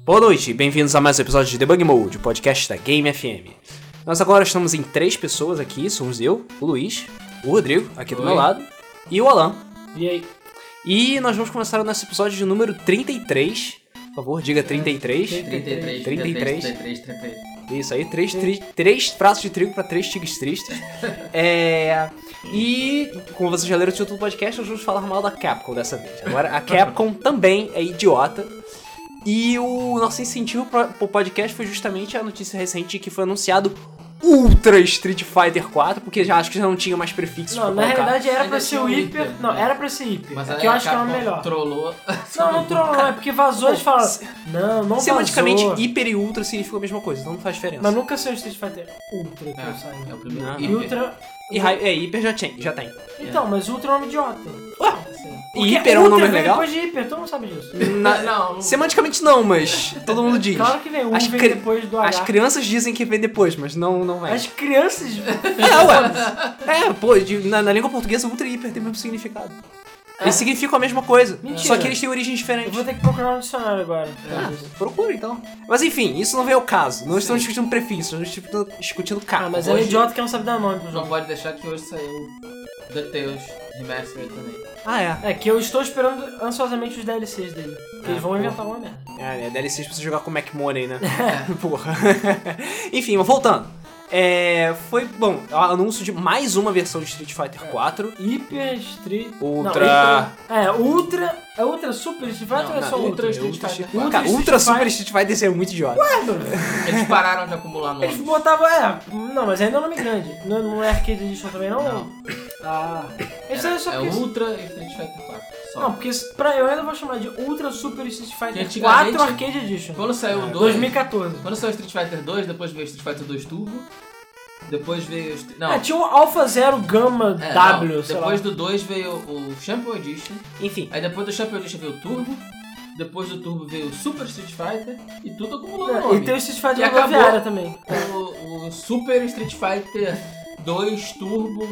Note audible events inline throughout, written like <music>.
Boa noite, bem-vindos a mais um episódio de Debug Mode, o podcast da Game FM. Nós agora estamos em três pessoas aqui, somos eu, o Luiz, o Rodrigo, aqui do Oi. meu lado, e o Alan. E aí? E nós vamos começar o nosso episódio de número 33. Por favor, diga 33. 33, 33. 33, 33. Isso aí, três, tri, três pratos de trigo para três tigres <laughs> tristes. É, e, como vocês já leram o título do podcast, nós vamos falar mal da Capcom dessa vez. Agora, a <laughs> Capcom também é idiota. E o nosso incentivo pro pro podcast foi justamente a notícia recente de que foi anunciado Ultra Street Fighter 4, porque já acho que já não tinha mais prefixos Não, pra na colocar. realidade era Ainda pra ser tinha o um hiper. hiper, Não, né? era pra ser hiper. Mas que eu acho que é o melhor. Trollou. Não, não trollou, é porque vazou, eles falaram. Não, não Semanticamente, vazou. hiper e ultra significam a mesma coisa, então não faz diferença. Mas nunca saiu Street Fighter Ultra que eu É, é o saí. primeiro. Não, hiper. E Ultra. Ah, E hi- é, hiper já tem, já tem. Então, mas Ultra é um nome idiota. Assim. E Porque hiper é um Ultra nome veio legal? depois de hiper, todo mundo sabe disso. Na- Não, não. Semanticamente não, mas todo mundo diz. Claro que vem, um As vem cri- depois do H. As crianças dizem que vem depois, mas não, não é. As crianças. É, ué. É, pô, de- na, na língua portuguesa, ultra e hiper tem o mesmo significado. Eles significam a mesma coisa, Ah. Mentira. só que eles têm origens Eu diferentes. vou ter que procurar um dicionário agora. Ah, procura então. Mas enfim, isso não veio ao caso. Não estamos discutindo prefixo, estamos discutindo- discutindo capa. Ah, mas Hoje- é um idiota que não sabe dar nome pro Não jogo. pode deixar que hoje saiu DuckTales Remastered <laughs> também. Ah, é. É que eu estou esperando ansiosamente os DLCs dele. Que Ah, eles vão pô. inventar alguma merda. É, é DLC pra você jogar com Mac Money, <laughs> né? É. <laughs> Porra. Enfim, mas voltando. É, foi, bom, o anúncio de mais uma versão de Street Fighter 4. Hiper Street. Ultra- Não, hiper- É, Ultra. É Ultra Super Street Fighter Não, ou é não, só Ultra Ultra, Street Ultra Fighter? Street Ultra Cara, Street Ultra Fighter. Super Street Fighter seria muito idiota. Eles pararam de acumular nomes. Eles botavam. É, não, mas ainda é nome grande. Não, não é Arcade Edition também, não? Não. Ah. Eles Era- é, só é porque. Ultra e Street Fighter 4. Só. Não, porque isso- pra eu ainda vou chamar de Ultra Super Street Fighter Que antigamente- 4 Arcade Edition. Quando saiu o 2. 2014. Quando saiu o Street Fighter 2, depois veio o Street Fighter 2 Turbo. Depois veio. o Street- Não. Ah, tinha o Alpha Zero Gamma É, W, não. sei Depois lá. do 2 veio o Champion Edition. Enfim, Aí depois do Champion Edition veio o Turbo. Depois do Turbo veio o Super Street Fighter. E tudo acumulou É, nome. e tem o Street E Fighter acabou. Rodoviária também. o, o Super Street Fighter 2 Turbo,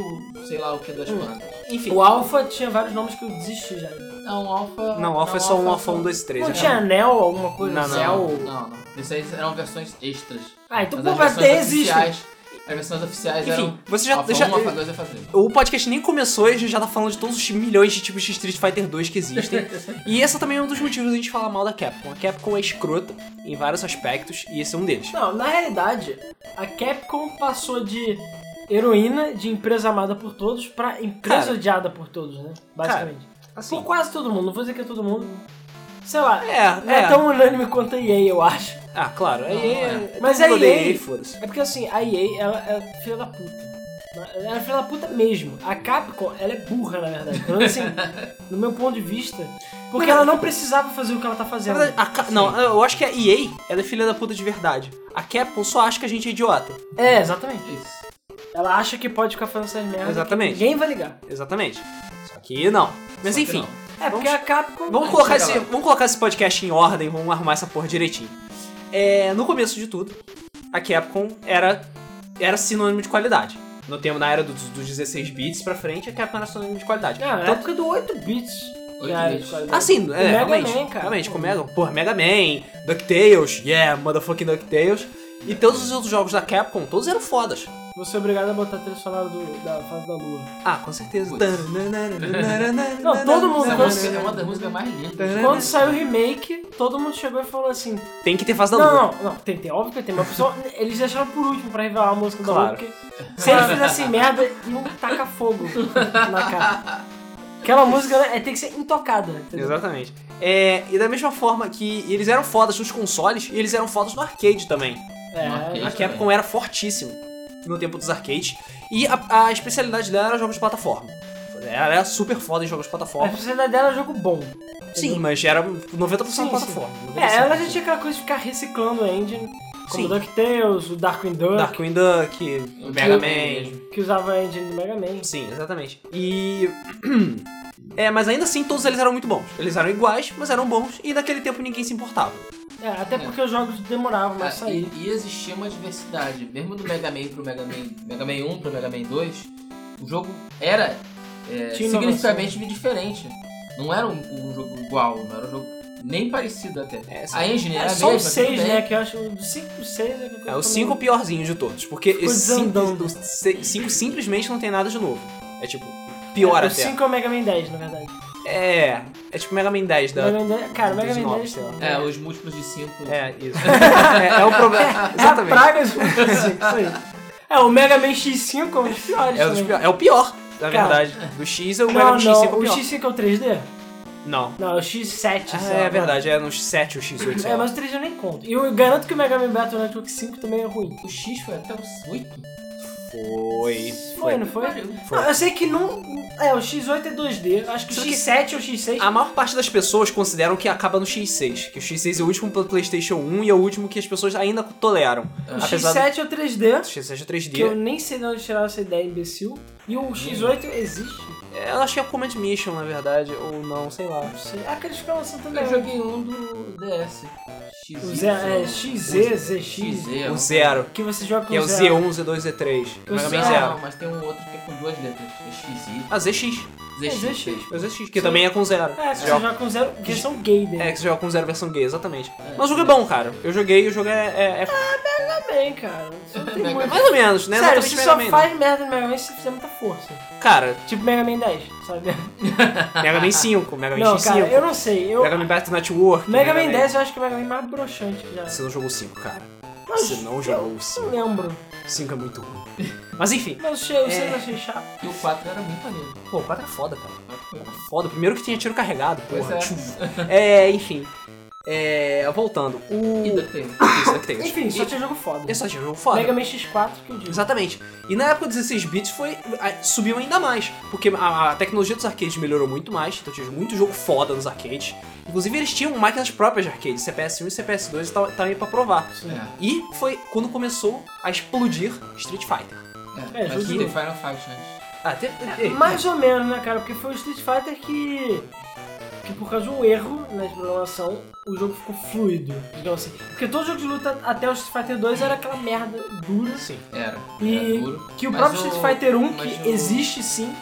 sei lá o que das Hum. plantas. enfim. O Alpha tinha vários nomes que eu desisti já. Não, Alpha. Não, Alpha é só um Alpha só- 1, 2, 3. Não tinha Anel, alguma coisa? Não, não. Cell? Não, não, não. Isso aí eram versões extras. Ah, então Mas pô, as mas versões até existe. oficiais- As versões oficiais Enfim, eram. você já- Alpha já- 1, Alpha é 2 e Alpha 3. O podcast nem começou e a gente já tá falando de todos os milhões de tipos de Street Fighter 2 que existem. e esse também é um dos motivos da gente falar mal da Capcom. A Capcom é escrota em vários aspectos e esse é um deles. Não, na realidade, a Capcom passou de heroína, de empresa amada por todos, pra empresa Cara. odiada por todos, né? Basicamente. Assim, por quase todo mundo, não vou dizer que é todo mundo. Sei lá, é, não é, é. tão unânime quanto a EA, eu acho. Ah, claro. Aí, Não, é. Mas todo a mundo odeia EA ele, foda-se. É porque assim, a EA, ela é filha da puta. Ela é filha da puta mesmo. A Capcom, ela é burra, na verdade. <laughs> Pelo menos assim, no meu ponto de vista. Porque ela não precisava fazer o que ela tá Na fazendo. verdade, a Ca- não, eu acho que a EA, ela é filha da puta de verdade. A Capcom só acha que a gente é idiota. É, exatamente. Isso. Ela acha que pode ficar fazendo essas merdas. que Exatamente. Ninguém vai ligar. Exatamente. Só que não. Mas Só que enfim, não. É, porque a Capcom. Vamos Ah, colocar, chega esse, lá. vamos colocar esse podcast em ordem, vamos arrumar essa porra direitinho. É, no começo de tudo, a Capcom era, era sinônimo de qualidade. No tempo, na era do- dos 16 bits pra frente, a Capcom era sinônimo de qualidade. Ah, na Tanto- época do 8 bits. 8 cara, bits. de qualidade. assim, é, Mega realmente, Man, cara. realmente, com Mega, porra, Mega Man, DuckTales, yeah, motherfucking DuckTales. E todos os outros jogos da Capcom, todos eram fodas. Você é obrigado a botar a trilha sonora do- da fase da lua. Ah, com certeza. Putz. Não, todo mundo Essa Não, música não. é uma das músicas mais É lindas. Quando saiu o remake, todo mundo chegou e falou assim: Tem que ter fase da Não, lua. não, não, tem, tem, óbvio que tem, mas pessoal, <laughs> eles deixaram por último pra revelar a música da Claro. lua. Porque se eles fizessem merda, iam tacar fogo <laughs> na cara. Aquela música né, é, tem que ser intocada. entendeu? Exatamente. É, e da mesma forma que eles eram fodas nos consoles, e eles eram fodas no arcade também. É, A Isso Capcom era fortíssima no tempo dos arcades. E a, a especialidade dela era jogos de plataforma. Ela era super foda em jogos de a plataforma. especialidade dela é jogo bom. Sim, mas era 90% Sim, de sim. plataforma. 90%. É, ela já tinha aquela coisa de ficar reciclando o engine, como Sim. o DuckTales, o Darkwing Duck, Darkwing Duck, O Mega Mega Man Man. mesmo. que usava a engine do Mega Man. Sim, exatamente. E. <clears throat> É, mas ainda assim todos eles eram muito bons. Eles eram iguais, mas eram bons, e naquele tempo ninguém se importava. É, até É. porque os jogos demoravam Ah, pra sair. E, e existia uma diversidade, mesmo do Mega Man pro Mega Man, Mega Man 1 pro Mega Man 2, o jogo era é, Tinha significativamente diferente. Não era um, um jogo igual, não era um jogo Nem parecido até. É, sim. a engine É era só a o mesma, 6, tudo bem. né? Que eu acho. Do 5 pro 6 é que eu É o também- 5 piorzinho de todos, porque Ficou esse 5 desandando. simplesmente não tem nada de novo. É tipo, É, pior O até. 5 é o Mega Man 10, na verdade. É, é tipo Mega Man 10 da... Mega Man 10 cara, o Mega Man 19, 10. sei lá. É, os múltiplos de 5. É, <laughs> isso. é, é o problema. É a Exatamente. praga do X5, isso <laughs> aí. É, o Mega Man X5 é um dos piores. É, os também. pior- é o pior, na Cara. verdade. Do X é o Mega Não, Man X5 é não, o o pior. X5 é o 3D? Não. Não, é o X7. Ah, sei lá, né? é verdade, é nos 7 o X8. sei É, lá. mas o 3D eu nem conto. E eu garanto que o Mega Man Battle Network 5 também é ruim. O X foi até o 8. Foi. Foi, não foi? Pariu. Foi. Não, eu sei que não. É, o X8 é 2D. eu Acho que o Só que- X7 ou o X6. A maior parte das pessoas consideram que acaba no X6, que o X6 é o último pro PlayStation 1 e é o último que as pessoas ainda toleram. É. o apesar do- X7 é o 3D. X6 é Que eu 3D. nem sei de onde tiraram essa ideia, imbecil. E o X8 existe? É, Eu acho que é Command Mission, na verdade, ou não, sei lá. Não sei. Ah, aqueles caras são também. Eu joguei um do DS. X, O Z, é, XZ, ZX. é um O Zero, Que você joga com que é o zero. Z1, Z2, Z3. O Mega Man Zero. Zero. Não, mas tem um outro que é com duas letras. É XI. Ah, ZX. É, ZX. ZX. É o ZX, que também é com zero. É, se você Joga- joga com zero, porque são gay dele. É, que você joga com zero versão gay, exatamente. É. Mas o jogo é bom, cara. Eu joguei e o jogo é. é- é- Também, Tá cara. Isso não tem Mega muito. Man. Mais ou menos, né? Sério, Exatamente você Mega só Man. faz merda no Mega Man se fizer muita força. Cara, Tipo Mega Man 10, sabe? Mega <laughs> Man 5, Mega Man Não, X5, cara, eu não sei. Eu... Mega Man Battle Network. Mega Man 10 eu acho que é o Mega Man mais broxante que já. Você não jogou o 5, cara. Mas Você não jogou o Não 5. lembro. O 5 é muito <laughs> ruim. Mas enfim. Mas o 6 É. eu achei chato. E o 4 era muito maneiro. Pô, o 4 é foda, cara. Foda. Primeiro que tinha tiro carregado, Pois porra. é. Tchum. É, enfim. É, voltando. O. E da Taylor. né, Isso, DuckTales. Enfim, só E- tinha jogo é um foda. Esse só tinha jogo foda. Mega Man X4 que eu digo. Exatamente. E na época 16 bits foi a- subiu ainda mais, porque a, a tecnologia dos arcades melhorou muito mais, então tinha muito jogo foda nos arcades. Inclusive eles tinham máquinas próprias de arcade, CPS1 e CPS2 e tal, tá aí pra provar. É. E foi quando começou a explodir Street Fighter. É, É, mas justo. tem Final Fight né? antes. Ah, te- te- Mais ou menos, né, cara? Porque foi o Street Fighter que. Que por causa de um erro na programação, o jogo ficou fluido, digamos assim. Porque todo jogo de luta até o Street Fighter 2 era aquela merda dura. Sim. Era. E Era duro. que o Mas próprio Street Fighter 1, mas que o- existe sim,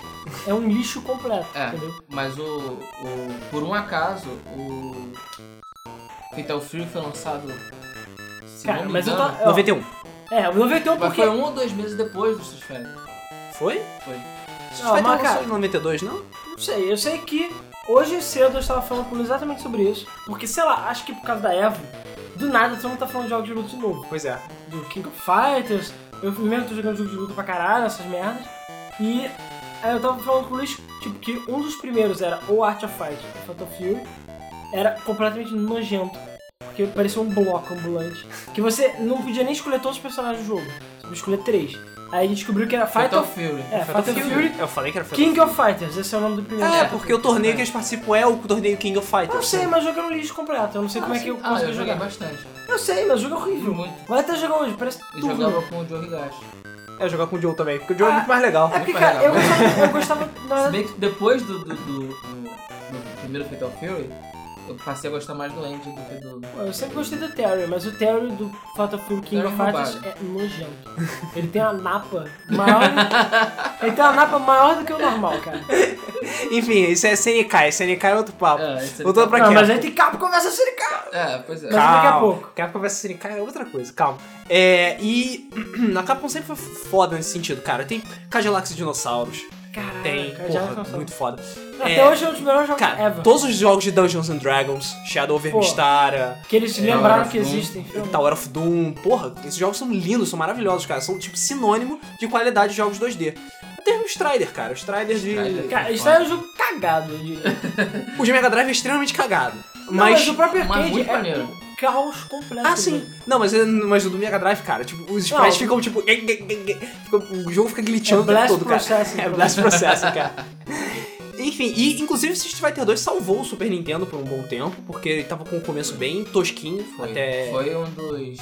é um lixo completo, É. entendeu? Mas o, o- Por um acaso, o. Fatal Fury foi lançado. Se Cara, não me mas eu engano, tô- 91. É, o 91 Mas porque. foi um ou dois meses depois do Street Fighter. Foi? Foi. Street Fighter Não, mas, lançou cara- em 92, não? Não sei, eu sei que hoje cedo eu estava falando com ele exatamente sobre isso. Porque, sei lá, acho que por causa da Evo, do nada todo mundo tá falando de jogos de luta de novo. Pois é. do King of Fighters. Eu mesmo tô jogando jogo de luta pra caralho, essas merdas. E aí eu tava falando com o Luiz, tipo, que um dos primeiros era o Art of Fight, o Fatal Fury, era completamente nojento. Porque parecia um bloco ambulante. Que você não podia nem escolher todos os personagens do jogo. Você podia escolher três. Aí a gente descobriu que era Fatal Fatal, Fury. é, Fatal, Fury, Eu falei que era Fatal King of Fighters, esse é o nome do primeiro. É, porque o torneio que eles participam é o torneio King of Fighters. Eu não sei, mas o jogo é um lixo completo. Eu não sei como é que eu Ah, consigo eu joguei jogar. bastante. Eu sei, mas o jogo é horrível. Muito. Vai até jogar hoje, parece E tudo. jogava com o Joe Higashi. É, jogar com o Joe também, porque o Joe é Ah, muito mais <laughs> legal. É porque, Muito cara, eu legal. gostava, eu gostava na Se verdade, bem que depois do, do, do- do- do primeiro Fatal Fury, eu passei a gostar mais do Andy do que do. Pô, Eu sempre gostei do Terry, mas o Terry do Fatal Fury King Terry of Fighters roubado. é nojento. Ele tem uma napa maior. ele tem uma napa maior do que o normal, cara. Enfim, isso é SNK, SNK é outro Ah. papo. É, esse Voltando é- pra Não, quê? mas aí tem capa conversa sirical. É, pois é. Mas daqui a pouco. Capcom vs SNK é outra coisa, calma. É, e <clears throat> a Capcom sempre foi foda nesse sentido, cara. Tem Cadillacs e Dinossauros, Caralho, tem, cara, já porra, alcançou. muito foda. Até É, hoje é um dos melhores jogos Cara, ever. todos os jogos de Dungeons and Dragons, Shadow of Pô. Mistara, Que eles Tower lembraram of que Doom. existem. filme. Tower of Doom, porra, esses jogos são lindos, são maravilhosos, cara. São, tipo, sinônimo de qualidade de jogos 2D. Até o Strider, cara. O Strider de... Strider. Cara, isso aí é um jogo cagado. de- O de Mega Drive é extremamente cagado. Não, mas... tipo, o próprio mas arcade muito é maneiro. um caos completo. né? Ah, sim. Não, mas, mas o do Mega Drive, cara, tipo, os sprites Não. ficam tipo. <laughs> gue- gue- gue- gue- fica- o jogo fica glitchando É o tempo Blast né? todo, cara. Processing. É Blast Processing, cara. Enfim, e inclusive Street Fighter 2 salvou o Super Nintendo por um bom tempo, porque ele tava com o começo bem tosquinho, Foi, até. foi um dos.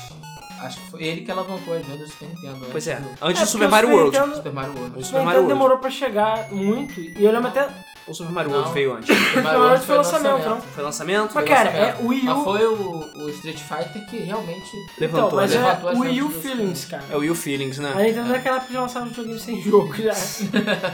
Acho que foi ele que alavancou as vendas do Super Nintendo. né? Pois é, Do antes É, do Super porque o Mario Super World. Nintendo- Super Mario World. O Super Super Mario Nintendo World. demorou pra chegar muito. E eu lembro até. O Super Mario Não. World veio antes. Super Mario World foi lançamento, Foi lançamento. Mas, foi cara, lançamento. é o Wii Mas U. foi o, o Street Fighter que realmente. Levantou, então, mas né? Levantou é as Wii U vendas do Feelings, cara. É o Wii Feelings, né? A Nintendo era aquela época que lançava videogame sem <laughs> É. jogo já.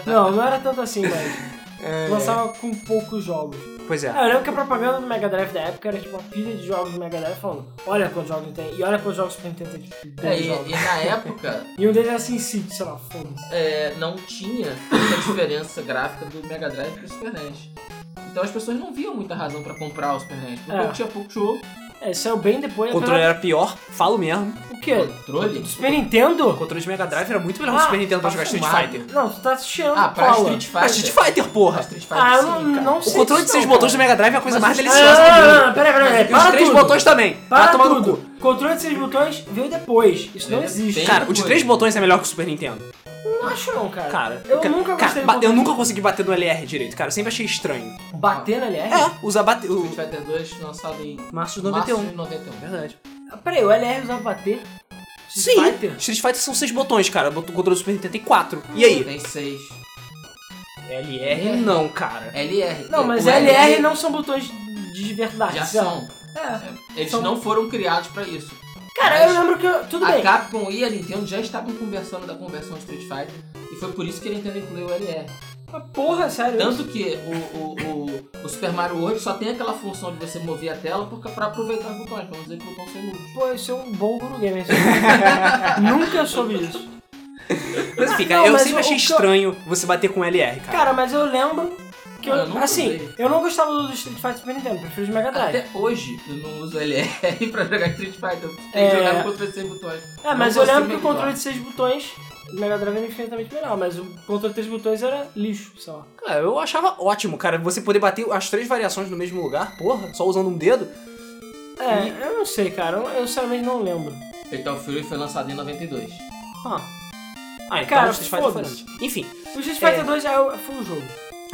não, não era tanto assim, mas lançava com poucos jogos. Pois é. Ah, eu lembro que a propaganda do Mega Drive da época era tipo uma pilha de jogos do Mega Drive falando: olha quantos jogos tem e olha quantos jogos Super Nintendo tem. Tipo, dois É, e, jogos. e na época <laughs> E um deles era assim, City, sei lá, foda-se. é, não tinha muita diferença gráfica do Mega Drive pro Super NES. Então as pessoas não viam muita razão pra comprar o Super NES. Porque É. tinha pouco jogo, É, isso saiu bem depois. O controle era pior, falo mesmo. O quê? controle. Do Super O Nintendo? controle de Mega Drive era muito melhor que o Ah, Super Nintendo pra jogar Street fumado. Fighter. Não, tu tá tirando Ah, a pra cola. Street Ah, Fighter. Street Fighter, Pra porra! Street Fighter Ah, eu sim, não, cara. não O sei. controle de disso seis não, botões do cara. Mega Drive é a coisa mais os- deliciosa do Ah, mundo. não, não, peraí, peraí, peraí. E os Para três tudo. botões também. Vai Para tomar no tudo. cu. Controle de seis botões veio depois. Isso não É, existe. tem- Cara, o de três botões é melhor que o Super Nintendo. não acho não, cara. Cara, eu ca- nunca cara, gostei ba- Eu do controle. nunca consegui bater no LR direito, cara. Eu sempre achei estranho. Bater na LR? É, usar bater. Street Fighter 2 lançado em Março de março 91. de 91. Verdade. Ah, Peraí, o LR usava bater? É. Sim. Street Fighter? Street Fighter são seis botões, cara. O controle do Super Nintendo tem quatro. E aí? Tem 6. LR não, cara. LR. Não, mas O LR não são botões de verdade. De sei lá. ação. É. Eles São- não foram criados pra isso. Cara, eu lembro que. eu- Tudo A bem. Capcom e a Nintendo já estavam conversando da conversão de Street Fighter. E foi por isso que a Nintendo incluiu o LR. Mas Porra, sério. Tanto que o, o, o, o Super Mario World só tem aquela função de você mover a tela porque, pra aproveitar os botões, pra não dizer que o botão são inútil. Pô, isso é um bom Guru Gamer. assim. <laughs> Nunca soube isso. Mas enfim, Ah, cara, não, eu mas sempre o- achei o que eu- estranho você bater com LR, cara. Cara, mas eu lembro que eu. Ah, eu nunca assim, usei. eu não gostava do Street Fighter Super Nintendo, prefiro de Mega Drive. Até hoje eu não uso LR <laughs> pra jogar Street Fighter. Eu tenho que É. jogar com outros 100 botões. É, mas Não eu lembro que consigo o controle me de seis botões do Mega Drive era infinitamente melhor, mas o controle de três botões era lixo, sei lá. Cara, eu achava ótimo, cara. Você poder bater as três variações no mesmo lugar, porra, só usando um dedo. É, eu não sei, cara, eu, eu sinceramente não lembro. inclinar. Fatal Fury foi lançado em 92. Hã. Ah, então Cara, Street Fighter foi foda-se. antes. Enfim, O Street Fighter 2 é, foi o jogo.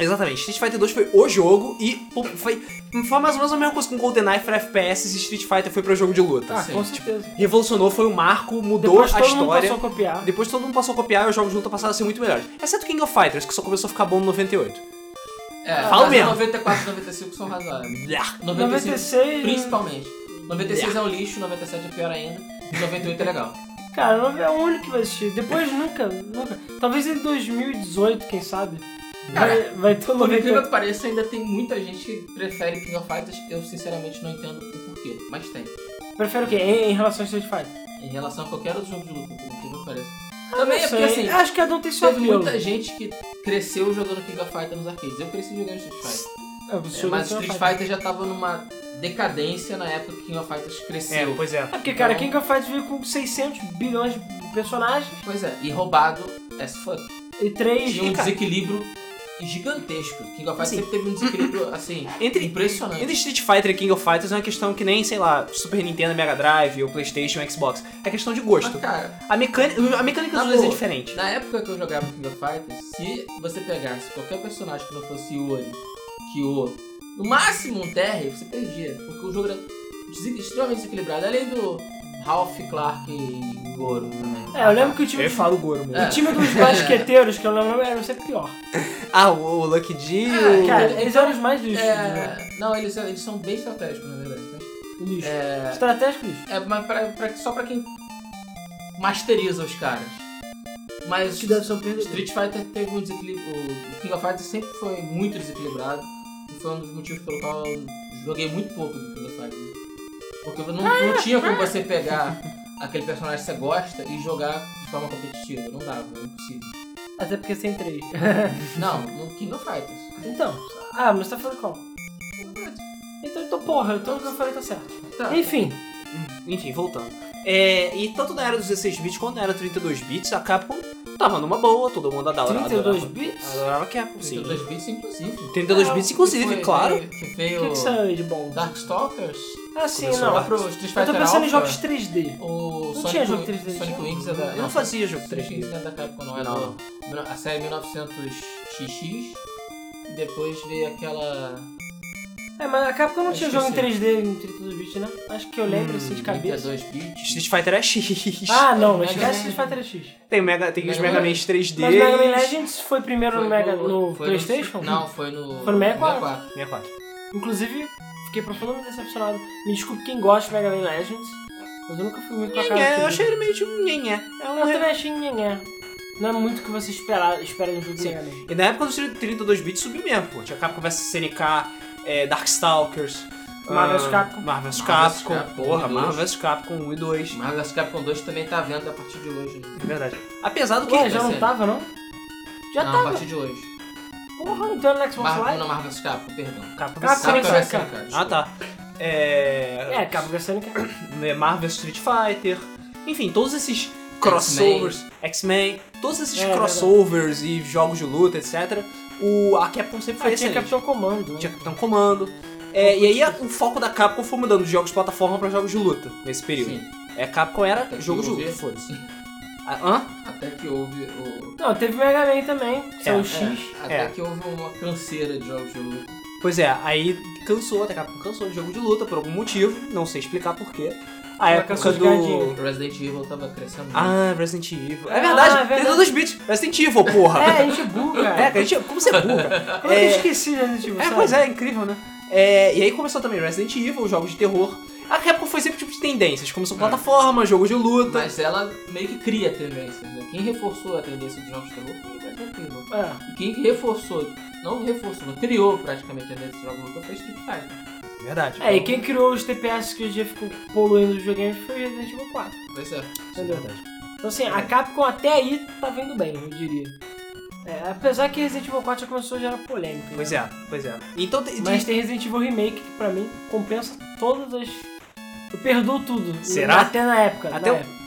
exatamente. Street Fighter 2 foi o jogo e pô, foi, foi mais ou menos a mesma coisa com GoldenEye pra FPS e Street Fighter foi pra jogo de luta. Ah, sim. com certeza. Revolucionou, foi um marco, mudou Depois a todo mundo história. passou a copiar. Depois todo mundo passou a copiar e os jogos de luta passaram a ser muito melhores. Exceto King of Fighters, que só começou a ficar bom no 98. É, Fala mas mesmo. 94 e 95 são razoáveis. Lá. 95 96. Principalmente. 96 é um lixo, 97 é pior ainda, e 98 é legal. Cara, não é o único que vai assistir. Depois nunca, nunca. Talvez em 2018, quem sabe. é Vai, vai ter um o Por incrível 98. que pareça, ainda tem muita gente que prefere King of Fighters. Eu sinceramente não entendo o porquê, mas tem. Prefere o quê? Em, em relação a Street Fighter? Em relação a qualquer outro jogo de luta, por incrível que pareça. Também é Não porque sei. assim, Acho que cada um tem seu teve apelo. muita gente que cresceu jogando King of Fighters nos arcades. Eu cresci jogando Street Fighter. É, você joga mas Street Street Fighter. Fighter já tava numa decadência na época que King of Fighters cresceu. pois É porque, cara, Então- King of Fighters veio com 600 bilhões de personagens Pois é, e roubado as fuck. e 3. Tinha um cara- desequilíbrio gigantesco. King of Fighters Assim, sempre teve <coughs> um desequilíbrio, assim, entre- impressionante. Entre Street Fighter e King of Fighters é uma questão que nem, sei lá, Super Nintendo, Mega Drive, ou Playstation, Xbox. É questão de gosto. Mas, Ah. cara, A mecânica, a mecânica Na dos dois é boa. diferente. na época que eu jogava King of Fighters, se você pegasse qualquer personagem que não fosse Yori, Kyo, no máximo um TR, você perdia. Porque o jogo era desi- extremamente desequilibrado. Além do Ralph, Clark e Goro né? também. É, eu lembro que o time, Eu falo Goro mesmo. É. o time dos basqueteiros, que eu lembro, era sempre pior. Ah, o, o Lucky D. É, o- Ah, Cara, Então, eles eram os mais lixos. né? É, não, eles, eles são bem estratégicos, na verdade. né? mas- Lixo. É, Estratégico lixo. É mas pra, pra- só pra quem masteriza os caras. Mas Que deve ser um perdedor. Street Fighter teve um desequilíbrio. O King of Fighters sempre foi muito desequilibrado. E foi um dos motivos pelo qual eu joguei muito pouco do King of Fighters. né? Porque não, Ah, não tinha como você pegar aquele personagem que você gosta e jogar de forma competitiva. Não dava, era impossível. Até porque tem 3. Não, no King of Fighters. então, ah, mas você tá falando qual? Então, então porra, então o que eu falei tá certo. Tá. Enfim, Enfim, voltando. É, e tanto na era dos 16 bits quanto na era 32 bits, a Capcom tava numa boa, todo mundo adorava. 32 adorava, bits? Adorava a Capcom, sim. 32 bits, inclusive. 32 É, bits, que inclusive, foi- né? claro. Que O que, que veio saiu aí de bom? Darkstalkers. Ah, sim, Começou não. lá. Pro Street Eu Fighter tô pensando em Alpha. jogos 3D. O Não Sonic, tinha jogo Win- 3D, Sonic tinha? Wins é da. Eu não fazia jogo 3D. Wings é da Capcom, não é Não. do- A série 1900XX. E depois veio aquela. É, mas a Capcom não Acho tinha que jogo em sim. Hum, 3D em 32 bits, né? Acho que eu lembro assim de cabeça. 32 bits. Street Fighter é X. Ah, não, mas Mega esquece Man. Street Fighter X. Tem, o Mega, tem os Mega Mega Man. Man 3D. Mas Mega Man é Legends foi primeiro no, Foi Mega, no foi PlayStation? Não, foi no. Foi no 64. 64. Inclusive, fiquei profundamente decepcionado. Me desculpe quem gosta de Mega Man Legends, mas eu nunca fui muito pra cara. Nhenhé, daquele eu achei ele meio de um nhenhé. É jogo. né? Eu um também achei nhenhé. Não é muito o que você espera, espera de um jogo do Mega Man. E na época dos 32 bits subiu mesmo, pô. Tinha Capcom vs CNK, é, Darkstalkers. Marvel's ah, Capcom. Marvel's Marvel's Capcom. Capcom, Porra, um e dois. Marvel's Capcom 1 e 2. Mas Marvel's Capcom 2 também tá vendo a partir de hoje. Né? É verdade. Apesar do que. Ué, já é um não sério. tava, não? Já não, a tava. partir de hoje. Porra, então era no Xbox Mar... Não, Live? Marvel's Capcom, perdão. Capcom. Capcom. Capcom Sonic, Sonic, Sonic. cara. Ah, tá. É. É, Capcom vs Sonic. né, Marvel Street Fighter, enfim, todos esses crossovers, X-Men, todos esses É, crossovers e jogos de luta, etc. O, a Capcom sempre foi Ah, tinha excelente. Capitão Comando. né? Tinha Capitão Comando. É, e aí a- o foco da Capcom foi mudando de jogos de plataforma pra jogos de luta nesse período. Sim. É, a Capcom era Até que jogo de houve- luta, foda-se. Ah, Hã? Até que houve o. Não, teve Mega Man também, que saiu o X. É, até É. que houve uma canseira de jogos de luta. Pois é, aí cansou, a Capcom cansou de jogo de luta por algum motivo, não sei explicar porquê. A época cansou de do. gadinho. Resident Evil tava crescendo muito. Ah, Resident Evil. É Ah, verdade, é verdade. 32 bits, Resident Evil, porra. É, a gente é burro, cara. <laughs> É, cara, gente, como você é burro, cara? Como é... eu esqueci de Resident Evil, é, sabe? pois é, incrível, né? É, e aí começou também Resident Evil, jogos de terror. A Capcom foi sempre tipo de tendências, começou É. plataforma, jogo de luta. Mas ela meio que cria tendências, né? Quem reforçou a tendência dos jogos de terror foi o Resident Evil. É. E quem reforçou, não reforçou, mas criou praticamente a tendência dos jogos de luta foi é Street Fighter. Verdade. É, e quem criou os TPS que hoje em dia ficou poluindo os videogames foi Resident Evil 4. Pois é. Entendeu? Então assim, a Capcom até aí tá vindo bem, eu diria. É, apesar que Resident Evil 4 já começou a gerar polêmica. Pois né? é, pois é. Então tem. Mas tem Resident Evil Remake que pra mim compensa todas as. Eu perdoo tudo. Será? Até na época. Até na o- época.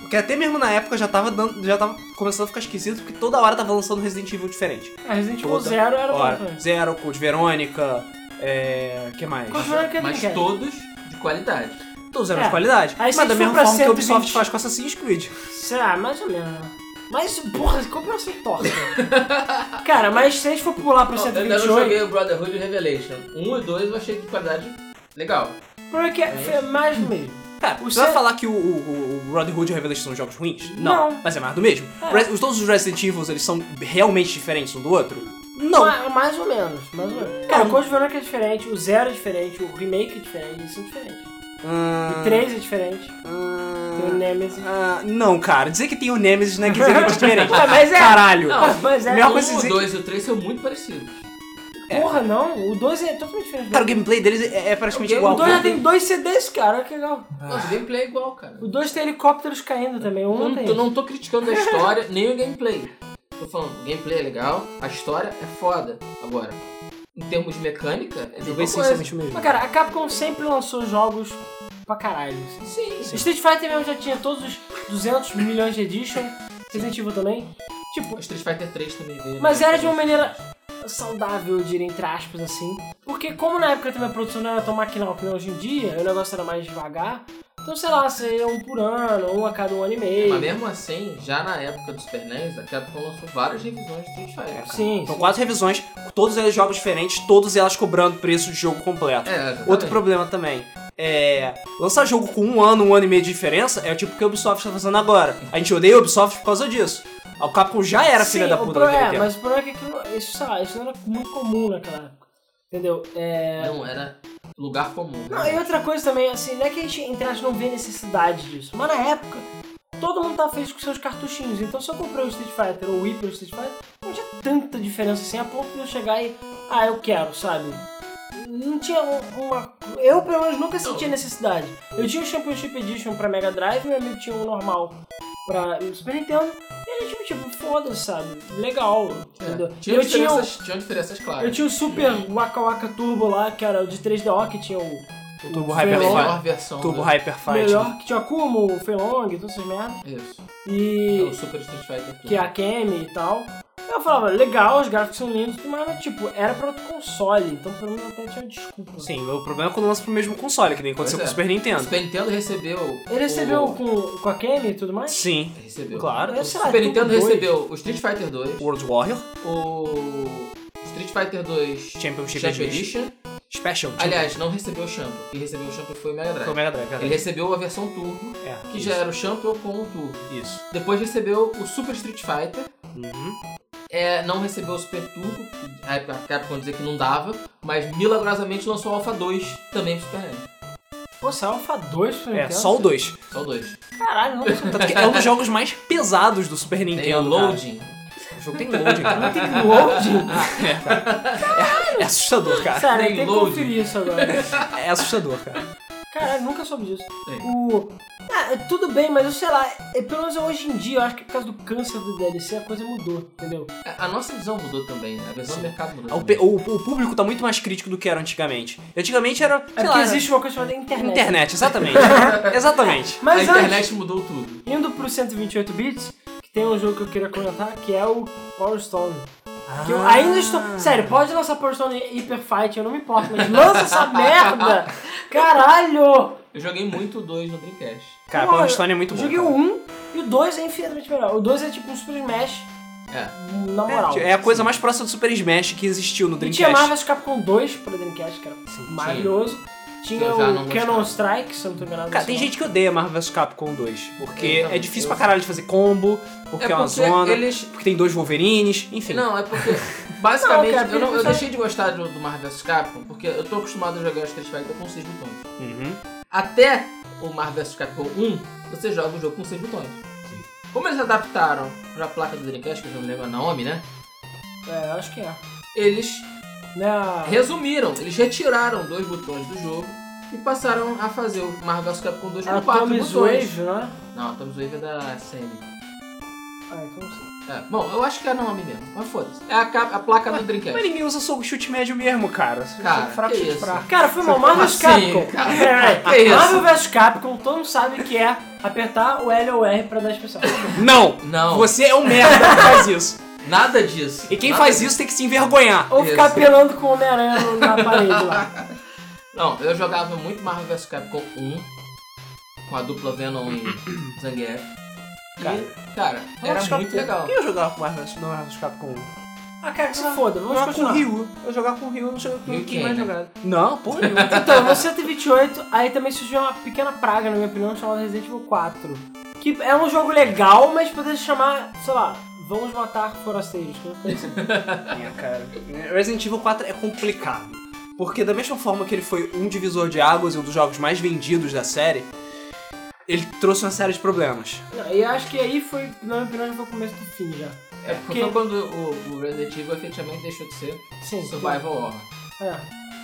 Porque até mesmo na época já tava dando. Já tava começando a ficar esquisito, porque toda hora tava lançando Resident Evil diferente. A Resident Evil Toda 0 era bom Ora, também. Zero, Code Verônica. É. que mais? Code Verônica é Mas Dreamcast. todos de qualidade. Todos zero É. de qualidade. Aí mas se da for mesma pra forma que a 120. Ubisoft faz com Assassin's Creed. Será? Mais ou menos. né? Mas, porra, comparação torta. Cara, mas se a gente for pular pra Ó, eu ainda não 128, joguei o Brotherhood e o Revelation. Um e dois eu achei de qualidade legal. porque que é mais do mesmo. Cara, O É, você ser- vai falar que o, o, o Brotherhood e o Revelation são jogos ruins? Não. Mas é mais do mesmo. É. Res- os- Todos os Resident Evil eles são realmente diferentes um do outro? Não. Ma- Mais, ou menos, mais ou menos. Cara, o Code Verônica é diferente, o Zero é diferente, o Remake é diferente, eles são diferentes. O 3 é diferente, tem o Nemesis. Ah, não, cara. Dizer que tem o Nemesis não é dizer que é diferente. <laughs> Ah, mas é. Caralho. Não, mas é. Melhor Um, coisa de o dizer que- dois e o três são muito parecidos. Porra, não, o 2 é totalmente diferente. Cara, o gameplay deles é, é praticamente O game- igual. o 2 já cara. tem dois CDs, cara, olha que legal. Nossa, o gameplay é igual, cara. O 2 tem helicópteros caindo também, o 1 Eu não não, tem. tô- não tô criticando a história <laughs> nem o gameplay. Tô falando, o gameplay é legal, a história é foda. Agora, em termos de mecânica, é Eu vou mesma coisa. essencialmente o mesmo. Mas, cara, a Capcom sempre lançou jogos pra caralho. assim. Sim, sim. Street Fighter mesmo já tinha todos os 200 milhões de edition, Resident Evil também. Tipo, O Street Fighter 3 também veio. Mas né? era de uma maneira saudável, eu diria, entre aspas, assim. Porque como na época também a produção não era tão maquinal que nem hoje em dia, o negócio era mais devagar. Então, sei lá, seria um por ano, um a cada um ano e meio. Mas mesmo assim, já na época do Super NES, a Capcom lançou várias revisões de Street Fighter. Sim, São sim. quatro revisões, todos eles jogos diferentes, todas elas cobrando preço de jogo completo. É, exatamente. Outro problema também é. Lançar jogo com um ano, um ano e meio de diferença é o tipo que a Ubisoft tá fazendo agora. A gente odeia a Ubisoft por causa disso. A Capcom já era Sim, filha da o puta pro- naquele É, tempo. mas o problema é que aquilo, isso, sei lá, isso não era muito comum naquela época. Entendeu? É... Não, era lugar comum. né? Não, e outra coisa também, assim, não é que a gente, entre aspas, não vê necessidade disso, mas na época, todo mundo tava feliz com seus cartuchinhos, então se eu comprei o Street Fighter ou o Wii pro Street Fighter, não tinha tanta diferença assim, a ponto de eu chegar e, ah, eu quero, sabe? Não tinha um- uma... Eu, pelo menos, nunca senti a necessidade. Eu tinha o Championship Edition pra Mega Drive, meu amigo tinha o normal pra Super Nintendo, e ele, tipo, tipo, foda-se, sabe? Legal, entendeu? É. E Tinha eu tinha o- diferenças, tinham diferenças claras. eu tinha o Super Waka Waka Turbo lá, que era o de 3DO, que tinha o... O Turbo o Hyper a Freon, Fight. melhor versão. Turbo do- Hyper Fight. né? melhor, que tinha o Akuma, o Feilong, todas essas merdas. Isso. É E o Super Street Fighter. que é a Kemi e tal. Eu falava, legal, os gráficos são lindos, mas tipo, era pra outro console, então pelo menos até tinha desculpa. Sim, o problema é quando lança pro mesmo console, que nem aconteceu Pois com o é. Super O Nintendo. Super Nintendo recebeu. Ele recebeu o- com, com a Kemi e tudo mais? Sim, Recebeu. claro. Eu O sei lá, é Super tudo Nintendo dois. recebeu o Street Fighter 2, World Warrior, o Street Fighter 2 Championship Champion Edition, Edition. Special. Aliás, não recebeu o Champion. Quem recebeu o Champion foi o Mega Champion. foi o Drive. Mega Drive, Ele verdade. recebeu a versão Turbo, É, que isso, já é- era o Champion com o Turbo. Isso. Depois recebeu o Super Street Fighter. Uhum. É, não recebeu o Super Turbo, que a Capcom dizia que não dava, mas milagrosamente lançou o Alpha 2 também pro Super Nintendo. Pô, saiu Alpha 2 pro É, Nintendo? só o 2. Só o 2. Caralho, não sei. Tanto que é um dos jogos mais pesados do Super Tem o Nintendo. cara. Loading. <laughs> O jogo tem loading, cara. Não tem loading? É, cara. É assustador, cara. Sério, Tem tem que load. conferir isso agora. É assustador, cara. Caralho, nunca soube disso. Tem. O. Ah, tudo bem, mas eu sei lá, é, pelo menos hoje em dia, eu acho que por causa do câncer do DLC a coisa mudou, entendeu? É A a nossa visão mudou também, né? A visão do mercado mudou. O, também. pe- o- o público tá muito mais crítico do que era antigamente. Antigamente era, É sei porque lá, existe uma coisa chamada internet. internet, <laughs> exatamente. exatamente. Mas a antes, internet mudou tudo. indo pro 128 bits, que tem um jogo que eu queria comentar, que é o Power Stone. Que eu ainda Ah. estou. Sério, pode lançar Power Stone Hyper Fight, eu não me importo, mas <laughs> lança essa merda! Caralho! Eu joguei muito o 2 no Dreamcast. Cara, Porra, Power Stone é muito Eu bom. joguei o cara. 1 e o 2 é infinitamente melhor. O 2 é tipo um Super Smash, É. na moral. É, é a coisa mais próxima do Super Smash que existiu no E tinha Dreamcast. Marvel vs Capcom 2 pra Dreamcast, que era maravilhoso. Tinha Eu já não o gostava. Cannon Strike, se eu não tô enganado. assim. Cara, tem esse gente que odeia Marvel vs Capcom 2, porque Eu também, é difícil eu- pra caralho de fazer combo, porque é, uma zona, eles. porque tem dois Wolverines, enfim. Não, é <laughs> porque. Basicamente, Não, cara, eu, não- eu porque- deixei de gostar do, do Marvel vs Capcom, porque eu tô acostumado a jogar Street Fighter com 6 botões. Uhum. Até o Marvel vs Capcom 1, você joga o jogo com 6 botões. Como eles adaptaram pra placa do Dreamcast, que eu já não lembro a Naomi, né? nome. É, acho que é. Né, Eles Na... resumiram, eles retiraram dois botões do jogo e passaram a fazer o Marvel vs Capcom 2 com 4 Atomic tipo botões. Wave, né? Não, a Thomas Wave é da Sony. Ah, então não sei. É, bom, eu acho que é a Naomi mesmo, mas foda-se. É a, cap- a placa do Mas É. Dreamcast. ninguém usa soco chute médio mesmo, cara. Você Cara, usa fraco que chute isso? fraco. Cara, foi mal. Como Marvel vs assim, Capcom. cara? Peraí, Que é peraí. isso? Marvel vs Capcom, todo mundo sabe que é apertar o L ou R pra dar especial. Não! Não, Você é um merda que faz isso. nada disso. E quem Nada faz isso tem que se envergonhar. Ou ficar Isso. pelando com o Homem-Aranha no- na parede lá. Não, eu jogava muito Marvel vs Capcom 1 com a dupla <coughs> Venom e Zangief. E, cara, era é muito legal. Quem eu jogava com Marvel não Marvel vs Capcom 1? Ah, cara, que se foda. Eu Vamos jogava com o continuar. Ryu. Eu jogava com o Ryu, eu não jogava com Ryu ninguém quem, mais né? jogado. Não, porra nenhuma. <laughs> Então, no 128, aí também surgiu uma pequena praga, na minha opinião, chamada Resident Evil 4. Que é um jogo legal, mas poderia se chamar, sei lá, Vamos Matar Forasteiros. que eu não conheço. <laughs> É, cara. Resident Evil 4 é complicado. Porque da mesma forma que ele foi um divisor de águas e um dos jogos mais vendidos da série, ele trouxe uma série de problemas. Não, E acho que aí foi, na minha opinião, já foi o começo do fim já. É porque Quem- foi quando o, o Resident Evil efetivamente deixou de ser Sim. Survival Horror. É.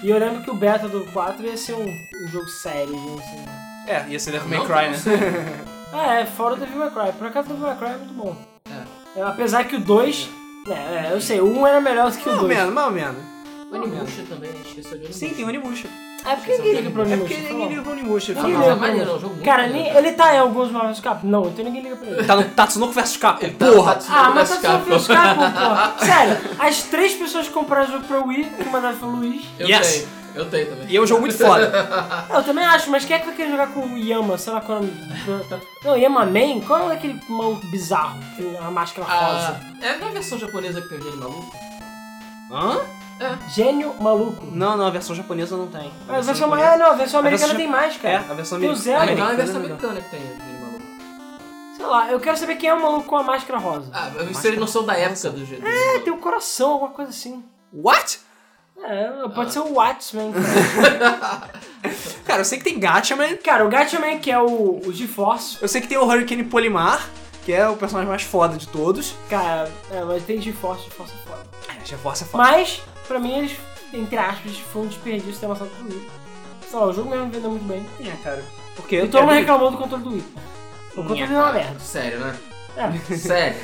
E eu lembro que o beta do 4 ia ser um, um jogo sério, digamos assim. né? É, ia ser Devil May Não, Cry, não né? <laughs> Ah, é, fora o Devil May Cry. Por acaso o Devil May Cry é muito bom. É. É, apesar que o 2... É, é, eu sei, o 1 era melhor do que o Mais ou 2. menos, mais ou menos. O Animusha também, a gente esqueceu de Animusha. Sim, tem o Onimusha. É porque ninguém liga pra mim, É não, porque deixa eu ninguém falar. liga pro Onimusha. Não, fala, mas liga é "Ah, pra mim. maneiro, é um jogo muito Cara, maneiro. nem- ele tá em alguns Marvel Capcom? Não, então ninguém liga <laughs> pra ele. Tá no Tatsunoko vs Capcom, Ele tá- porra! tá- Ah, mas tá Marvel só vs <laughs> Marvel Capcom, porra. Sério, as três pessoas que compraram o jogo pra Wii, que mandaram pro Luiz. <laughs> Eu Yes. tenho, eu tenho E também. é um jogo muito <laughs> foda. Eu também acho, mas quem é que vai querer jogar com o Yama? Sei lá qual é o nome. Não, Yama Man? Qual é aquele maluco bizarro? que tem A máscara rosa. É Ah, é a versão japonesa que tem o gênio maluco? Hã? Gênio maluco. Não, não, a versão japonesa não tem. A versão, ah, não, a versão americana versão- tem mais, É, cara. a versão Tem o americana. Zero. Ah, então é a americana né, versão é melhor. americana que tem o gênio maluco. Sei lá, eu quero saber quem é o maluco com a máscara rosa. Ah, isso eles não são da época do gênio Ah, tem o coração, alguma coisa assim. What? É, pode ser o Watchman. cara. Cara, eu sei que tem Gatchaman, <laughs> Cara, o Gatchaman, que é o, o GeForce, eu sei que tem o Hurricane Polimar, que é o personagem mais foda de todos. cara, é, mas tem GeForce, GeForce é foda. É, GeForce é foda. Mas, pra mim, eles, entre aspas, foi um desperdício ter lançado pro Wii. Sei lá, o jogo mesmo não vendeu muito bem. É, cara. Porque E todo mundo é- reclamou do controle do Wii. O controle é uma merda. Sério, né? É. Sério.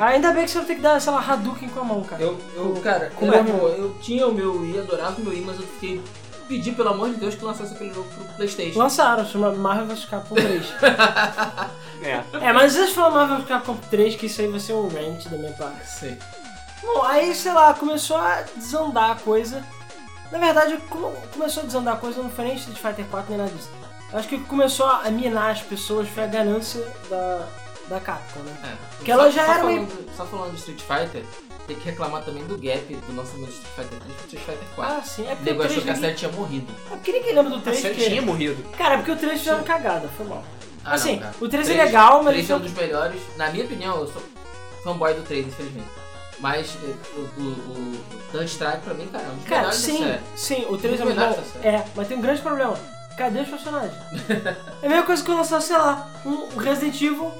Ainda bem que você não tem que dar, sei lá, Hadouken com a mão, cara. Eu, eu cara, Como eu, é? pô, eu tinha o meu Wii, adorava o meu Wii, mas eu fiquei. Pedi, pelo amor de Deus, que lançasse aquele jogo pro Playstation. Lançaram, chama Marvel vs Capcom 3. É. é, mas eles falam Marvel vs Capcom 3 que isso aí vai ser um rant da minha parte. Sim. Bom, aí, sei lá, começou a desandar a coisa. Na verdade, como começou a desandar a coisa, não foi nem Street Fighter 4 nem nada disso. Eu acho que o que começou a minar as pessoas foi a ganância da, da Capcom, né? É. Que ela já era uma- falando, Só falando de Street Fighter, tem que reclamar também do gap do lançamento de Street Fighter 3 pro Street Fighter 4. Ah, sim. É o porque nego o achou 3... que a ninguém- série tinha morrido. É porque ninguém lembra do 3, Ele tinha porque... morrido. Cara, é porque o 3 fizeram cagada, foi mal. Ah, assim, não, cara. o 3 é Três- legal, mas... três ele é um dos melhores. Na minha opinião, eu sou fanboy do 3, infelizmente. Mas eh, o, o, o Dun Strike, pra mim, cara, é um dos Cara, melhores sim, da série. sim, o 3 é Os muito melhores bom. da série. É, mas tem um grande problema. <laughs> Cadê os personagens? é a mesma coisa que eu lançar, sei lá, um Resident Evil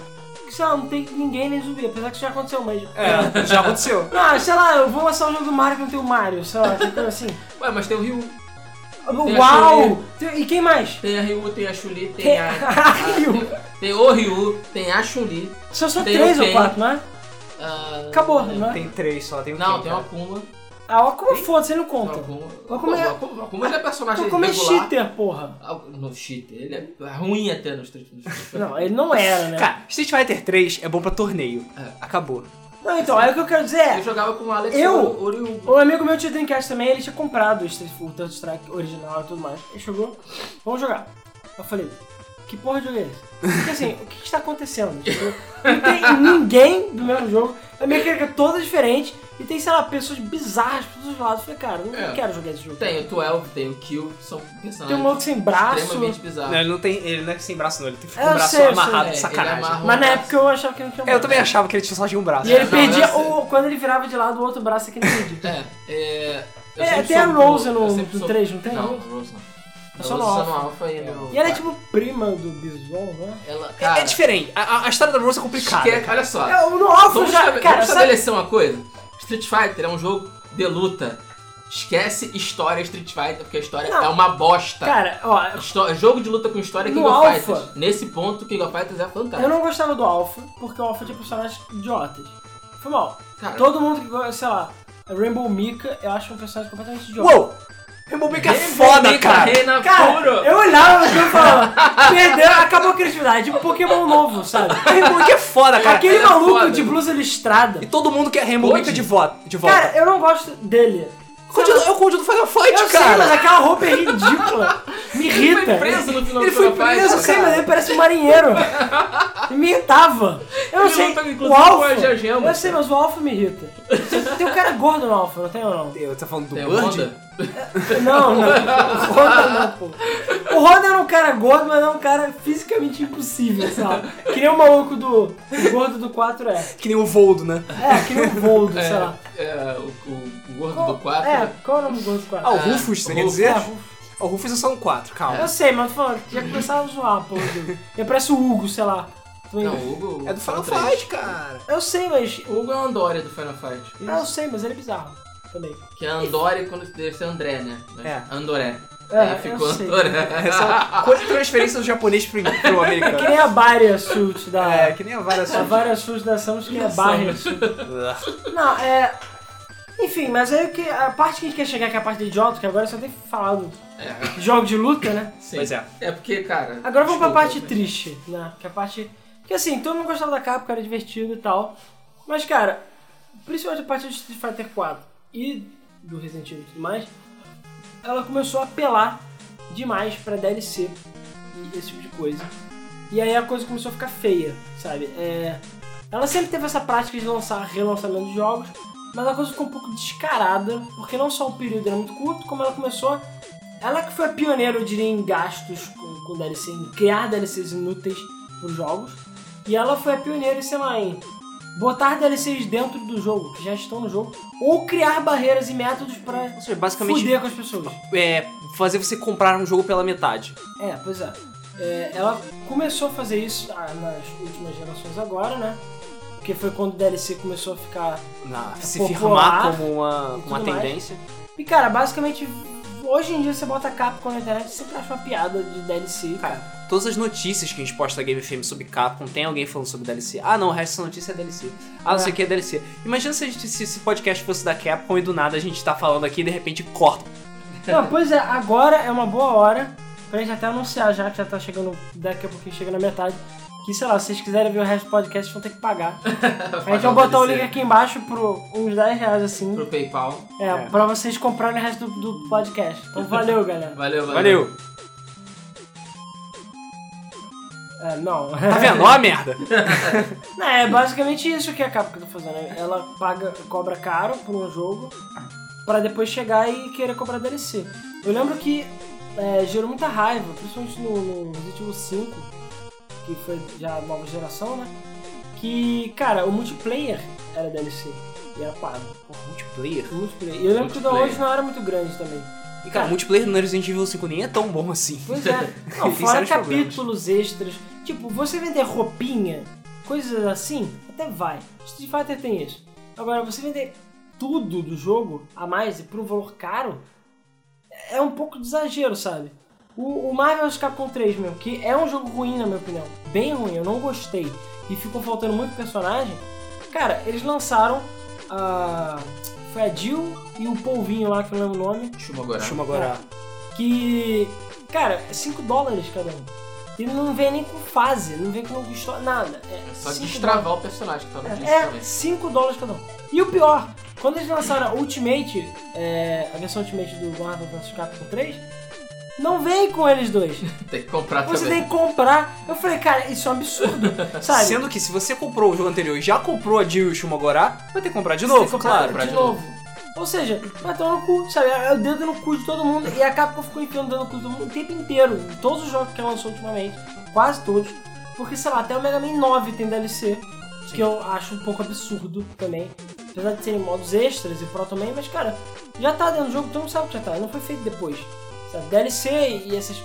que, sei lá, não tem ninguém nem zumbi, apesar que isso já aconteceu, mas. É, já aconteceu. Ah, sei lá, eu vou lançar o jogo do Mario que não tem o Mario, sei lá, tipo assim. Ué, mas <laughs> tem o Ryu, a Uau! Tem- E quem mais? tem a Ryu, tem a Chuli, tem <laughs> Tem- a. Ah, Ryu. tem- Tem o Ryu, tem a Chuli. São só Tem três o ou Ken. quatro, não é? Acabou, não é? Tem três só, tem um ah, Não, tem o Akuma. Ah, o Akuma foda-se, ele não O conta. Akuma. O Akuma é- Pô, o Akuma- o Akuma ele é personagem Então como é regular. cheater, porra? Ah, No cheater, ele é ruim até nos Street nos Street Fighter. Não, ele não era, né? Cara, Street Fighter 3 é bom pra torneio. É. Acabou. Não, então, aí o que eu quero dizer Eu é. jogava com o Alex Eu? Ori- Oriundo. Um amigo meu tinha Dreamcast também, ele tinha comprado o Street o Third Strike original e tudo mais. Ele chegou, vamos jogar. Eu falei, que porra de jogo é esse? Porque assim, o que que está acontecendo? Tipo, não tem ninguém do mesmo jogo, a mecânica é toda diferente, e tem, sei lá, pessoas bizarras por todos os lados. Eu falei, cara, eu não É. quero jogar esse jogo. Tem o 12, tem o Kill, que são Tem um personagens maluco sem braço. extremamente bizarros. Não, ele não tem. Ele não é sem braço, não. Ele tem Eu um braço sei, eu sei. amarrado, É, sacanagem. Tá. ele amarra- um Mas na época eu achava que não É, tinha eu braço. também achava que ele tinha só de um braço. E ele Não, é assim. perdia, eu sei. o, quando ele virava de lado, o outro braço é que ele perdia. É, é, eu É, sempre tem a soube Rose eu no- sempre no soube- 3, não tem? Não, Rose não. É É só só no no Alpha. Alpha e no... E ela é Vai. tipo prima do Bison, né? Ela, É- É, cara, diferente. A, a- a história da Rose é complicada. esque- cara. Olha só, É, no Alpha Ah, vamos, estabele- já. Cara, vamos sabe, estabelecer uma coisa. Street Fighter é um jogo de luta. Esquece história Street Fighter, porque a história Não. é uma bosta. cara, ó, Histó- jogo de luta com história é No King of Alpha. Fighters. Nesse ponto, King of Fighters é eu fantástico. não gostava do Alpha, porque o Alpha tinha personagens idiotas. Foi mal. Ah. Cara, Todo mundo que gosta, sei lá, a Rainbow Mika, eu acho um personagem completamente idiota. Uou! Rainbow Baker é foda, cara! Reina Cara, puro. eu olhava no filme e falava, perdeu, acabou a criatividade, tipo Pokémon novo, sabe? <laughs> Rainbow Baker é foda, cara! Aquele ele é maluco foda. de blusa listrada. E todo mundo quer Rainbow Pode? Baker de, vo- de volta. Cara, eu não gosto dele. Conde do- é o Conde do Final Fight, Eu sei, mas cara! aquela roupa é <laughs> ridícula. Me Ele irrita. foi preso no final Ele do foi King of preso, Fighters. Eu sei, mas ele parece <laughs> um marinheiro. Me irritava. Eu Ele sei. luta, inclusive, O Alfa. com a Gema. Eu sei, mas o Alfa me irrita. Tem um cara gordo no Alfa, não tem ou não? Eu, tá falando do Tem Bird? Honda. Não, não. O Honda não, pô. O Honda era um cara gordo, mas era um cara fisicamente impossível, sabe? Que nem o maluco do o gordo do 4 é. Que nem o Voldo, né? É, que nem o Voldo, sei lá. É, é, o, o, o gordo Qual- do 4. É, qual é o nome do gordo do 4? Ah, o É, Rufus, você o quer Rufus. dizer? É, Rufus. Ah, O Rufus é só um 4, calma. Eu sei, mas tô falando, já começaram a zoar, pô. Eu parece o Hugo, sei lá. Não, o Hugo. É do Final são um três. Fight, cara! Eu sei, mas O Hugo é o Andória do Final Fight. Ah, eu sei, mas ele é bizarro também. Que é Andória quando deve ser André, né? Mas É. Andoré. É, Aí eu ficou sei. Andoré. É só coisa transferência do japonês pro, pro <laughs> Que americano. nem a Barrier Suit da. É, que nem a vara A sua. Barrier Suit da Samus, que é a Barrier Suit. Não, é. Enfim, mas aí o que. A parte que a gente quer chegar, que é a parte de idiota, que agora só tem falado É, de jogo de luta, né? sim. Pois é. É porque, cara. Agora vamos pra desculpa, parte <laughs> mas- triste, né? Que é a parte. Que assim, todo mundo gostava da capa, que era divertido e tal. Mas, cara, principalmente a partir do Street Fighter 4 e do Resident Evil e tudo mais, ela começou a apelar demais pra DLC e esse tipo de coisa. E aí a coisa começou a ficar feia, sabe? É, Ela sempre teve essa prática de lançar relançamento de jogos, mas a coisa ficou um pouco descarada, porque não só o período era muito curto, como ela começou. Ela que foi a pioneira, eu diria, em gastos com, com DLC, em criar DLCs inúteis para jogos. E ela foi a pioneira, sei lá, em botar DLCs dentro do jogo, que já estão no jogo, ou criar barreiras e métodos para Ou seja, basicamente fuder com as pessoas. é, fazer você comprar um jogo pela metade. É, pois é. É, Ela começou a fazer isso ah, nas últimas gerações agora, né? Porque foi quando o DLC começou a ficar. Na- se Popular, firmar como uma, e uma tudo mais. tendência. E cara, basicamente, hoje em dia você bota Capcom na internet e sempre acha uma piada de DLC, cara. Todas as notícias que a gente posta na Game FM sobre Capcom, tem alguém falando sobre DLC. Ah, não, o resto dessa notícia é DLC. Ah, não É. sei o que é DLC. Imagina se, a gente, se esse podcast fosse da Capcom e do nada a gente tá falando aqui e de repente corta. Não, pois é, agora é uma boa hora pra gente até anunciar já, que já tá chegando, daqui a pouquinho chega na metade. Que sei lá, se vocês quiserem ver o resto do podcast, vocês vão ter que pagar. A um gente vai botar o link aqui embaixo por uns 10 reais assim. Pro PayPal. É, É. pra vocês comprarem o resto do, do podcast. Então valeu, galera. Valeu, valeu. Valeu. É, não. <laughs> Tá vendo? Ó a merda. Não, é basicamente isso que a Capcom tá fazendo. Ela paga, cobra caro por um jogo pra depois chegar e querer cobrar DLC. Eu lembro que é, gerou muita raiva, principalmente no, no Resident Evil 5, que foi já a nova geração, né? Que, cara, o multiplayer era DLC e era pago. Pô, multiplayer. O multiplayer. E eu lembro que o da Multiplayer. hoje não era muito grande também. E cara, multiplayer no Resident Evil 5 nem é tão bom assim. <laughs> Pois é. Não, Tem fora sérios capítulos extras. Tipo, você vender roupinha coisas assim, até vai. Street Fighter tem isso. Agora, você vender tudo do jogo a mais e por um valor caro é um pouco de exagero, sabe? O, o Marvel Capcom 3, meu, que é um jogo ruim, na minha opinião. Bem ruim, eu não gostei. E ficou faltando muito personagem. Cara, eles lançaram a. Foi a Jill e o Polvinho lá, que eu não lembro o nome. Chuma agora. Chama agora. Que. Cara, é 5 dólares cada um. E não vem nem com fase, não vem com história, nada. É É só cinco destravar o personagem que tá no disco é, também. 5 dólares cada um. E o pior, quando eles lançaram a Ultimate, é, a versão Ultimate do Marvel vs Capcom 3, não vem com eles dois. Tem que comprar <laughs> Você também. tem que comprar. Eu falei, cara, isso é <laughs> um absurdo, sabe? Sendo que se você comprou o jogo anterior e já comprou a Jill e o Shumagorá, vai ter que comprar de Você tem que novo, comprar claro. comprar de de novo. Ou seja, vai tomar no cu, sabe? É o dedo no cu de todo mundo. E a Capcom ficou enfiando o dedo no cu de todo mundo o tempo inteiro. Em todos os jogos que ela lançou ultimamente. Quase todos. Porque, sei lá, até o Mega Man 9 tem DLC. Que eu acho um pouco absurdo também. Apesar de serem modos extras e pro também. Mas, cara, já tá dentro do jogo. Todo mundo sabe que já tá. Não foi feito depois. Sabe? DLC e essas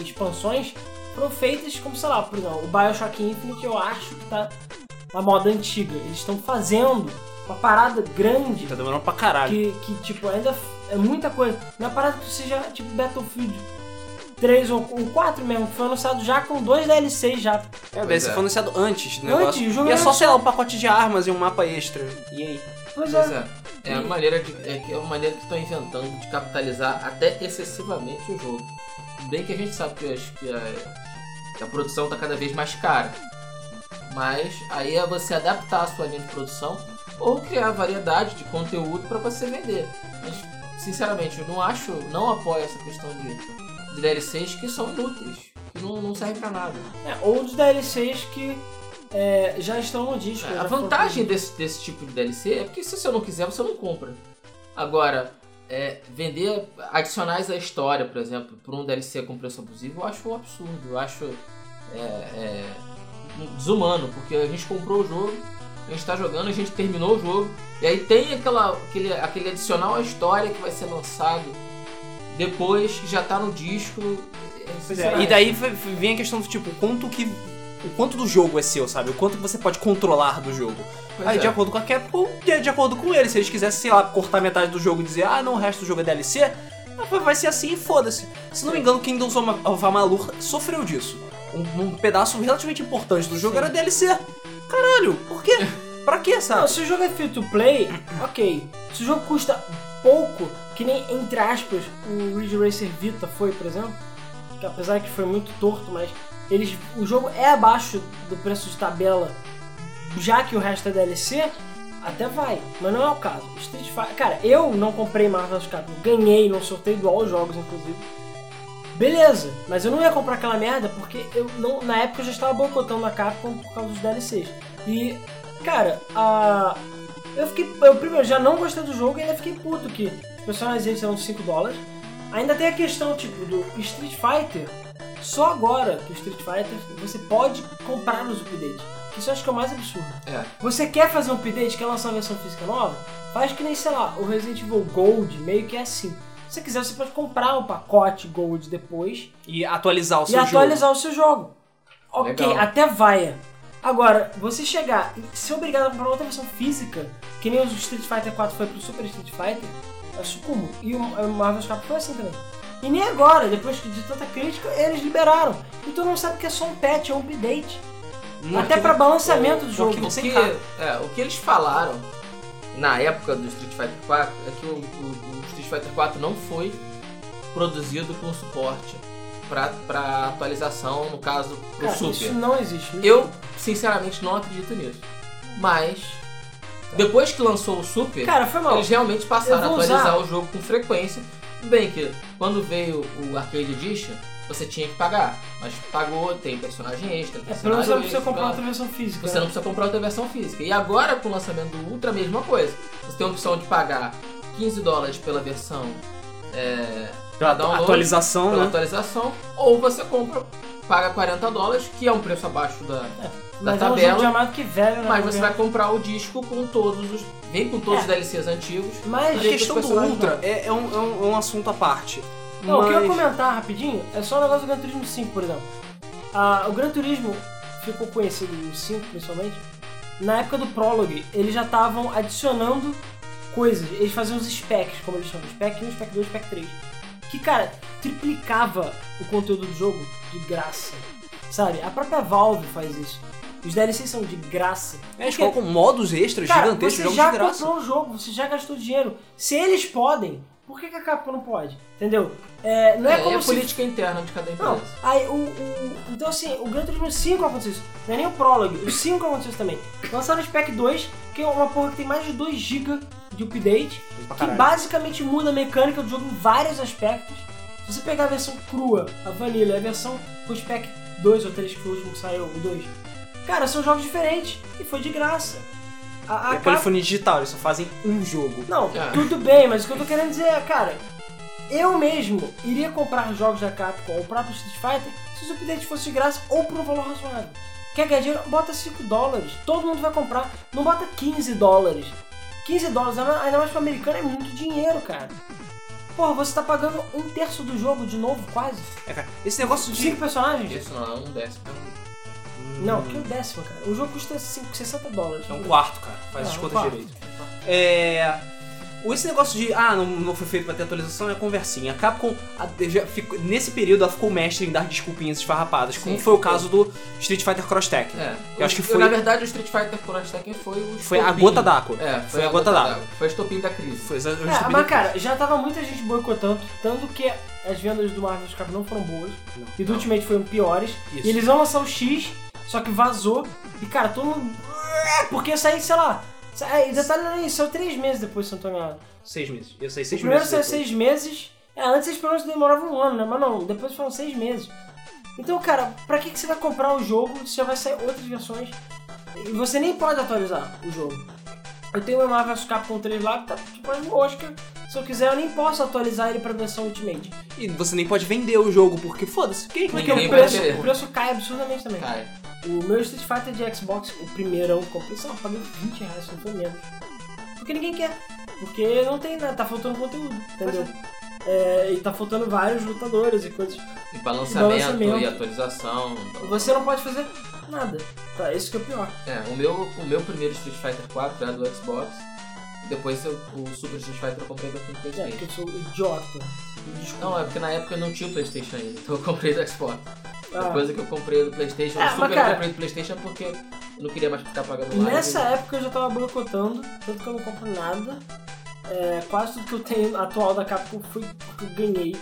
expansões foram feitas como, sei lá, por exemplo, o Bioshock Infinite eu acho que tá na moda antiga. Eles estão fazendo uma parada grande Tá demorando pra caralho. que, que, tipo, ainda f- é muita coisa. Não é parada que seja, tipo, Battlefield 3 ou, ou 4 mesmo, que foi anunciado já com dois DLCs já. É, daí Pois você é. foi anunciado antes do Antes, negócio. o jogo e é era só, sei lá, um pacote de armas e um mapa extra. E aí? Pois Pois é. é. É uma maneira de, é, que- é uma maneira que estão inventando de capitalizar até excessivamente o jogo. Bem que a gente sabe que, as- que a, que a produção tá cada vez mais cara. Mas aí é você adaptar a sua linha de produção ou criar variedade de conteúdo para você vender. Mas, sinceramente, eu não acho, não apoio essa questão de, de DLCs que são inúteis, que não, não servem para nada. É, ou dos DLCs que é, já estão no disco. É, já a foram- vantagem desse, desse tipo de DLC é porque se você não quiser, você não compra. Agora, é, vender adicionais à história, por exemplo, por um DLC com preço abusivo, eu acho um absurdo. Eu acho é, é, um- desumano, porque a gente comprou o jogo, a gente está jogando, a gente terminou o jogo, e aí tem aquela, aquele, aquele adicional à história que vai ser lançado depois, que já está no disco. Pois é, e daí v- v- vem a questão do tipo, quanto que. O quanto do jogo é seu, sabe? O quanto que você pode controlar do jogo. Pois Aí, é. de acordo com a Capcom, de, de acordo com eles. Se eles quisessem, sei lá, cortar metade do jogo e dizer, ah, não, o resto do jogo é DLC, ah, vai- vai ser assim e foda-se. Se não me engano, Kingdoms of Amalur sofreu disso. Um, um pedaço relativamente importante do jogo Sim. era DLC. Caralho, por quê? pra quê, Não, sabe? se o jogo é free to play, ok. Se o jogo custa pouco, que nem entre aspas o Ridge Racer Vita foi, por exemplo, que apesar que foi muito torto, mas eles, o jogo é abaixo do preço de tabela, já que o resto é DLC, até vai, mas não é o caso. Street Fighter, cara, eu não comprei Marvel's Capcom, ganhei num sorteio do All Jogos, inclusive. Beleza, mas eu não ia comprar aquela merda porque eu não, na época eu já estava boicotando a Capcom por causa dos DLCs. E Cara, a... eu fiquei. Eu primeiro já não gostei do jogo e ainda fiquei puto que os personagens são 5 dólares. Ainda tem a questão, tipo, do Street Fighter. Só agora que o Street Fighter você pode comprar os updates. que Isso eu acho que é o mais absurdo. É. Você quer fazer um update, quer lançar uma versão física nova? Faz que nem, sei lá, o Resident Evil Gold, meio que é assim. Se você quiser, você pode comprar o pacote Gold depois E atualizar o e seu jogo. atualizar o seu jogo. Ok, Legal. até vaia. Agora, você chegar e ser obrigado a comprar outra versão física, que nem o Street Fighter 4 foi pro Super Street Fighter, é sucumo. E o o Marvel's Capcom foi assim também. E nem agora, depois que de tanta crítica, eles liberaram. Então não sabe que é só um patch, é um update. Um até arquivo- pra balanceamento do um jogo. arquivo o sem que, capa. é, o que eles falaram na época do Street Fighter 4 é que o, o- o Street Fighter 4 não foi produzido com suporte para atualização, no caso, pro Cara, é Super. isso não existe. Eu, sinceramente, não acredito nisso. Mas, depois que lançou o Super, Cara, foi mal. eles realmente passaram Eu a vou atualizar usar. o jogo com frequência. Tudo bem que quando veio o Arcade Edition, você tinha que pagar. Mas pagou, tem personagem extra, É, tem pelo cenário menos não precisa extra, comprar outra versão física. você né? não precisa comprar outra versão física. E agora com o lançamento do Ultra, a mesma coisa. Você tem a opção de pagar 15 dólares pela versão é, Pra download, atualização, pela né? atualização, ou você compra, paga 40 dólares, que é um preço abaixo da. da Mas é tá um jogo tabela, de amado que velho, né? Mas você vai comprar o disco com todos os. Vem com É. todos os DLCs antigos. Mas A Direito questão dos do personagens, Ultra é, é um, é um- é um assunto à parte. Não, o que eu ia Mas- um comentar rapidinho é só o negócio do Gran Turismo 5, por exemplo. Ah, o Gran Turismo ficou conhecido no 5 principalmente, na época do Prologue, eles já estavam adicionando coisas. Eles faziam os specs, como eles chamam, spec 1, spec 2, spec 3. Que, cara, triplicava o conteúdo do jogo de graça. Sabe? A própria Valve faz isso. Os DLCs são de graça. É, Eles Porque- colocam Né? modos extras Cara, gigantescos, você jogos já de graça. comprou o jogo, você já gastou dinheiro. Se eles podem, por que, que a Capcom não pode? Entendeu? É, não é, É, como é a se política interna de cada empresa. não, aí o, o- Então assim, o Gran Turismo 5 aconteceu isso. Não é nem o Prologue, o 5 aconteceu isso também. Lançaram o Spec 2, que é uma porra que tem mais de 2 GB de update, Pra que caralho. basicamente muda a mecânica do jogo em vários aspectos. Se você pegar a versão crua, a Vanilla, e a versão com o Spec 2 ou 3, que foi o último que saiu, o 2. Cara, são jogos diferentes e foi de graça. A, a É Capcom- polifonia digital, eles só fazem um jogo. não, É. tudo bem, mas o que eu tô querendo dizer é, cara, eu mesmo iria comprar jogos da Capcom ou o próprio Street Fighter se os updates fossem de graça ou por um valor razoável. Quer ganhar dinheiro? Bota 5 dólares. Todo mundo vai comprar. Não bota 15 dólares. 15 dólares, ainda ainda mais pro americano, é muito dinheiro, cara. Porra, você tá pagando um terço do jogo de novo, quase. É, cara, esse negócio de. Cinco personagens? Isso não é um décimo. Não, que é o décimo, cara. O jogo custa cinco, 60 dólares. Hum. É um quarto, cara. Faz É, as um contas quarto. direito. É. o- Esse negócio de, ah, não, não foi feito pra ter atualização é conversinha. A Capcom, a- já ficou- nesse período, ela ficou mestre em dar desculpinhas esfarrapadas, como Sim, foi o ficou. caso do Street Fighter Cross Tech. né? É. Eu acho que Eu, foi- na verdade, o Street Fighter Cross Tekken foi o Foi a estopim. gota d'água. É, foi, a gota d'água. Foi o estopim da crise. Foi exatamente É, o mas mesmo. cara, já tava muita gente boicotando, tanto que as vendas do Marvel Cap não foram boas, Não, e do não. Ultimate foram piores. Isso. E eles vão lançar o X, só que vazou, e cara, todo mundo. É, Porque ia sair, sei lá. sa- E detalhe não é isso, saiu três meses depois, se eu não tô enganado. Seis meses. Eu sei, O seis primeiro meses. saiu depois. seis meses. É, antes eles pelo menos demoravam um ano, né? Mas não, depois foram seis meses. Então, cara, pra que, que você vai comprar o jogo se já vai sair outras versões? E você nem pode atualizar o jogo. Eu tenho o Marvel vs Capcom 3 lá, que tá tipo as moscas. Se eu quiser, eu nem posso atualizar ele pra versão Ultimate. E você nem pode vender o jogo, porque foda-se. Quem Porque quem o Ninguém vai preço, querer? querer. o preço cai absurdamente também. Cara, O meu Street Fighter de Xbox, o primeiro, eu comprei, sei lá, paguei 20 reais, não foi menos. Porque ninguém quer. Porque não tem nada, tá faltando conteúdo, entendeu? É, e tá faltando vários lutadores e coisas. e balanceamento, Balanceamento. e atualização. E você não pode fazer nada. Tá, isso que é o pior. É, o meu, o meu primeiro Street Fighter 4 era do Xbox. Depois eu- o Super Street Fighter eu comprei da É, porque PlayStation. eu sou idiota. Desculpa. Não, é porque na época eu não tinha o PlayStation ainda, então eu comprei do Xbox. Ah, Depois é que eu comprei do PlayStation, É, o mas, Super cara- eu comprei do PlayStation porque eu não queria mais ficar pagando e live. nessa época eu já tava boicotando, tanto que eu não compro nada. É, quase tudo que eu tenho atual da Capcom foi porque eu ganhei.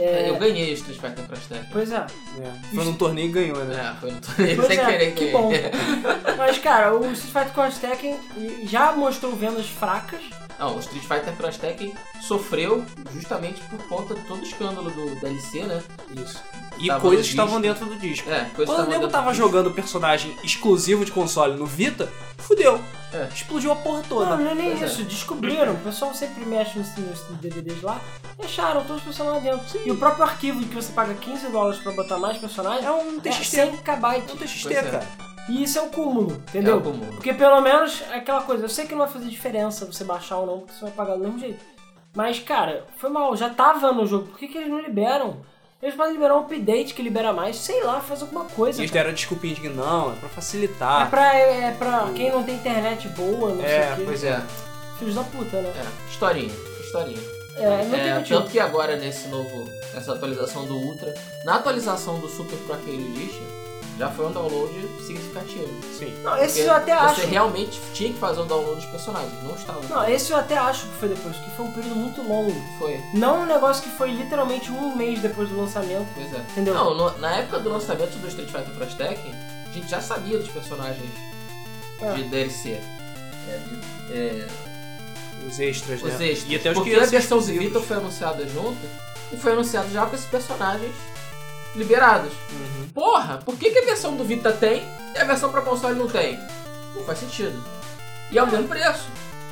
É, Eu ganhei o Street Fighter Cross Tekken. Pois é. É, Foi num torneio e ganhou, né? É, foi no torneio Pois sem é, querer. ganhei. que bom. Mas, cara, o Street Fighter Cross Tekken já mostrou vendas fracas. <laughs> Não, o Street Fighter Cross Tekken sofreu justamente por conta de todo o escândalo do DLC, né? Isso. E Tava coisas no que estavam disco. dentro do disco. É, coisa Quando o nego dando- tava jogando personagem exclusivo de console no Vita, fudeu. É. Explodiu a porra Não, toda. não é nem Pois é. isso. Descobriram. O pessoal sempre mexe nos, nos DVDs lá. e Acharam todos os personagens lá dentro. E o próprio arquivo que você paga 15 dólares pra botar mais personagens É um é TXT. 100 É um KB. TXT, Pois é. cara. E isso é o cúmulo, É entendeu? o comum. Porque pelo menos é aquela coisa, eu sei que não vai fazer diferença você baixar ou não, porque você vai pagar do mesmo jeito. Mas, cara, foi mal, já tava no jogo. Por que, que eles não liberam? Eles podem liberar um update que libera mais, sei lá, faz alguma coisa. Eles cara. deram a desculpinha de que não, é pra É facilitar. pra, é pra quem não tem internet boa, não É, sei o quê. pois Pois Ah. é, Filhos da puta, né? é. Historinha, historinha. É, não tem É, motivo. tanto que agora nesse novo, nessa atualização do Ultra, na atualização do Super pro aquele lixo, já foi um download significativo. Sim. Não, esse Porque eu até Você acho. realmente tinha que fazer um download dos personagens, não estava. Não, esse eu até acho que foi depois, que foi um período muito longo. Foi, Não um negócio que foi literalmente um mês depois do lançamento, pois é. entendeu? Não, no- na época do lançamento do Street Fighter Cross Tekken, a gente já sabia dos personagens É. de DLC. É, de- é, Os extras, os né? extras. E até os que Porque iam a ser versão exclusivos. Vita foi anunciada junto e foi anunciada já com esses personagens liberados. Uhum. Porra, por que, que a versão do Vita tem e a versão pra console não tem? Não faz sentido. E é o mesmo preço.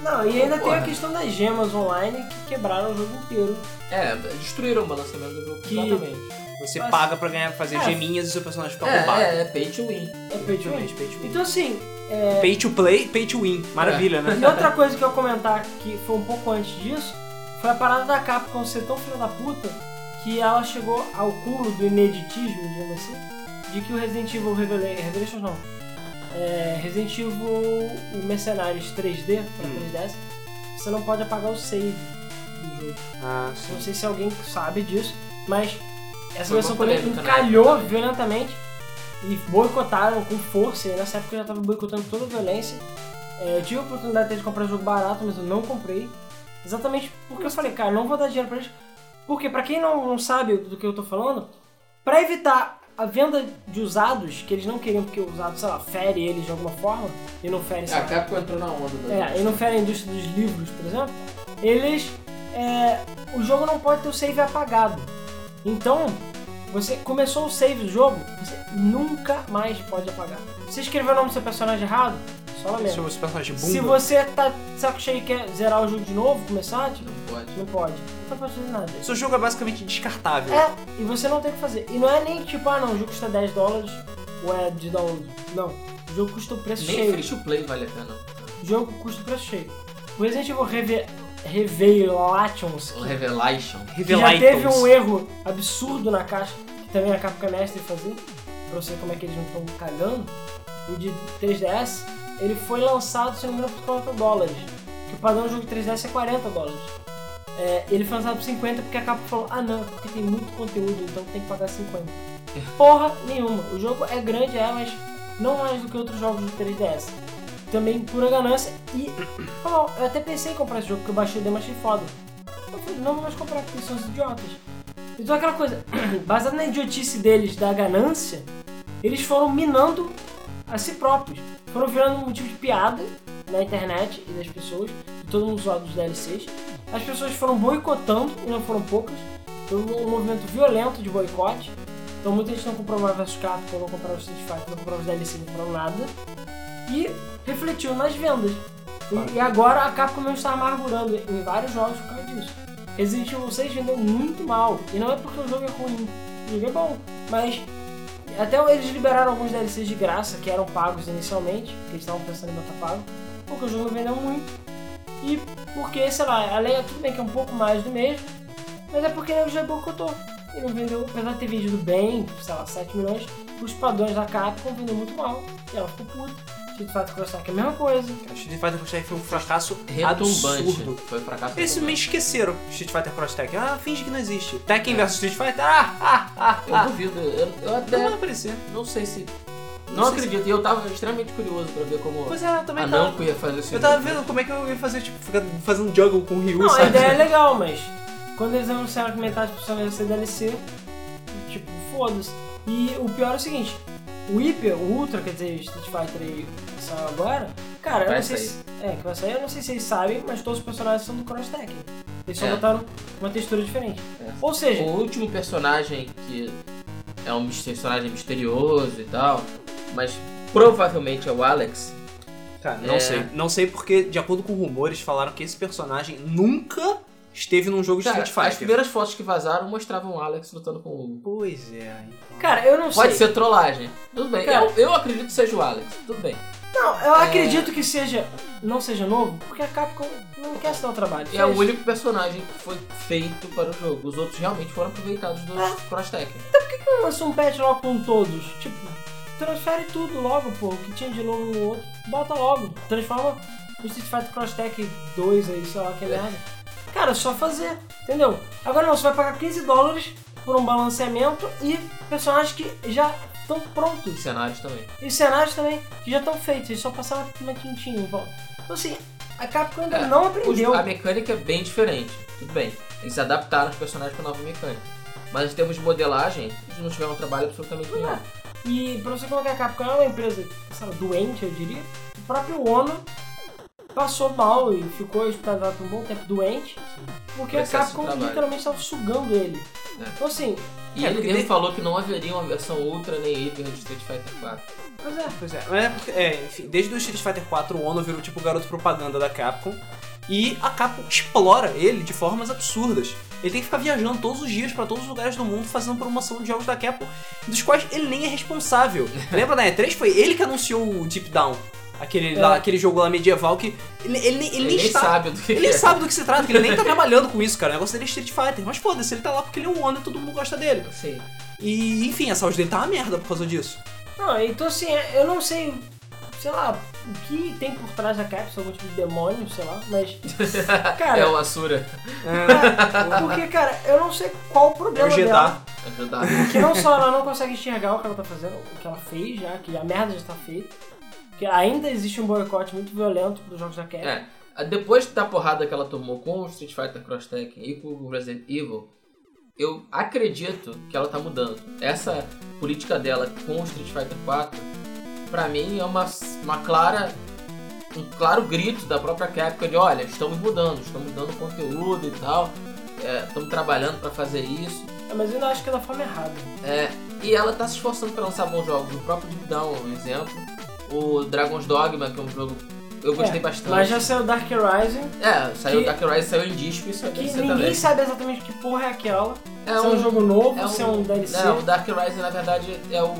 Não, e ainda tem a Porra. questão das gemas online que quebraram o jogo inteiro. É, destruíram o balanceamento do jogo Que- completamente. Você Mas- paga pra ganhar, fazer É. geminhas e seu personagem ficar roubado. É, é, é pay to win. É pay to win. pay to win. Então assim, É. Pay to play, pay to win. Maravilha, né? e <laughs> outra coisa que eu ia comentar que foi um pouco antes disso, foi a parada da Capcom ser tão filha da puta que ela chegou ao cúmulo do ineditismo, digamos assim, de que o Resident Evil Revela Revelations não. É, Resident Evil o Mercenários 3D pra Hum. 3DS, você não pode apagar o save do jogo. Ah, Não sei se alguém sabe disso, mas essa Foi versão uma também polêmica na encalhou época, né? violentamente e boicotaram com força. E nessa época eu já tava boicotando toda a violência. É, eu tive a oportunidade até de comprar jogo barato, mas eu não comprei. Exatamente porque eu falei, cara, não vou dar dinheiro pra eles. Porque, pra quem não, não sabe do que eu tô falando, pra evitar a venda de usados, que eles não queriam porque o usado, sei lá, fere eles de alguma forma, e não fere, sei lá, É, A Capcom entrou na onda. né? da- é, e não fere a indústria dos livros, por exemplo, eles. é, o jogo não pode ter o save apagado. Então, você começou o save do jogo, você nunca mais pode apagar. Você escreveu o nome do seu personagem errado, se só é lamento. você personagem bunda. Se você tá de saco cheio e quer zerar o jogo de novo, começar, tipo, Não pode. não pode. Não pode fazer nada. Seu jogo é basicamente descartável. É, e você não tem o que fazer. E não é nem tipo, ah não, o jogo custa 10 dólares ou é de download. Não. O jogo custa o preço Nem cheio. free to play vale a pena. O jogo custa o preço cheio. O Resident Evil Reve Revelations, O Revelation. que já Revelar então, teve um erro absurdo na caixa, que também a Capcom é mestre em fazer, pra você ver como é que eles não estão cagando, o de 3DS, ele foi lançado, se não me engano, por 40 dólares. Que o padrão do jogo de 3DS é 40 dólares. É, ele foi lançado por 50 porque a Capcom falou, ah não, porque tem muito conteúdo, então tem que pagar 50. Porra nenhuma. O jogo é grande, é, mas não mais do que outros jogos do 3DS. Também pura ganância. E, <clears throat> ó, eu até pensei em comprar esse jogo, porque eu baixei o demo achei foda. Eu falei, não vou mais comprar, porque são os idiotas. Então aquela coisa, <clears throat> baseado na idiotice deles, da ganância, eles foram minando a si próprios. Foram virando um motivo de piada na internet e das pessoas, de todo mundo zoado dos DLCs. As pessoas foram boicotando, e não foram poucas. Foi um movimento violento de boicote. Então muita gente não comprou Marvel vs Capcom, não comprou Street Fighter, não comprou os DLC, não comprou nada. E refletiu nas vendas. E, e agora a Capcom mesmo está amargurando em vários jogos por causa disso. Resident Evil 6 vendeu muito mal. E não é porque o jogo é ruim. O jogo é bom. Mas até eles liberaram alguns DLCs de graça que eram pagos inicialmente, que eles estavam pensando em botar pago, porque o jogo vendeu muito. E porque, sei lá, a Leia tudo bem que é um pouco mais do mesmo, mas é porque ele já boicotou. Ele não vendeu, apesar de ter vendido bem, sei lá, 7 milhões, os padrões da Capcom vendeu muito mal. E ela ficou puta. Street Fighter Crossback é a mesma coisa. Street Fighter Cross Tag foi um fracasso Retumbante. absurdo. Foi fracasso. Eles retumbante. meio esqueceram Street Fighter Cross Tag. Ah, finge que não existe. Tekken vs Street Fighter. Ah, ah, ah, Eu ah. duvido. Eu, eu Não vai até aparecer. não sei se. Não, Não sei acredito. E eu tava extremamente curioso pra ver como Pois é, eu também a tava. Namco ia fazer isso. Eu tava vendo como é que eu ia fazer, tipo, ficar fazendo juggle com o Ryu, Não, a sabe? ideia é legal, mas quando eles anunciaram que metade dos personagens ia ser DLC, tipo, foda-se. E o pior é o seguinte, o Hyper, o Ultra, quer dizer, Street Fighter aí que saiu agora, cara, eu Vai não sei sair. se. É, que vai sair, eu não sei se vocês sabem, mas todos os personagens são do Cross Tekken. Eles só É. botaram uma textura diferente. É. Ou seja, O último personagem que é um mis- personagem misterioso e tal, mas provavelmente é o Alex. Cara, não É. sei. Não sei porque, de acordo com rumores, falaram que esse personagem nunca esteve num jogo de Cara, Street Fighter. as primeiras fotos que vazaram mostravam o Alex lutando com o Hugo. Pois é, então. cara, eu não Pode sei. ser trollagem. Tudo bem. Cara. Eu, eu acredito que seja o Alex. Tudo bem. Não, É. eu acredito que seja. não seja novo, porque a Capcom não quer se dar o trabalho. É o Fez. único personagem que foi feito para o jogo. Os outros realmente foram aproveitados dos Ah. Cross Tekken. Não lança um patch logo com todos. Tipo, transfere tudo logo, pô. O que tinha de novo no outro, bota logo. Transforma o Street Fighter Cross Tech 2 aí, sei lá, que merda. Cara, é só fazer, entendeu? Agora não, você vai pagar 15 dólares por um balanceamento e personagens que já estão Os prontos. cenários também. E cenários também que já estão feitos. Eles só passaram uma tintinha em volta. Então assim, a Capcom ainda É, não Os- aprendeu. a mecânica é bem diferente. Tudo bem. Eles adaptaram os personagens para a nova mecânica. Mas em termos de modelagem, eles não tiveram um trabalho absolutamente nenhum. É. E pra você colocar a Capcom é uma empresa sei lá, doente, eu diria. O próprio Ono passou mal e ficou hospitalizado por um bom tempo doente, porque a Processo de Capcom trabalho. literalmente estava sugando ele. É. Então assim, E É, ele porque mesmo de- falou que não haveria uma versão Ultra nem Hyper de Street Fighter 4. pois é. Pois é, mas é, porque- é, enfim, desde o Street Fighter 4, o Ono virou tipo o garoto propaganda da Capcom. E a Capcom explora ele de formas absurdas. Ele tem que ficar viajando todos os dias pra todos os lugares do mundo fazendo promoção de jogos da <laughs> Capcom, dos quais ele nem é responsável. Lembra da E3? Foi ele que anunciou o Deep Down. Aquele, É. lá- aquele jogo lá medieval que. Ele, ele, ele Ele nem nem está- sabe do que Ele que é. nem sabe do que se trata, que ele <laughs> nem tá trabalhando com isso, cara. O negócio dele é Street Fighter. Mas foda-se, ele tá lá porque ele é um onda e todo mundo gosta dele. Sim. E, enfim, a saúde dele tá uma merda por causa disso. Não, então assim, eu não sei, sei lá, o que tem por trás da Capsule, algum tipo de demônio, sei lá, mas. <laughs> Cara, É um- o Asura. <laughs> é, porque, cara, eu não sei qual o É o problema dela. Jeddah. Ajudar. Que não só ela não consegue enxergar o que ela tá fazendo, o que ela fez já, que a merda já tá feita. Que ainda existe um boicote muito violento dos jogos da Capcom. É. Depois da porrada que ela tomou com o Street Fighter Cross Tekken e com o Resident Evil, eu acredito que ela tá mudando. Essa política dela com o Street Fighter 4, pra mim, é uma, uma clara. Um claro grito da própria Capcom de olha, estamos mudando, estamos dando conteúdo e tal, é, estamos trabalhando pra fazer isso. Mas eu ainda acho que é da forma errada. É, e ela tá se esforçando pra lançar bons jogos. O próprio Deep Down é um exemplo. O Dragon's Dogma, que é um jogo que eu gostei É, bastante. Mas já saiu Dark Horizon, É, saiu o Que- Dark Rise, saiu em disco, isso é que DLC ninguém também. sabe exatamente que porra é aquela. É se é um jogo novo, é se é um DLC. Não, o Dark Rise na verdade é o, o-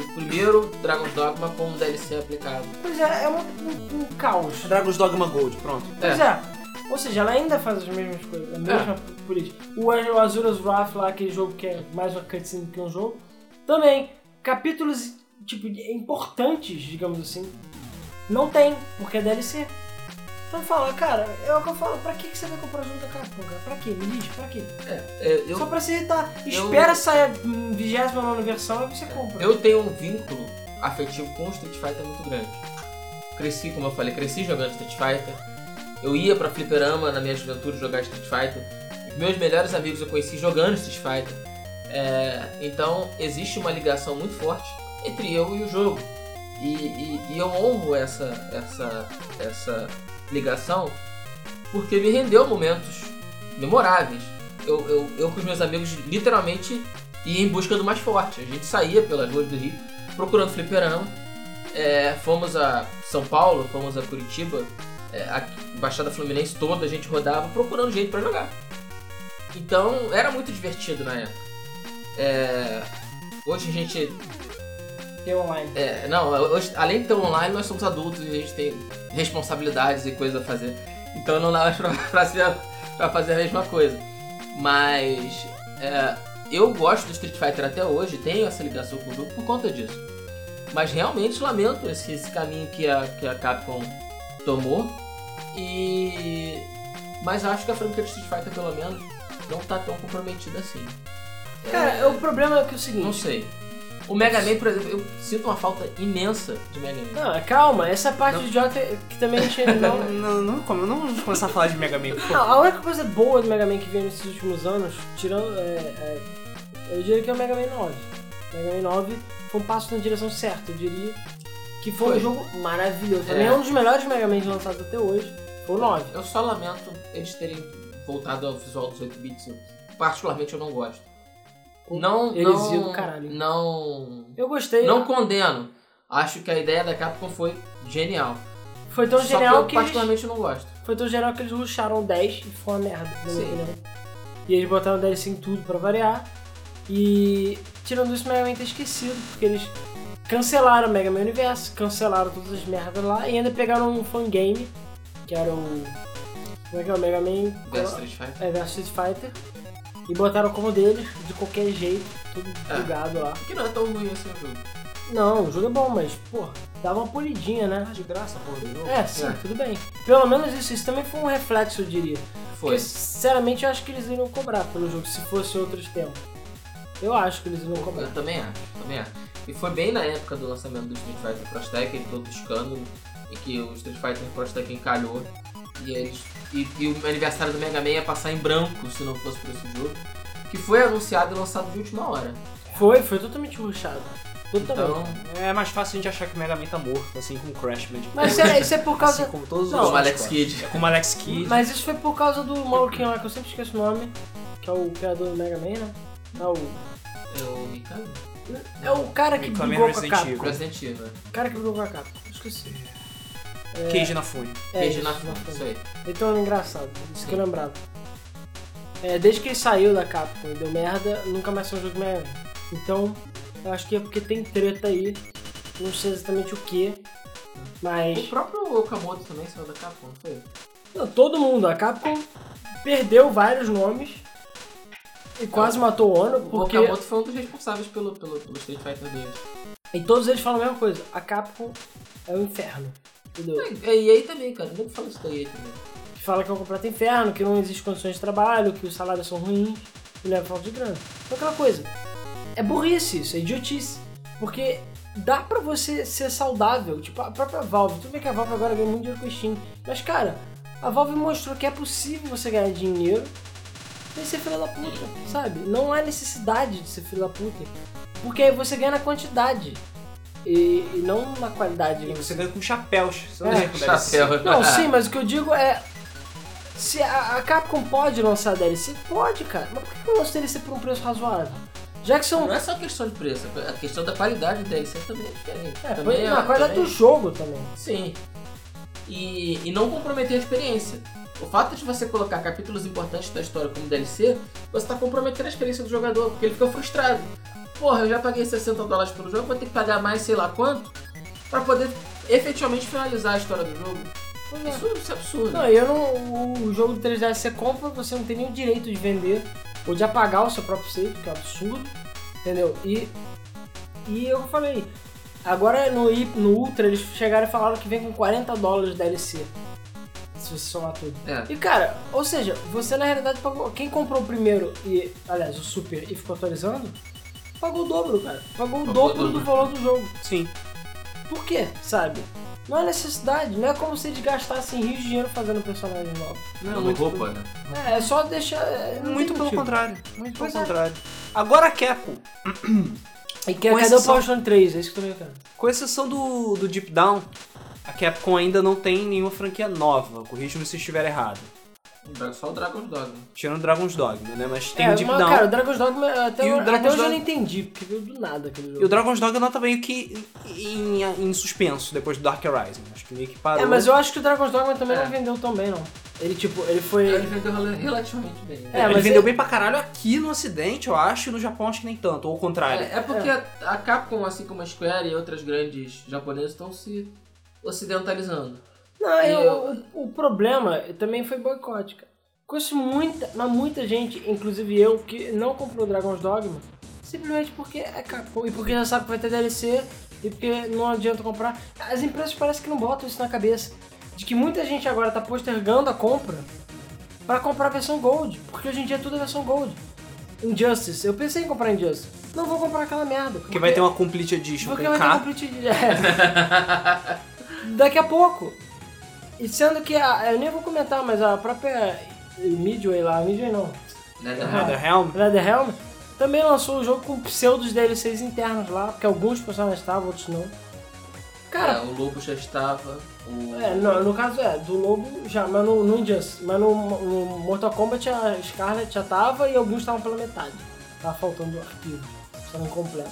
o primeiro Dragon's Dogma com um DLC aplicado. Pois é, é um, um- um caos. Dragon's Dogma Gold, pronto. Pois é. Ou seja, ela ainda faz as mesmas coisas, a mesma É. política. O Azure- Azura's Wrath lá, aquele jogo que é mais uma cutscene que um jogo, também, capítulos, tipo, importantes, digamos assim, não tem, porque é DLC. Então fala, cara, é o que eu falo, pra que que você vai comprar jogo da Capcom, cara? Pra quê? Me diz, pra quê? É, eu, Só pra se irritar. eu- Espera sair a hum, 29ª versão e você compra. eu tenho um vínculo afetivo com o Street Fighter muito grande. Cresci, como eu falei, cresci jogando Street Fighter. Eu ia pra fliperama na minha juventude jogar Street Fighter. Os meus melhores amigos eu conheci jogando Street Fighter. É, então existe uma ligação muito forte entre eu e o jogo. E, e- e eu honro essa, essa, essa ligação porque me rendeu momentos memoráveis. Eu, eu, eu com os meus amigos literalmente ia em busca do mais forte. A gente saía pelas ruas do Rio procurando fliperama. É, fomos a São Paulo, fomos a Curitiba, é, a Baixada Fluminense toda, a gente rodava procurando jeito pra jogar. Então era muito divertido na época. É, hoje a gente Tem online. é, não, hoje, além de ter um online, nós somos adultos e a gente tem responsabilidades e coisas a fazer. Então não dá mais pra, <laughs> pra ser- pra fazer a mesma coisa. Mas é, eu gosto do Street Fighter até hoje, tenho essa ligação com o jogo por conta disso. Mas realmente lamento esse, esse caminho que a, que a Capcom tomou. E. Mas acho que a franquia de Street Fighter, pelo menos, não tá tão comprometida assim. Cara, o problema é que é o seguinte... Não sei. O Mega Man, por exemplo, eu sinto uma falta imensa de Mega Man. Não, calma, essa parte Não. do idiota é que também a <laughs> gente não. Não, não, não, não vamos começar a falar de Mega Man, por Não, favor. a única coisa boa do Mega Man que veio nesses últimos anos, tirando. é, é, eu diria que é o Mega Man 9. O Mega Man 9 foi um passo na direção certa, eu diria. Que foi, Foi. um jogo maravilhoso. Pra mim É. é um dos melhores Mega Man lançados até hoje. Foi o 9. Eu só lamento eles terem voltado ao visual dos 8 bits. Eu, particularmente eu não gosto. Não, Heresia não, do caralho. não, Eu gostei. não condeno. Acho que a ideia da Capcom foi genial. foi tão só genial que que. eu eles- particularmente não gosto. Foi tão genial que eles ruxaram 10 e foi uma merda, na minha Sim. opinião. E eles botaram 10 em tudo pra variar. E tirando isso, o Mega Man tá esquecido, porque eles cancelaram o Mega Man Universo, cancelaram todas as merdas lá e ainda pegaram um fangame, que era o. Como é que é o Mega Man? Versus Street Fighter. É, versus Street Fighter. E botaram como deles, de qualquer jeito, tudo É. bugado lá. Que não é tão ruim assim o jogo. Não, o jogo é bom, mas, pô, dava uma polidinha, né? de graça, porra, de novo. É, sim, É. tudo bem. Pelo menos isso, isso também foi um reflexo, eu diria. Foi. Porque, sinceramente, eu acho que eles iriam cobrar pelo jogo, se fosse outros tempos. Eu acho que eles iriam cobrar. Eu também acho, também acho. E foi bem na época do lançamento do Street Fighter Cross Tekken, todo o escândalo, e que o Street Fighter Cross Tekken calhou. E, eles, e, e o aniversário do Mega Man ia passar em branco se não fosse por esse jogo. Que foi anunciado e lançado de última hora. Foi, foi totalmente ruchado. Totalmente. Então, É mais fácil a gente achar que o Mega Man tá morto, assim como o Crash Bandicoot. Mas isso é, isso é por <laughs> assim causa. como todos os Não, outros como Alex Crash. Kidd. É como Alex Kidd. Mas isso foi por causa do maluquinho lá que eu sempre esqueço o nome, que é o criador do Mega Man, né? É o. É o Mikami? É o cara que Me come brigou com a Resident capa. Evil. Resident Evil. O cara que brigou com a capa. Esqueci. Cage na fune. É, Beijo na isso, Isso aí. Então é engraçado, isso que eu lembrava. É, desde que ele saiu da Capcom e deu merda, nunca mais saiu um jogo merda. Então, eu acho que é porque tem treta aí, não sei exatamente o que, O Mas próprio Okamoto também saiu da Capcom, não foi? não, todo mundo, a Capcom perdeu vários nomes e quase matou o Ono, O porque Okamoto foi um dos responsáveis pelo, pelo, pelo Street Fighter dele. e todos eles falam a mesma coisa. A Capcom é o inferno. Entendeu? E aí, aí também, cara. Não fala isso daí aí também. que fala que é um completo inferno, que não existe condições de trabalho, que os salários são ruins, que leva a falta de grana. Então aquela coisa. É burrice isso, é idiotice. Porque dá pra você ser saudável. Tipo, a própria Valve. Tudo bem que a Valve agora ganha muito dinheiro com o Steam. Mas, cara, a Valve mostrou que é possível você ganhar dinheiro sem ser filha da puta, sabe? Não há necessidade de ser filha da puta. Porque aí você ganha na quantidade. E, e não na qualidade. né? E digamos você ganha com chapéus. Você não É, ganha com DLC. Não, não, sim, mas o que eu digo é. Se a, a Capcom pode lançar DLC, pode, cara. Mas por que que não lança DLC por um preço razoável? Já que são. Não é só questão de preço, a questão da qualidade da DLC também é diferente. É, também na qualidade também- do jogo também. Sim. E, e não comprometer a experiência. O fato de você colocar capítulos importantes da história como DLC, você tá comprometendo a experiência do jogador, porque ele fica frustrado. Porra, eu já paguei 60 dólares pelo jogo, vou ter que pagar mais sei lá quanto pra poder efetivamente finalizar a história do jogo. Isso, isso é absurdo. Não, eu não. o- O jogo do 3DS você compra, você não tem nem o direito de vender ou de apagar o seu próprio save, que é um absurdo. Entendeu? E. E é eu falei. Agora no, I- no Ultra eles chegaram e falaram que vem com 40 dólares de DLC. Se você somar tudo. É. E cara, ou seja, você na realidade pagou. Quem comprou o primeiro e, aliás, o Super e ficou atualizando, pagou o dobro, cara. Pagou o Pagou o dobro do dobro. valor do jogo. Sim. Por quê? Sabe? Não há necessidade, não é como se eles gastassem rios de dinheiro fazendo um personagem novo. Não, muito- roupa, né? É, é só deixar. é, não tem Muito pelo motivo. contrário. Muito pelo Pois é. contrário. Agora a Capcom, E que, Com cadê o exceção- Power Stone 3? É isso que eu tô brincando. com exceção do, do Deep Down, a Capcom ainda não tem nenhuma franquia nova. Corrija-me se eu estiver errado. né? Só o Dragon's Dogma. Tirando Dragon's Dogma, né? Mas tem é, o Deep mas, Down. Cara, o Dragon's Dogma é, até, E o até Dragon's hoje eu não Dogma- entendi, porque veio do nada aquele E o jogo. Dragon's Dogma tá meio que em, em suspenso depois do Dark Horizon. Acho que meio que parou. É, mas eu acho que o Dragon's Dogma também É. não vendeu tão bem, não. Ele, tipo, ele foi. Ele vendeu relativamente bem. né? É, ele mas vendeu é- bem pra caralho aqui no Ocidente, eu acho, e no Japão acho que nem tanto, ou o contrário. É, é porque a- a Capcom, assim como a Square e outras grandes japonesas, estão se ocidentalizando. Não, eu- Eu- o, o problema também foi boicote, cara. Conheço muita, mas muita gente, inclusive eu, que não comprou Dragon's Dogma, simplesmente porque é Capcom e porque já sabe que vai ter DLC e porque não adianta comprar. As empresas parecem que não botam isso na cabeça. De que muita gente agora tá postergando a compra pra comprar a versão Gold, porque hoje em dia tudo é versão Gold. Injustice, eu pensei em comprar Injustice. Não vou comprar aquela merda. Porque vai ter um uma Complete Edition Porque com Tipo, vai ter capa. complete de... Daqui a pouco. E sendo que a, eu nem vou comentar, mas a própria Midway lá, Midway não, Né? Aham. Nether Realm. Netherrealm, também lançou o jogo com pseudos DLCs internos lá, porque alguns personagens estavam, outros não. Cara, É, o Lobo já estava. O... é, no, no caso é, do Lobo já, mas no, no Injustice, mas no, no Mortal Kombat a Scarlet já tava e alguns estavam pela metade. Tava faltando arquivo, estavam incompleto.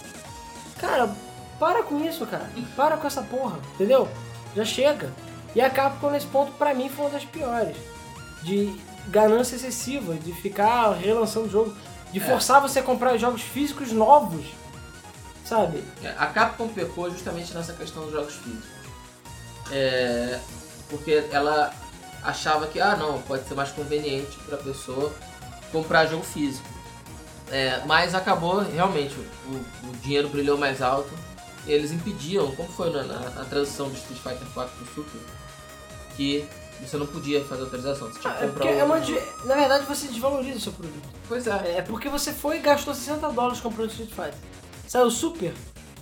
Cara, para com isso, cara. Para com essa porra, entendeu? Já chega. E a Capcom nesse ponto, pra mim, foi uma das piores. De ganância excessiva, de ficar relançando o jogo, de forçar você a comprar jogos físicos novos, sabe? É, A Capcom pecou justamente nessa questão dos jogos físicos. É, porque ela achava que, ah não, pode ser mais conveniente para a pessoa comprar jogo físico. É, mas acabou, realmente, o, o dinheiro brilhou mais alto. Eles impediam, como foi na, na- na transição do Street Fighter 4 pro Super, que você não podia fazer autorização, você tinha Ah, que É comprar um- porque é outro uma jogo. de- Na verdade, você desvaloriza o seu produto. Pois é. É porque você foi e gastou 60 dólares comprando Street Fighter. Saiu o Super,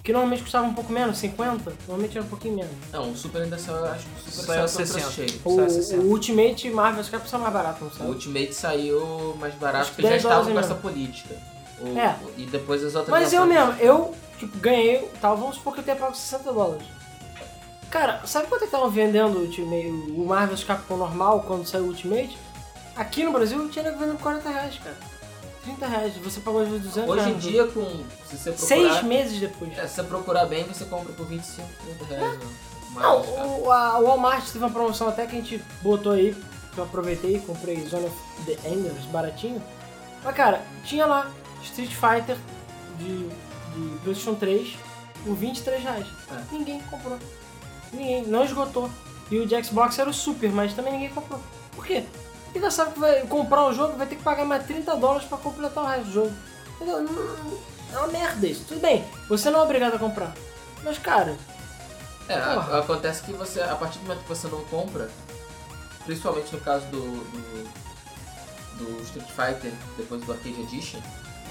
que normalmente custava um pouco menos, 50, normalmente era um pouquinho menos. Não, o Super ainda saiu, acho que o Super Saiu saiu, saiu pelo 60. preço cheio. O, Saiu 60. o Ultimate Marvel Capcom saiu mais barato, não O saiu? Ultimate saiu mais barato Acho que porque já 10 dólares estavam com mesmo. essa política. O- É. o- E depois as outras. Mas eu ações. mesmo, eu tipo, ganhei, tá, vamos supor que eu tenha pago 60 dólares. Cara, sabe quanto é que estavam vendendo o, Ultimate, o Marvel Capcom normal quando saiu o Ultimate? Aqui no Brasil tinha nego vendendo 40 reais, cara. 30 reais, você pagou às vezes 200 Hoje reais. em dia, com, se você procurar. Seis meses depois. é, se você procurar bem, você compra por 25, 30 reais. né? Mas, É. Não, cara, o, a, o Walmart teve uma promoção até que a gente botou aí, que eu aproveitei e comprei Zone of the Enders baratinho. Mas cara, tinha lá Street Fighter de, de PlayStation 3 por 23 reais. É. Ninguém comprou. Ninguém, não esgotou. E o de Xbox era o Super, mas também ninguém comprou. Por quê? Porque já sabe que vai comprar o jogo vai ter que pagar mais 30 dólares pra completar o resto do jogo. Entendeu? Não- não- É uma merda isso. Tudo bem, você não é obrigado a comprar. Mas, cara, É, a- Porra. acontece que você, a partir do momento que você não compra, principalmente no caso do, do, do Street Fighter, depois do Arcade Edition,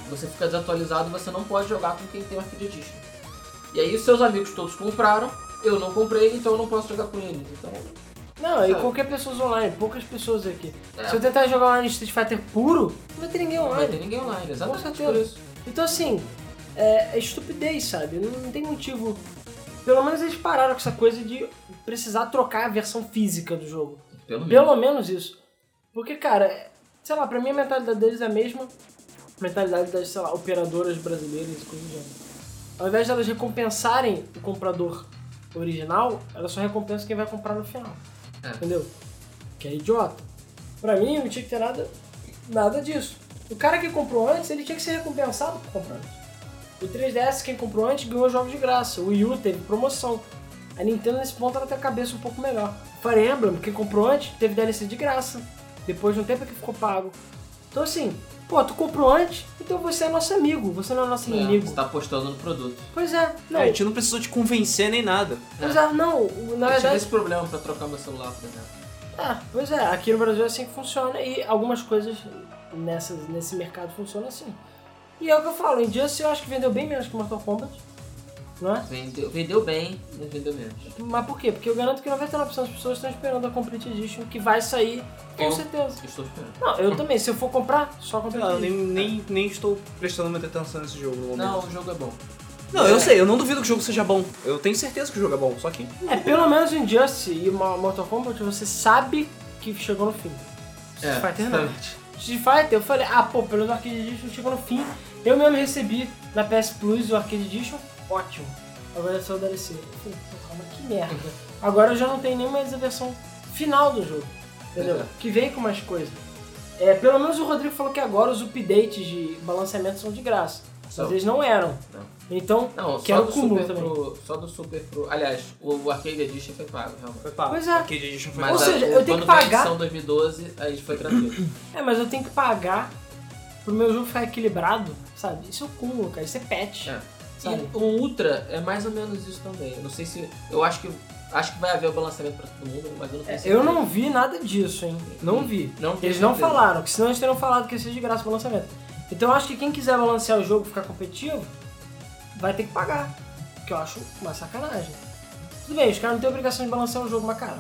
você fica desatualizado e você não pode jogar com quem tem o Arcade Edition. E aí os seus amigos todos compraram, eu não comprei, então eu não posso jogar com eles. Então, não, e Sabe. qualquer pessoa online, poucas pessoas aqui. É. Se eu tentar jogar online Street Fighter puro, não vai ter ninguém não vai ter online. ninguém online, exatamente certeza. por isso. Então, assim, é, é estupidez, sabe? Não, não tem motivo. Pelo menos eles pararam com essa coisa de precisar trocar a versão física do jogo. Pelo menos. Pelo menos isso. Porque, cara, é- sei lá, pra mim a mentalidade deles é a mesma mentalidade das, sei lá, operadoras brasileiras e coisas do gênero. Ao invés de elas recompensarem o comprador original, elas só recompensam quem vai comprar no final. É. Entendeu? Que é idiota. Pra mim, não tinha que ter nada, nada disso. O cara que comprou antes, ele tinha que ser recompensado por comprar antes. O 3DS, quem comprou antes, ganhou jogos de graça. O Wii U teve promoção. A Nintendo, nesse ponto, ela tem a cabeça um pouco melhor. Fire Emblem, quem comprou antes, teve DLC de graça. Depois de um tempo é que ficou pago. Então, assim, pô, tu comprou antes, então você é nosso amigo, você não é nosso É, inimigo. você tá apostando no produto. Pois é, não. É, a gente não precisou te convencer nem nada. Pois é, não, o- na eu tive verdade. esse problema pra trocar meu celular, por exemplo. Ah, pois é, aqui no Brasil é assim que funciona e algumas coisas nessas, nesse mercado funcionam assim. E é o que eu falo, Injustice eu acho que vendeu bem menos que Mortal Kombat, não é? Vendeu, vendeu bem, mas vendeu menos. Mas por quê? Porque eu garanto que 99% das pessoas estão esperando a Complete Edition que vai sair, com Eu- certeza. Estou esperando. Não, eu também, se eu for comprar, só Sei Complete lá, eu Edition. nem, nem, nem estou prestando muita atenção nesse jogo no momento. Não, o jogo é bom. Não, eu sei, eu não duvido que o jogo seja bom. Eu tenho certeza que o jogo é bom, só que. É, pelo menos Injustice e Mo- Mortal Kombat você sabe que chegou no fim. É, Street Fighter não. exatamente. Street Fighter, eu falei, ah, pô, pelo menos o Arcade Edition chegou no fim. Eu mesmo recebi na PS Plus o Arcade Edition, ótimo. Agora é só o DLC. Eu falei, pô, calma, que <laughs> merda. Agora eu já não tenho nem mais a versão final do jogo, entendeu? É. Que vem com mais coisas. É, pelo menos o Rodrigo falou que agora os updates de balanceamento são de graça. São. Mas eles não eram. Não. Então, Não, que só, era do o cúmulo Super também. Pro, só do Super Pro. Aliás, o, o Arcade Edition foi pago, realmente. Foi pago. Pois é. Arcade Edition foi Ou pago. a- seja, o- quando eu tenho que veio a pagar- edição 2012, aí foi gratuito. <coughs> É, mas eu tenho que pagar pro meu jogo ficar equilibrado, sabe? Isso é o cúmulo, cara. Isso é patch. É. Sabe? E o Ultra é mais ou menos isso também. Eu não sei se. Eu acho que. Acho que vai haver o balanceamento pra todo mundo, mas eu não tenho certeza. Eu não vi nada disso, hein? Não vi. Não tenho Eles não certeza. falaram, que senão eles teriam falado que ia ser de graça o lançamento. Então eu acho que quem quiser balancear o jogo e ficar competitivo, vai ter que pagar. Que eu acho uma sacanagem. Tudo bem, os caras não têm obrigação de balancear o jogo, mas cara,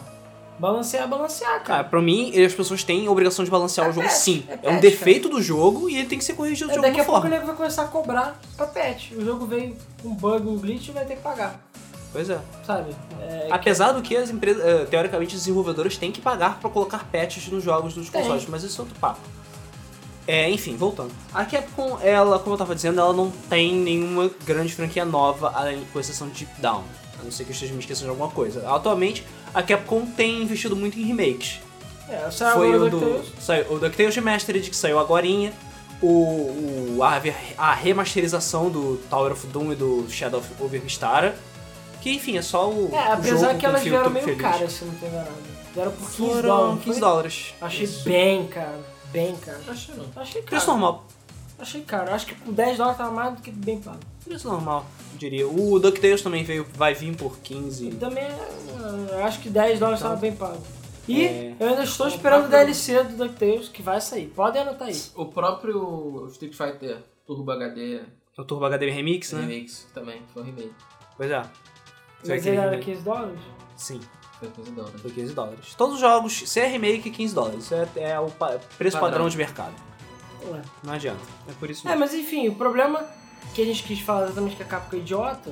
balancear é balancear, Cara, cara. pra mim, as pessoas têm a obrigação de balancear o jogo patch, sim. é É, patch, um defeito do jogo e ele tem que ser corrigido É, de daqui alguma a pouco o forma. nego vai começar a cobrar pra patch. O jogo veio com um bug, um glitch, vai ter que pagar, Pois é. sabe? É, Apesar do que as empresas, eh, teoricamente, os desenvolvedores têm que pagar pra colocar patches nos jogos dos Tem. consoles, mas isso é outro papo. É, enfim, voltando. A Capcom, ela, como eu tava dizendo, ela não tem nenhuma grande franquia nova, além- com exceção de Deep Down. A não ser que eu esteja me esquecendo de alguma coisa. Atualmente, a Capcom tem investido muito em remakes. é, saiu Foi agora o o DuckTales. do. Saiu, o DuckTales Remastered, que saiu agorinha. O, o- a, ver- a remasterização do Tower of Doom e do Shadow of Over Vistara. Que enfim, é só o. É, o jogo apesar que com elas filtro vieram meio feliz. caras, se não tem nada. Vieram por 15 Foram dólares. 15 foi? dólares. Achei bem caro. Bem caro. Acho que não. Achei Preço caro. normal. Achei caro. Acho que com 10 dólares tava mais do que bem pago. Preço normal, eu diria. O DuckTales também veio, vai vir por 15. E também ah, acho que 10 dólares tava bem pago. E Então, É. eu ainda estou O esperando o próprio- DLC do DuckTales que vai sair. Podem anotar aí. O próprio Street Fighter Turbo HD É O Turbo HD Remix, né? Remix também, foi um remake. Pois é. Será Mas que ele ele era vem? 15 dólares? Sim, Foi coisa da hora. foi 15 dólares. Todos os jogos, se é remake, 15 dólares. Isso é, é o pa- preço Padrão. padrão de mercado. Ué. Não adianta. É por isso É, mesmo. mas enfim, o problema que a gente quis falar exatamente que a Capcom é idiota,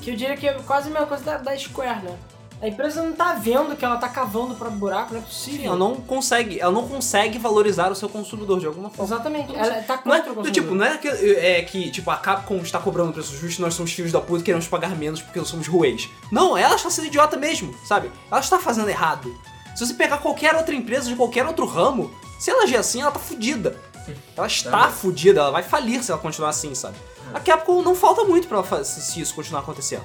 que eu diria que é quase a mesma coisa da, da Square, né? A empresa não tá vendo que ela tá cavando o próprio buraco, não é possível. Sim, ela não consegue, ela não consegue valorizar o seu consumidor de alguma forma. Exatamente, ela tá Não é, contra o do consumidor. tipo, não é que, é que tipo, a Capcom está cobrando preço justo e nós somos filhos da puta e queremos pagar menos porque nós somos ruins. Não, ela está sendo idiota mesmo, sabe? Ela está fazendo errado. Se você pegar qualquer outra empresa de qualquer outro ramo, se ela agir assim, ela tá fudida. É Ela está Também. fudida, ela vai falir se ela continuar assim, sabe? A Capcom não falta muito pra ela fa- se se isso continuar acontecendo.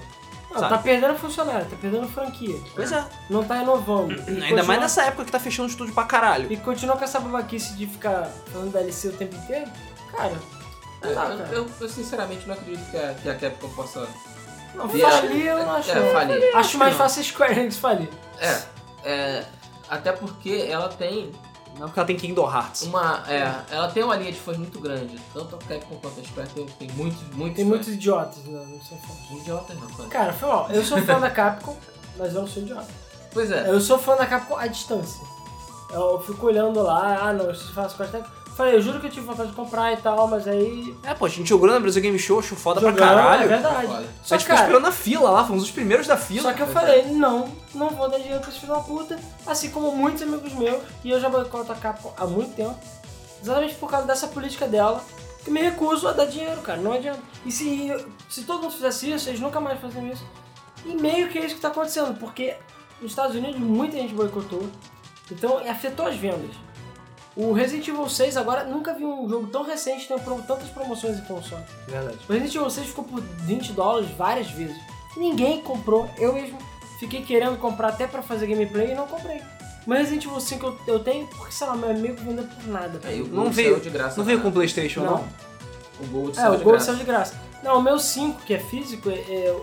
Não, sabe? tá perdendo funcionário, tá perdendo franquia. Pois é. Não tá inovando. E Ainda mais continua- nessa época que tá fechando estúdio pra caralho. E continua com essa babaquice de ficar falando DLC o tempo inteiro? Cara, não dá, É, Eu, cara. eu- eu sinceramente não acredito que a, que a Capcom possa. Não, virar- falir eu não acho. É, falir. Acho mais Não. fácil a Square Enix falir. É, é, Até porque ela tem Não é porque ela tem Kingdom Hearts. uma. É, ela tem uma linha de fãs muito grande. Tanto a Capcom quanto a Square tem, tem muitos, muitos. Tem fãs. muitos idiotas, né? Não sou fã. Idiotas, não, cara. Cara, foi mal. Eu sou fã da Capcom, mas eu não sou idiota. Pois é. Eu sou fã da Capcom à distância. Eu fico olhando lá, ah não, eu faço quase tempo. Falei, eu juro que eu tive vontade de comprar e tal, mas aí. É, pô, a gente jogou no Brasil Game Show, achou foda pra jogando, É caralho. tipo verdade. Olha, Só Só, a gente ficou cara, esperando na fila lá, fomos os primeiros da fila. só que eu falei, não, não vou dar dinheiro pra esse filho da puta, assim como muitos amigos meus, e eu já boicoto a Capcom há muito tempo, exatamente por causa dessa política dela, que me recuso a dar dinheiro, cara, não adianta. E se, se todo mundo fizesse isso, eles nunca mais faziam isso. E meio que é isso que tá acontecendo, porque nos Estados Unidos muita gente boicotou, então afetou as vendas. O Resident Evil 6 agora, nunca vi um jogo tão recente ter pro- tantas promoções e console. É Verdade. O Resident Evil 6 ficou por 20 dólares várias vezes. Ninguém comprou, eu mesmo fiquei querendo comprar até pra fazer gameplay e não comprei. Mas Resident Evil 5 eu, eu tenho porque, sei lá, meu amigo vendeu por nada. aí o Não Gold veio- saiu de graça. Não veio né? com o PlayStation, não? O Gold É, saiu o de Gold graça. saiu de graça. Não, o meu 5, que é físico, é, é,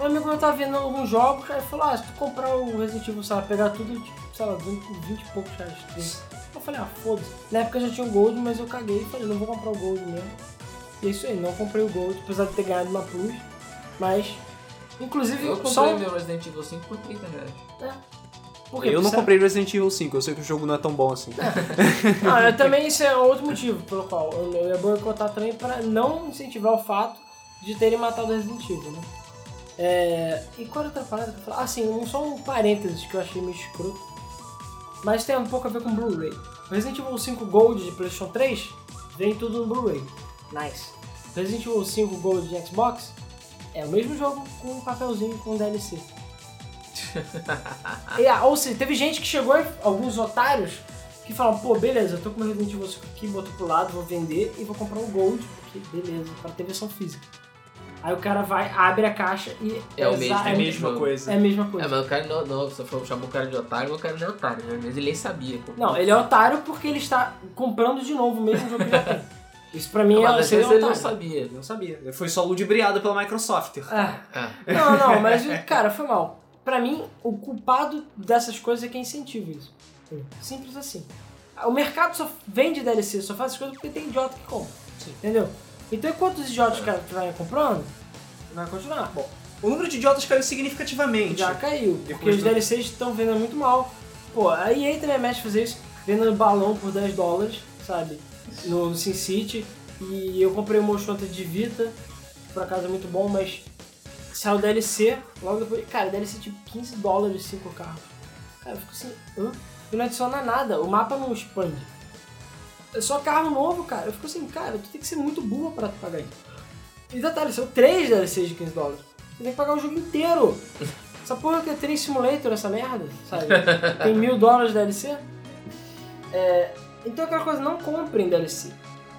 um amigo meu tava vendo alguns jogos, aí falou, ah, se tu comprar o Resident Evil, sei lá, pegar tudo, tipo, sei lá, 20, 20 e poucos reais. 30. Eu falei, ah, foda-se. Na época eu já tinha o Gold, mas eu caguei e falei, não vou comprar o Gold mesmo. E é isso aí, não comprei o Gold, apesar de ter ganhado uma Plus, mas... Inclusive, Eu comprei só... meu Resident Evil 5 por 30 reais. É. Por quê? Eu não Porque- comprei Resident Evil 5, eu sei que o jogo não é tão bom assim. Ah, eu também isso é outro motivo pelo qual eu, eu ia boicotar também pra não incentivar o fato de terem matado o Resident Evil, né? É, e qual era outra parada que eu falava? Ah, sim, um, só um parênteses que eu achei meio escroto, mas tem um pouco a ver com Blu-ray. O Resident Evil 5 Gold de PlayStation 3 vem tudo no Blu-ray. Nice. Resident Evil 5 Gold de Xbox é o mesmo jogo com um papelzinho <laughs> com DLC. E, ah, ou seja, teve gente que chegou, alguns otários, que falaram, pô, beleza, eu tô com meu Resident Evil 5 aqui, boto pro lado, vou vender e vou comprar um Gold, porque beleza, pra ter versão física. Aí o cara vai, abre a caixa e É o mesmo, exa- é a mesma É a mesma coisa. É, mas o cara não, não, você falou, chamou o cara de otário, mas o cara não é otário, né? Mas ele nem sabia. como- Não, ele é otário porque ele está comprando de novo o mesmo jogo que <laughs> ele já tem. Isso pra mim Não, é Ah, mas às ser vezes ele não otário. sabia. Não sabia. Foi só ludibriada pela Microsoft. Ah, Ah, não, <laughs> não, mas cara, foi mal. Pra mim, o culpado dessas coisas é quem incentiva isso. Simples assim. O mercado só vende DLC, só faz as coisas porque tem idiota que compra. Entendeu? Então enquanto os idiotas que estiverem comprando, vai continuar. Bom, O número de idiotas caiu significativamente. já caiu. Porque Depois os do- DLCs estão vendendo muito mal. Pô, a EA também mexe fazer isso, vendendo balão por 10 dólares, sabe? No, no SimCity. E eu comprei o Motion Hunter de Vita, por acaso é muito bom, mas saiu DLC, logo depois. Cara, DLC tipo 15 dólares 5 carros. Cara, eu fico assim, hã? E não adiciona nada, o mapa não expande. É só carro novo, cara. Eu fico assim, cara, tu tem que ser muito burro pra pagar isso. E detalhe, são 3 DLCs de 15 dólares. Você tem que pagar o jogo inteiro. <laughs> Essa porra que é Train Simulator, essa merda, sabe? Tem mil dólares de DLC. É, então aquela coisa, não comprem DLC.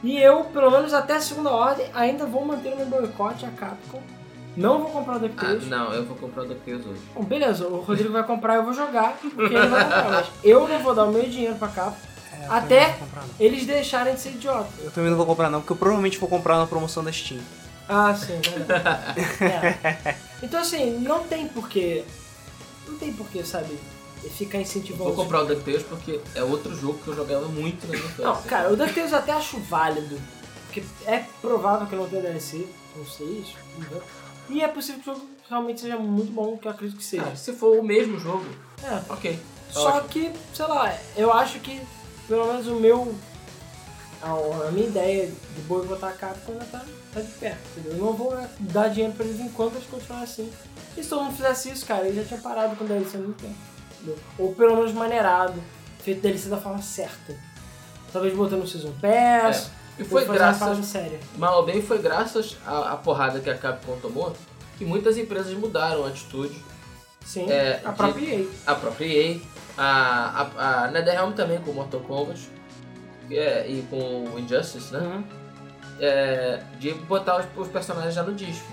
E eu, pelo menos até a segunda ordem, ainda vou manter o meu boicote à Capcom. Não vou comprar o DP3. ah, não, eu vou comprar o DPS hoje. Bom, beleza, o Rodrigo vai comprar, eu vou jogar, porque ele vai comprar. Mas eu não vou dar o meu dinheiro pra cá É, até eles deixarem de ser idiota. Eu também não vou comprar não, porque eu provavelmente vou comprar na promoção da Steam. Ah, sim, verdade. É. Então assim, não tem porquê. Não tem porquê, sabe, ficar incentivando. Vou comprar o DPS porque é outro jogo que eu jogava muito na minha infância. Não, cara, o DuckTales eu até acho válido. Porque é provável que não tenha DLC, não sei, isso, não sei. E é possível que o jogo realmente seja muito bom, que eu acredito que seja. Ah, se for o mesmo jogo, É. ok. Só que, sei lá, eu acho que pelo menos o meu. A, a minha ideia de boicotar a Capcom ainda tá, tá de pé, entendeu? Eu não vou dar dinheiro pra eles enquanto eles continuarem assim. E se todo mundo fizesse isso, cara, eles já tinham parado com o DLC há muito tempo. entendeu? Ou pelo menos maneirado, feito DLC da forma certa. Talvez botando o Season Pass, E É, foi ou fazendo uma assim. graças, parada séria. mal ou bem, foi graças à, à porrada que a Capcom tomou que muitas empresas mudaram a atitude. Sim, É, a de- própria EA. A própria EA, a, a, a NetherRealm também com Mortal Kombat é, e com o Injustice, né? Uhum. é, de botar os, os personagens já no disco.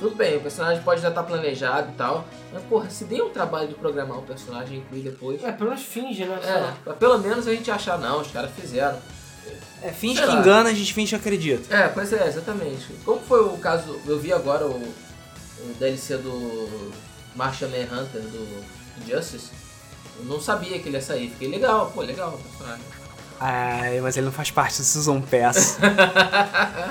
Tudo bem, o personagem pode já estar planejado e tal, mas porra, se deu o trabalho de programar o personagem e incluir depois. É, pelo menos finge, né? Sei lá. É, pra pelo menos a gente achar, não, os caras fizeram. É, finge Sei que lá. engana, a gente finge que acredita. É, pois é, exatamente. Como foi o caso, eu vi agora o, o DLC do Martian Manhunter do Injustice, eu não sabia que ele ia sair, fiquei legal, pô, legal tá o personagem. Ai, mas ele não faz parte do Season Pass.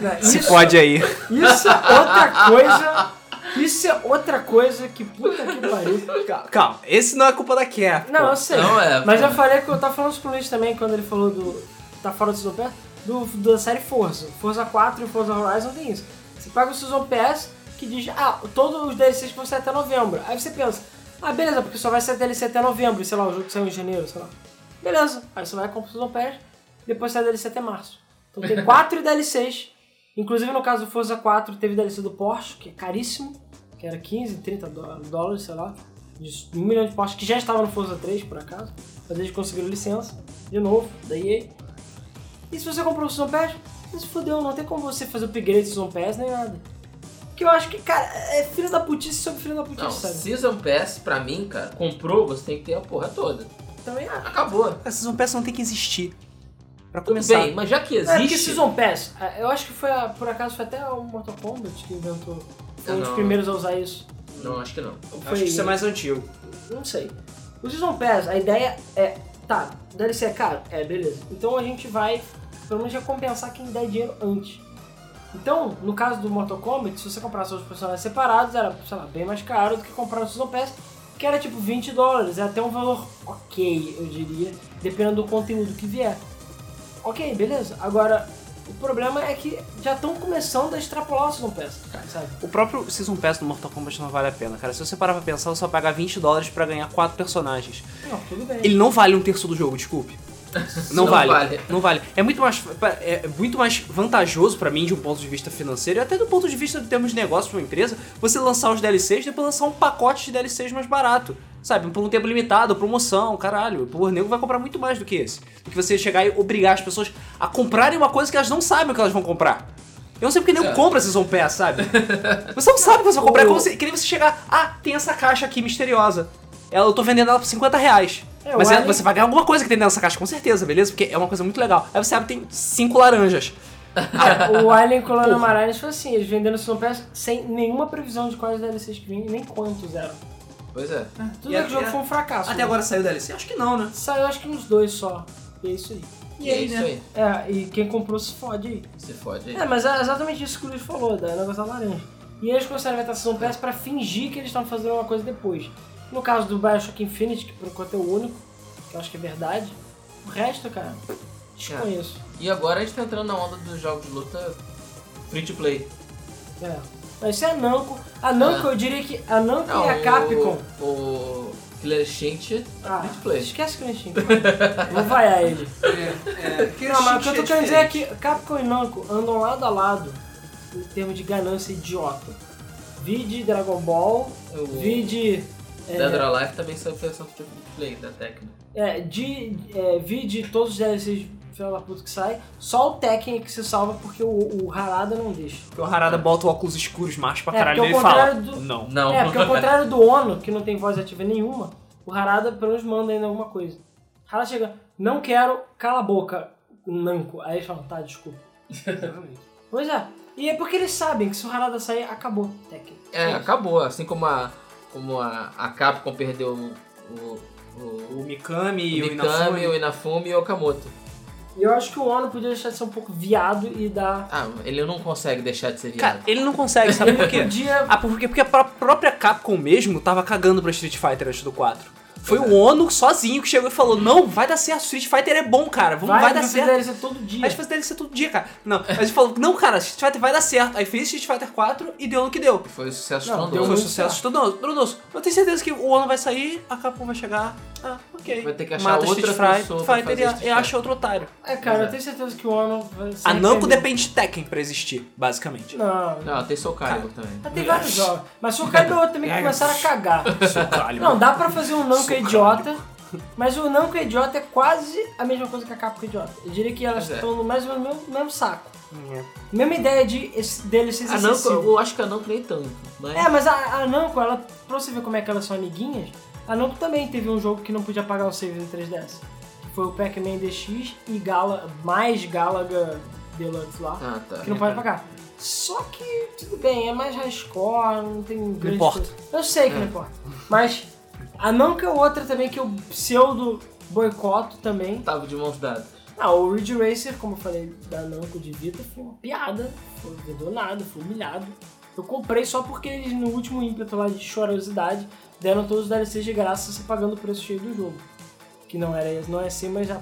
Não, Se isso- pode aí. Isso é outra coisa. Isso é outra coisa que puta que pariu. Calma, calma, esse não é culpa da Capcom. Não, eu sei. Não, é, mas pô. eu falei que eu tava falando isso com o Luiz também quando ele falou do. Tá fora do Season Pass? Do, da série Forza. Forza 4 e Forza Horizon tem isso. Você paga o Season Pass que diz, ah, todos os DLCs vão sair até novembro. Aí você pensa, ah, beleza, porque só vai sair DLC até novembro, e sei lá, o jogo saiu em janeiro, sei lá. Beleza. Aí você vai compra o Season Pass, depois sai DLC até março. <laughs> Então tem 4 DLCs. Inclusive no caso do Forza 4 teve DLC do Porsche, que é caríssimo, que era 15, 30 dó- dólares, sei lá de um milhão de postes que já estava no Forza 3, por acaso, mas eles conseguiram licença, de novo, da EA. E se você comprou o Season Pass, você se fodeu, não tem como você fazer upgrade do Season Pass nem nada. Que eu acho que, cara, é filho da putice sobre filho da putice, Não, sabe? Season Pass, pra mim, cara, comprou, você tem que ter a porra toda. Também acho. Acabou. A Season Pass não tem que existir. Pra Tudo começar. bem, mas já que É, porque existe. Season Pass, é, eu acho que foi, a- por acaso, foi até o Mortal Kombat que inventou. Foi Ah, um dos não. primeiros a usar isso. Não, acho que não. Ou Acho que isso é mais antigo. Não sei. O Season Pass, a ideia é. Tá, DLC é caro? É, beleza. Então a gente vai, pelo menos, recompensar quem der dinheiro antes. Então, no caso do Mortal Kombat, se você comprasse os personagens separados, era, sei lá, bem mais caro do que comprar no Season Pass, que era tipo 20 dólares. É até um valor ok, eu diria, dependendo do conteúdo que vier. Ok, beleza. Agora, o problema é que já estão começando a extrapolar o Season Pass, sabe? O próprio Season Pass do Mortal Kombat não vale a pena, cara. Se você parar pra pensar, você vai pagar 20 dólares pra ganhar 4 personagens. Não, tudo bem. Ele não vale um terço do jogo, desculpe. Não, <laughs> Não vale, vale. Não vale. É muito mais, é muito mais vantajoso pra mim, de um ponto de vista financeiro, e até do ponto de vista de termos de negócio pra uma empresa, você lançar os DLCs e depois lançar um pacote de DLCs mais barato. Sabe, por um tempo limitado, promoção, caralho. O nego vai comprar muito mais do que esse. Do que você chegar e obrigar as pessoas a comprarem uma coisa que elas não sabem o que elas vão comprar. Eu não sei porque nem É. compra Season Pass, <laughs> sabe? Você não sabe o que você vai comprar, é como se, que nem você chegar, ah, tem essa caixa aqui misteriosa. Ela, eu tô vendendo ela por 50 reais. É, mas o é- Alien- você vai ganhar alguma coisa que tem dentro dessa caixa, com certeza, beleza? Porque é uma coisa muito legal. Aí você abre tem cinco laranjas. É, o Alien Colonial Porra. Marines foi assim, eles vendendo Season Pass sem nenhuma previsão de quais DLCs que vinham, nem quantos eram. Pois é. Tudo E bem que o jogo até- foi um fracasso. Até né? agora saiu DLC? Acho que não, né? Saiu acho que uns dois só. E é isso aí. E aí, é isso né? aí. É, e quem comprou se fode aí. Se fode aí. É, mas é exatamente isso que o Luiz falou, da negócio da laranja. E eles começaram a inventar Season Pass pra fingir que eles estão fazendo uma coisa depois. No caso do Bioshock Infinite, que por enquanto é o único, que eu acho que é verdade, o resto, cara, É. desconheço. E agora a gente tá entrando na onda dos jogos de luta free to play. É. Mas isso é a Namco. A Namco, É. eu diria que a Namco e É a Capcom... O, o Killer Instinct é Ah, free to play. esquece o Cranchinho. então. Vou vaiar ele. É, Não, mas o que eu tô querendo dizer é que Capcom e Namco andam lado a lado em termos de ganância idiota. Vide Dragon Ball, O vide. Dead or Alive também saiu versão free to play da Tecno. É, de, é, vide todos os DLCs filha da puta que sai. Só o Tekken é que se salva porque o, o Harada não deixa. Porque o Harada bota o óculos escuros macho pra É, caralho porque e ao fala. contrário do- Não. Não. É, porque ao contrário do Ono, que não tem voz ativa nenhuma, o Harada pelo menos manda ainda alguma coisa. O Harada chega, não quero, cala a boca, Nanko. Aí eles falam, tá, desculpa. Pois é. E é porque eles sabem que se o Harada sair, acabou o Tekken. <laughs> É, isso. acabou. Assim como a, como a, a Capcom perdeu o, o, o, O Mikami o e o Mikami, Inafune. o Inafune e o Okamoto. E eu acho que o Ono podia deixar de ser um pouco viado e dar. Ah, ele não consegue deixar de ser Cara, viado. ele não consegue, sabe por <laughs> quê? Podia. Ah, por quê? Porque a pró- própria Capcom mesmo tava cagando pra Street Fighter antes do 4. Foi o Ono sozinho que chegou e falou: Não, vai dar certo, Street Fighter é bom, cara, vamos, vai, dar certo. Isso todo dia. A gente faz DLC todo dia, cara. Não, mas ele falou: Não, cara, Street Fighter vai dar certo. Aí fez Street Fighter 4 e deu no que deu. Foi um sucesso Não, Deu estrondoso. foi um muito sucesso estrondoso. estrondoso. Eu tenho certeza que o ano vai sair, a Capcom vai chegar. Ah, ok. Vai ter que achar Mata outra Street Fry- pessoa pra Fighter fazer e- Street e, Fighter. acha outro otário. É, cara, eu tenho certeza que o Ono vai ser. A Namco depende de Tekken pra existir, basicamente. Não. Não, tem Soul Calibur também. Mas tem vários jogos. Mas só cabe outro também que começaram a cagar. Caralho, Não, dá pra fazer um Namco idiota Mas o Namco Idiota é quase a mesma coisa que a Capcom Idiota. Eu diria que elas Pois é. estão no mais ou menos mesmo, mesmo saco. Mesma ideia de esse, dele ser A é Namco, excessivo. Ah, eu acho que a Namco nem tanto. Mas É, mas a, a Namco, ela, pra você ver como é que elas são amiguinhas, a Namco também teve um jogo que não podia pagar o save no 3DS. que Foi o Pac-Man DX e Gala, mais Galaga Deluxe lá, Ah, tá. que não pode pagar. Só que, tudo bem, é mais high score, não tem... Não importa. Eu sei que É. não importa. Mas a Namco é outra também que eu pseudo boicoto também. Tava de mãos dadas. Ah, o Ridge Racer, como eu falei da Namco de Vita, foi uma piada. Foi vedonado, foi humilhado. Eu comprei só porque eles, no último ímpeto lá de chorosidade, deram todos os DLCs de graça, você pagando o preço cheio do jogo. Que não era não é assim, mas as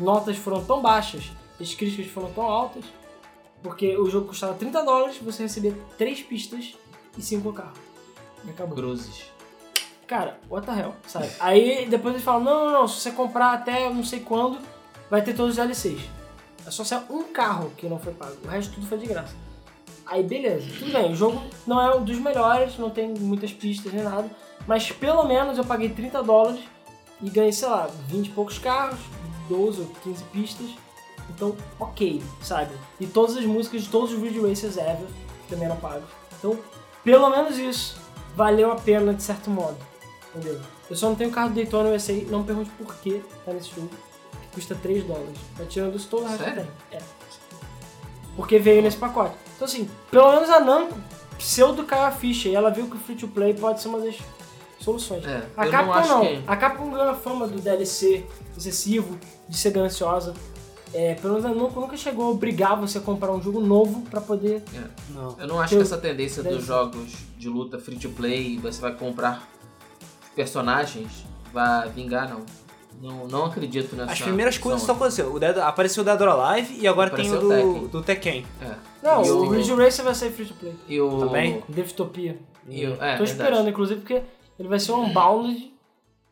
notas foram tão baixas, as críticas foram tão altas, porque o jogo custava 30 dólares, você recebia 3 pistas e 5 carros. E acabou. Grozes. Cara, what the hell, sabe? Aí depois eles falam, não, não, não, se você comprar até não sei quando, vai ter todos os DLCs. É só ser um carro que não foi pago, o resto tudo foi de graça. Aí beleza, tudo bem, o jogo não é um dos melhores, não tem muitas pistas nem nada, mas pelo menos eu paguei 30 dólares e ganhei, sei lá, 20 e poucos carros, 12 ou 15 pistas, então ok, sabe? E todas as músicas de todos os Video Racers ever também eram pagos. Então, pelo menos isso valeu a pena de certo modo. Entendeu? Eu só não tenho carro do Daytona USA, não pergunte por que tá nesse jogo, que custa 3 dólares. Mas tirando isso, todo o resto Sério? tem. É. Porque veio nesse pacote. Então assim, pelo menos a Namco pseudo caiu a ficha e ela viu que o free to play pode ser uma das soluções. É, a eu Capcom não acho não. que- A Capcom ganhou a fama do DLC excessivo, de ser gananciosa. É, pelo menos a Namco nunca chegou a obrigar você a comprar um jogo novo pra poder É. Não. Eu não acho Eu- que essa tendência Deve dos ser. jogos de luta free to play, você vai comprar personagens, vai vingar, não. Não, não acredito nessa. As primeiras coisas estão opção. acontecendo. O Dead, apareceu o Dead or Alive e agora tem o Apareceu o do, Tekken. do Tekken. É. Não, E o Ridge Racer vai sair free to play. E o. Também? Deftopia. E o é, Tô verdade. esperando, inclusive, porque ele vai ser um bound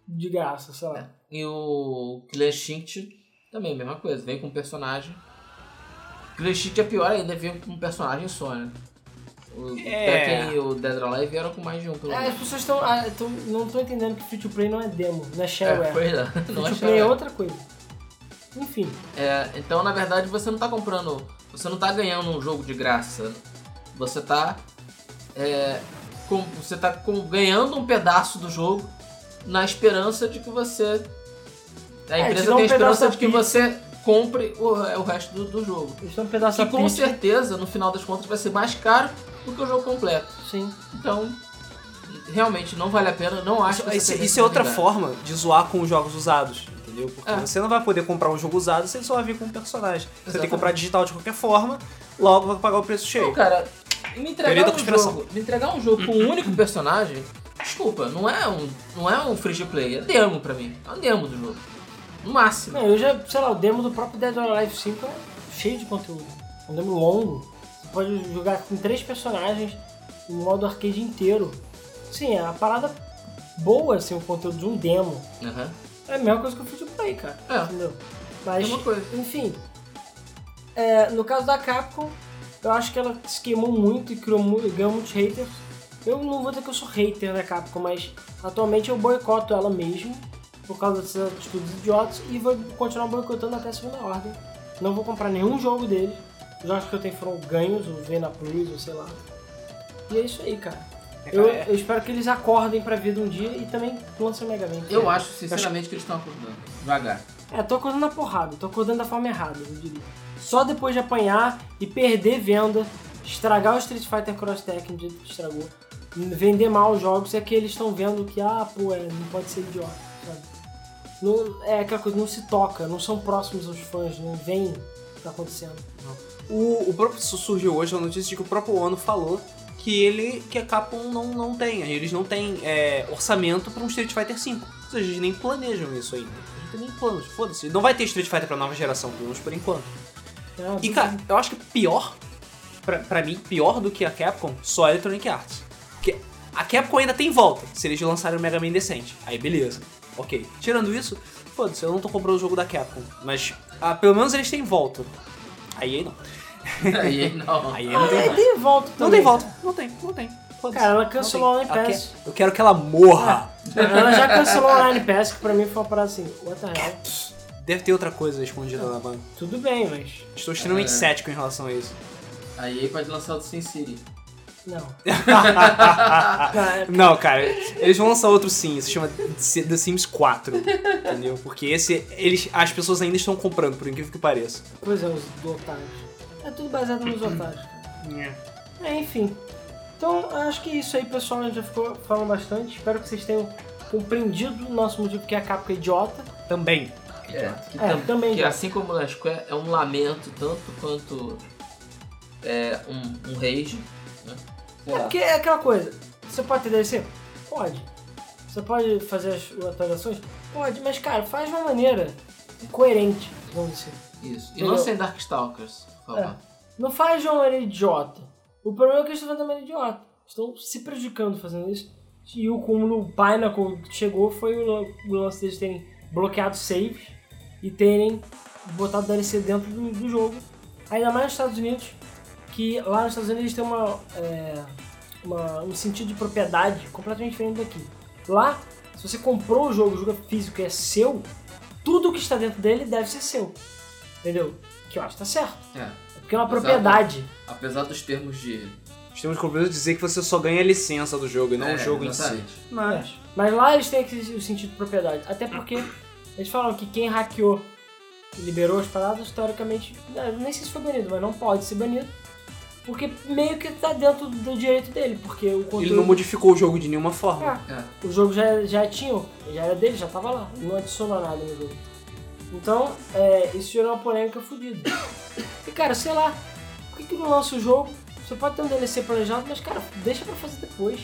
de graça, sei lá. E o Clear Instinct também, mesma coisa, vem com um personagem. Clear Instinct é pior ainda, vem com um personagem só, né? O É. Tekken e o Dead or Alive vieram com mais de um, pelo É, menos. as pessoas estão não estão entendendo que free to play não é demo, não é shareware. pois é. <laughs> Não free to acho play é errado. outra coisa. Enfim, É, então, na verdade, você não tá comprando. Você não tá ganhando um jogo de graça. Você tá. é, com- você tá com- ganhando um pedaço do jogo na esperança de que você. A É, te empresa dá um tem a esperança pedaço de que da pizza. você compre o, o resto do, do jogo. eles estão um pedaço Que da com pizza. certeza, no final das contas, vai ser mais caro do que o jogo completo. Sim. Então, realmente não vale a pena. Não acho Isso, que essa isso- tendência isso é outra vai vingar. forma de zoar com os jogos usados, entendeu? Porque É. você não vai poder comprar um jogo usado se ele só vai vir com um personagem. Você tem que Exatamente. comprar digital de qualquer forma, logo vai pagar o preço Não, cheio. cara, Teoria me da entregar, um conspiração. jogo, me entregar um jogo com um único personagem, desculpa, não é um, não é um free to play, é demo pra mim. É um demo do jogo. No máximo. Não, eu já, sei lá, o demo do próprio Dead or Alive 5 é cheio de conteúdo. É um demo longo. Você pode jogar com três personagens no modo arcade inteiro. Sim, é uma parada boa, assim, o conteúdo de um demo. Aham. É a mesma coisa que o free to play, cara. É. Entendeu? Mas, Mesma coisa. enfim. É, no caso da Capcom, eu acho que ela se queimou muito e criou mu- e ganhou muitos haters. Eu não vou dizer que eu sou hater da Capcom, mas atualmente eu boicoto ela mesmo por causa dessas atitudes idiotas e vou continuar boicotando até a segunda ordem. Não vou comprar nenhum jogo dele. Os jogos que eu tenho foram ganhos, ou Vena Plus, ou sei lá. E é isso aí, cara. É, cara, Eu, é. eu espero que eles acordem pra vida um dia e também lancem o Mega Man. Eu acho, sinceramente, que eles estão acordando. Devagar. É, tô acordando na porrada, tô acordando da forma errada, eu diria. Só depois de apanhar e perder venda, estragar o Street Fighter Cross Tekken do jeito que estragou, vender mal os jogos, é que eles estão vendo que, ah, pô, é, não pode ser idiota, sabe? Não, é aquela coisa, não se toca, não são próximos aos fãs, não vem o que tá acontecendo. O, o próprio isso surgiu hoje a notícia de que o próprio ONU falou que ele que a Capcom não, não tem, eles não têm é, orçamento pra um Street Fighter V. Ou seja, eles nem planejam isso ainda. Eles Não tem nem planos, foda-se. Não vai ter Street Fighter pra nova geração, pelo menos por enquanto. É, E cara, eu acho que pior, pra, pra mim, pior do que a Capcom, só a Electronic Arts. Porque a Capcom ainda tem volta, se eles lançarem o Mega Man decente. Aí beleza, ok. Tirando isso, foda-se, eu não tô comprando o jogo da Capcom. Mas ah, pelo menos eles têm volta. Aí aí não. <laughs> <laughs> Aí não. Aí não tem Ah, volta. tem volta Não tem também, né? volta, não tem, não tem. Foda-se. Cara, ela cancelou Não tem. a All Pass. Ela quer- Eu quero que ela morra. Ela já cancelou o Online Pass, que pra mim foi uma parada assim, what the hell? Deve ter outra coisa escondida na banca. Tudo bem, mas. Estou extremamente É. cético em relação a isso. Aí pode lançar o do Sin City. Não. <laughs> Cara, é Não, cara, eles vão lançar outro sim, se chama The Sims 4, entendeu? Porque esse, eles, as pessoas ainda estão comprando, por incrível que pareça. Pois é, os do otários. É tudo baseado nos otários. É, enfim. Então, acho que é isso aí, pessoal. A gente já ficou falando bastante. Espero que vocês tenham compreendido o nosso motivo que a Capcom é idiota. Também. É, que, É, tam- também que já. assim como o Square é um lamento tanto quanto é, um, um rage. Né? Sei É lá. porque é aquela coisa. Você pode ter DLC? Pode. Você pode fazer as atualizações? Pode, mas cara, faz de uma maneira coerente, vamos dizer. Isso. E Entendeu? lancem Darkstalkers, por favor. É. Não faz de uma maneira idiota. O problema é que eles estão fazendo de uma maneira idiota. Estão se prejudicando fazendo isso. E o cúmulo Pinnacle que chegou foi o lan- o lance deles terem bloqueado saves e terem botado DLC dentro do, do jogo. Ainda mais nos Estados Unidos, que lá nos Estados Unidos eles têm uma, é, uma- um sentido de propriedade completamente diferente daqui. Lá, se você comprou o jogo, o jogo é físico e é seu, tudo que está dentro dele deve ser seu. Entendeu? Que eu acho que tá certo. É. É Porque é uma Exato. propriedade. Apesar dos termos de. Estamos comprando dizer que você só ganha a licença do jogo e não é, o jogo em si. exatamente. Mas... É. mas lá eles têm esse- o sentido de propriedade. Até <coughs> porque eles falam que quem hackeou e liberou as paradas, historicamente, né, nem sei se foi banido, mas não pode ser banido. Porque meio que tá dentro do direito dele, porque o Ele não conteúdo. modificou o jogo de nenhuma forma. Ah, É. o jogo já, já tinha, já era dele, já tava lá. Não adicionou nada no jogo. Então, é, isso gerou uma polêmica fodida. E cara, sei lá, por que, que não lança o jogo? Você pode ter um DLC planejado, mas cara, deixa pra fazer depois.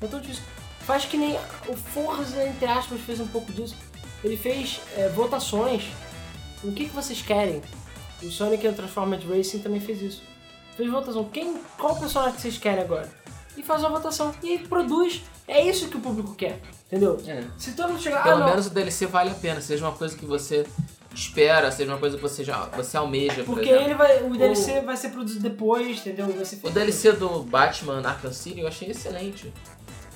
É tão difícil. Faz que nem o Forza, entre aspas, fez um pouco disso. Ele fez é, votações. O que, que vocês querem? O Sonic and Transformed Racing também fez isso. Fez votação. Quem, qual personagem que vocês querem agora? E faz uma votação. E aí produz. É isso que o público quer. Entendeu? É. Se todo mundo chegar. ah, Pelo não. menos o DLC vale a pena, seja uma coisa que você espera, seja uma coisa que você, já, você almeja. por Porque exemplo. ele vai, o DLC vai ser produzido depois, entendeu? Vai ser O DLC do Batman Arkham City eu achei excelente.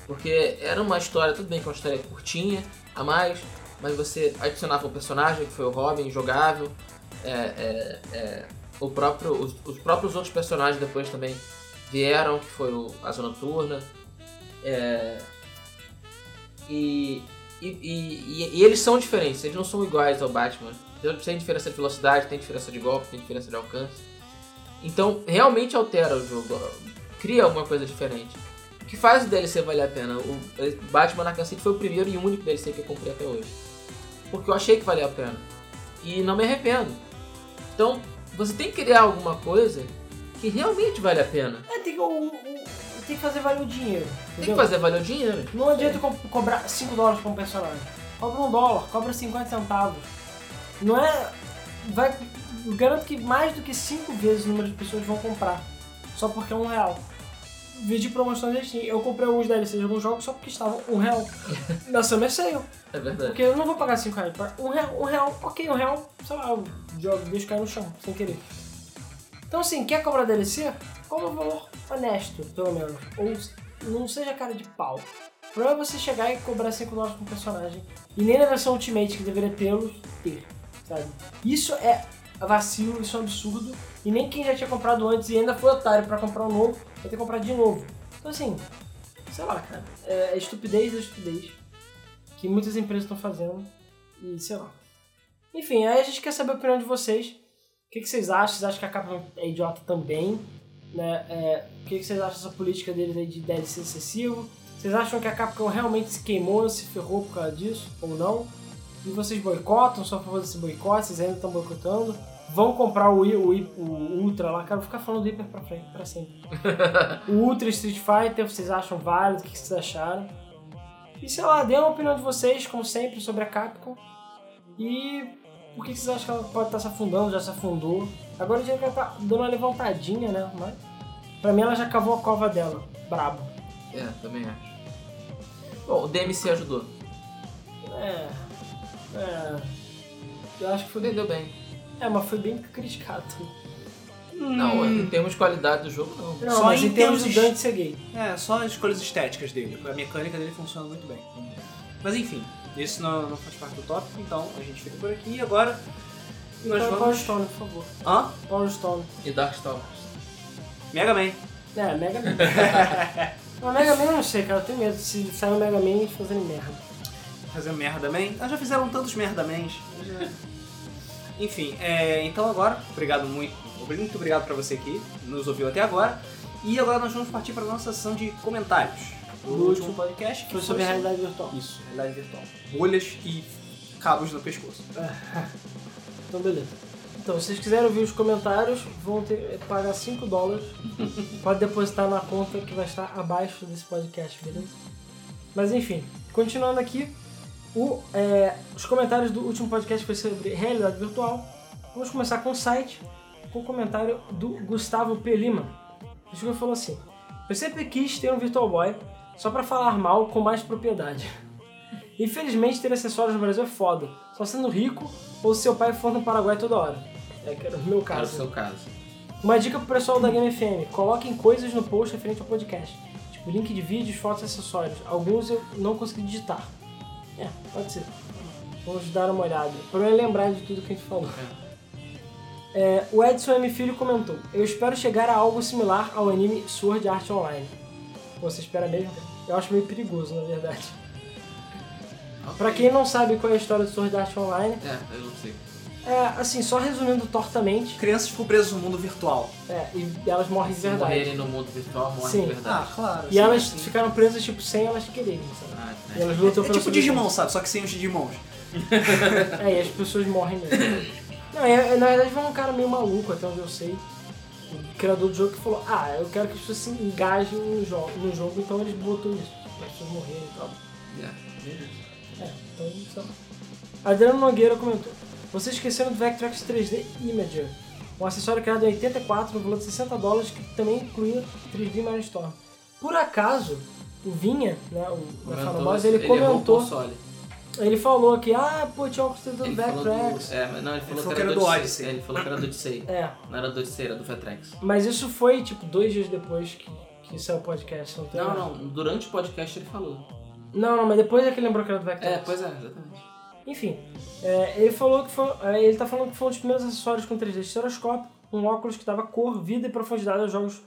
Porque era uma história, tudo bem que é uma história curtinha, a mais, mas você adicionava um personagem que foi o Robin, jogável. é, é, é, o próprio, os, os próprios outros personagens depois também vieram, que foi o, a Zona Noturna. É, e, e, e- e- e eles são diferentes, eles não são iguais ao Batman. Então, Tem diferença de velocidade, tem diferença de golpe, tem diferença de alcance. Então, realmente altera o jogo, cria alguma coisa diferente. O que faz o DLC valer a pena? O eh, Batman Arkham City foi o primeiro e único DLC que eu comprei até hoje. Porque eu achei que valia a pena. E não me arrependo. Então, você tem que criar alguma coisa que realmente vale a pena. É, tem, que, o- o- tem que fazer valer o dinheiro. Tem que entendeu? fazer valer o dinheiro. Não adianta co cobrar 5 dólares pra um personagem. Cobra um dólar, cobra 50 centavos. Não é. Vai, eu garanto que mais do que 5 vezes o número de pessoas vão comprar. Só porque é um real. Vídeo de promoção da Steam. Eu comprei alguns DLCs de alguns jogos só porque estavam um <laughs> real. Na Summer Sale. É verdade. Porque eu não vou pagar 5 reais. pra- Um real, um real, ok, um real, sei lá, eu jogo, deixo cair no chão, sem querer. Então assim, quer cobrar DLC? Cobra um valor honesto, pelo menos. Ou não seja cara de pau. O problema é você chegar e cobrar 5 dólares pra um personagem. E nem na versão Ultimate que deveria tê-los, ter. Sabe? Isso é vacilo, isso é um absurdo. E nem quem já tinha comprado antes e ainda foi otário pra comprar um novo, vai ter que comprar de novo. Então assim, sei lá, cara. É, é estupidez da estupidez que muitas empresas estão fazendo e sei lá. Enfim, aí a gente quer saber a opinião de vocês. O que, que vocês acham? Vocês acham que a Capcom é idiota também? Né? É, o que, que vocês acham dessa política deles aí de DLC excessivo? Vocês acham que a Capcom realmente se queimou, se ferrou por causa disso ou não? E vocês boicotam, só a favor desse boicote, vocês ainda estão boicotando? Vão comprar o, I- o, I- o Ultra lá, cara, eu vou ficar falando do Hyper pra frente, pra sempre. o Ultra Street Fighter, vocês acham válido? O que que vocês acharam? E sei lá, dê uma opinião de vocês, como sempre, sobre a Capcom. E por que vocês acham que ela pode estar se afundando, já se afundou. Agora já tá dando uma levantadinha, né? Mas pra mim ela já cavou a cova dela. Brabo. É, também acho. Bom, o DMC ajudou. É. É. Eu acho que foi. Vendeu bem. É, mas foi bem criticado. Não, em termos de qualidade do jogo, não. Não, Só mas em em termos termos de de- Dante ser gay. É, só as escolhas estéticas dele. A mecânica dele funciona muito bem. Mas enfim, isso não, não faz parte do tópico, então a gente fica por aqui. E agora nós Então, Power vamos. Stone, por favor. Hã? Power Stone. E Darkstalkers. Mega Man. É, Mega <laughs> Man. Mas Mega Man eu não sei, cara. Eu tenho medo se sair o Mega Man eles fazerem merda. Fazer merda man. Ah, já fizeram tantos merda <laughs> mans. Enfim, é, então agora, obrigado muito. Muito obrigado pra você que nos ouviu até agora. E agora nós vamos partir para nossa sessão de comentários. O Último último podcast que Foi sobre a realidade virtual. Isso, realidade virtual. Bolhas e cabos no pescoço. É, Então, beleza. Então, se vocês quiserem ouvir os comentários, vão ter é, pagar 5 dólares. Pode depositar na conta que vai estar abaixo desse podcast, beleza? Mas enfim, continuando aqui, o, é, os comentários do último podcast foi sobre realidade virtual. Vamos começar com o site, com o comentário do Gustavo P. Lima. O Gustavo falou assim: Eu sempre quis ter um Virtual Boy só pra falar mal com mais propriedade. <laughs> Infelizmente, ter acessórios no Brasil é foda, só sendo rico ou se seu pai for no Paraguai toda hora. É que era o meu Era o caso. seu caso. Uma dica pro pessoal da Game FM: coloquem coisas no post referente ao podcast. Tipo, link de vídeos, fotos e acessórios. Alguns eu não consegui digitar. É, pode ser. Vamos dar uma olhada. O problema é lembrar de tudo que a gente falou. É, o Edson M. Filho comentou: Eu espero chegar a algo similar ao anime Sword Art Online. Você espera mesmo? Eu acho meio perigoso, na verdade. Pra quem não sabe qual é a história do Sword Art Online, É, eu não sei. é assim, só resumindo tortamente, Crianças ficam presas no mundo virtual. é, e elas morrem de Se verdade. morrerem no mundo virtual, morrem Ah, Sim. de verdade. claro. E elas ficaram presas, tipo, sem elas quererem, sabe? Ah, tá. E elas lutam É pela tipo Digimon, sabe? Só que sem os Digimons. sobrevivência. É, e as pessoas morrem mesmo. Não, é, é, na verdade foi um cara meio maluco, até onde eu sei. O criador do jogo que falou, ah, eu quero que as pessoas se engajem no jogo, no jogo então eles botou isso. As pessoas morrerem e tal. É, beleza. É, então, sei lá. Adriano Nogueira comentou. Vocês esqueceram do Vectrex 3D Imager, um acessório criado em 84 no valor de 60 dólares que também incluía 3D Mindstorm. Por acaso, o Vinha, né, o da Comentou- Fanaboys, ele, errou um o comentou, console. ele falou que, ah, pô, tinha um acessório do Ele falou do... Vectrex. É, mas não, ele falou, falou que era do Odyssey. Odyssey. É, ele falou que era do Odyssey. É, Não era do Odyssey, era do Vetrex. mas isso foi, tipo, dois dias depois que, que saiu o podcast, não tem Não, mais. não, durante o podcast ele falou. Não, não, mas depois é que ele lembrou que era do Vectrex. É, pois é, exatamente. Enfim, é, ele falou que foi, é, ele tá falando que foi um dos primeiros acessórios com 3D estereoscópio, um óculos que dava cor, vida e profundidade aos jogos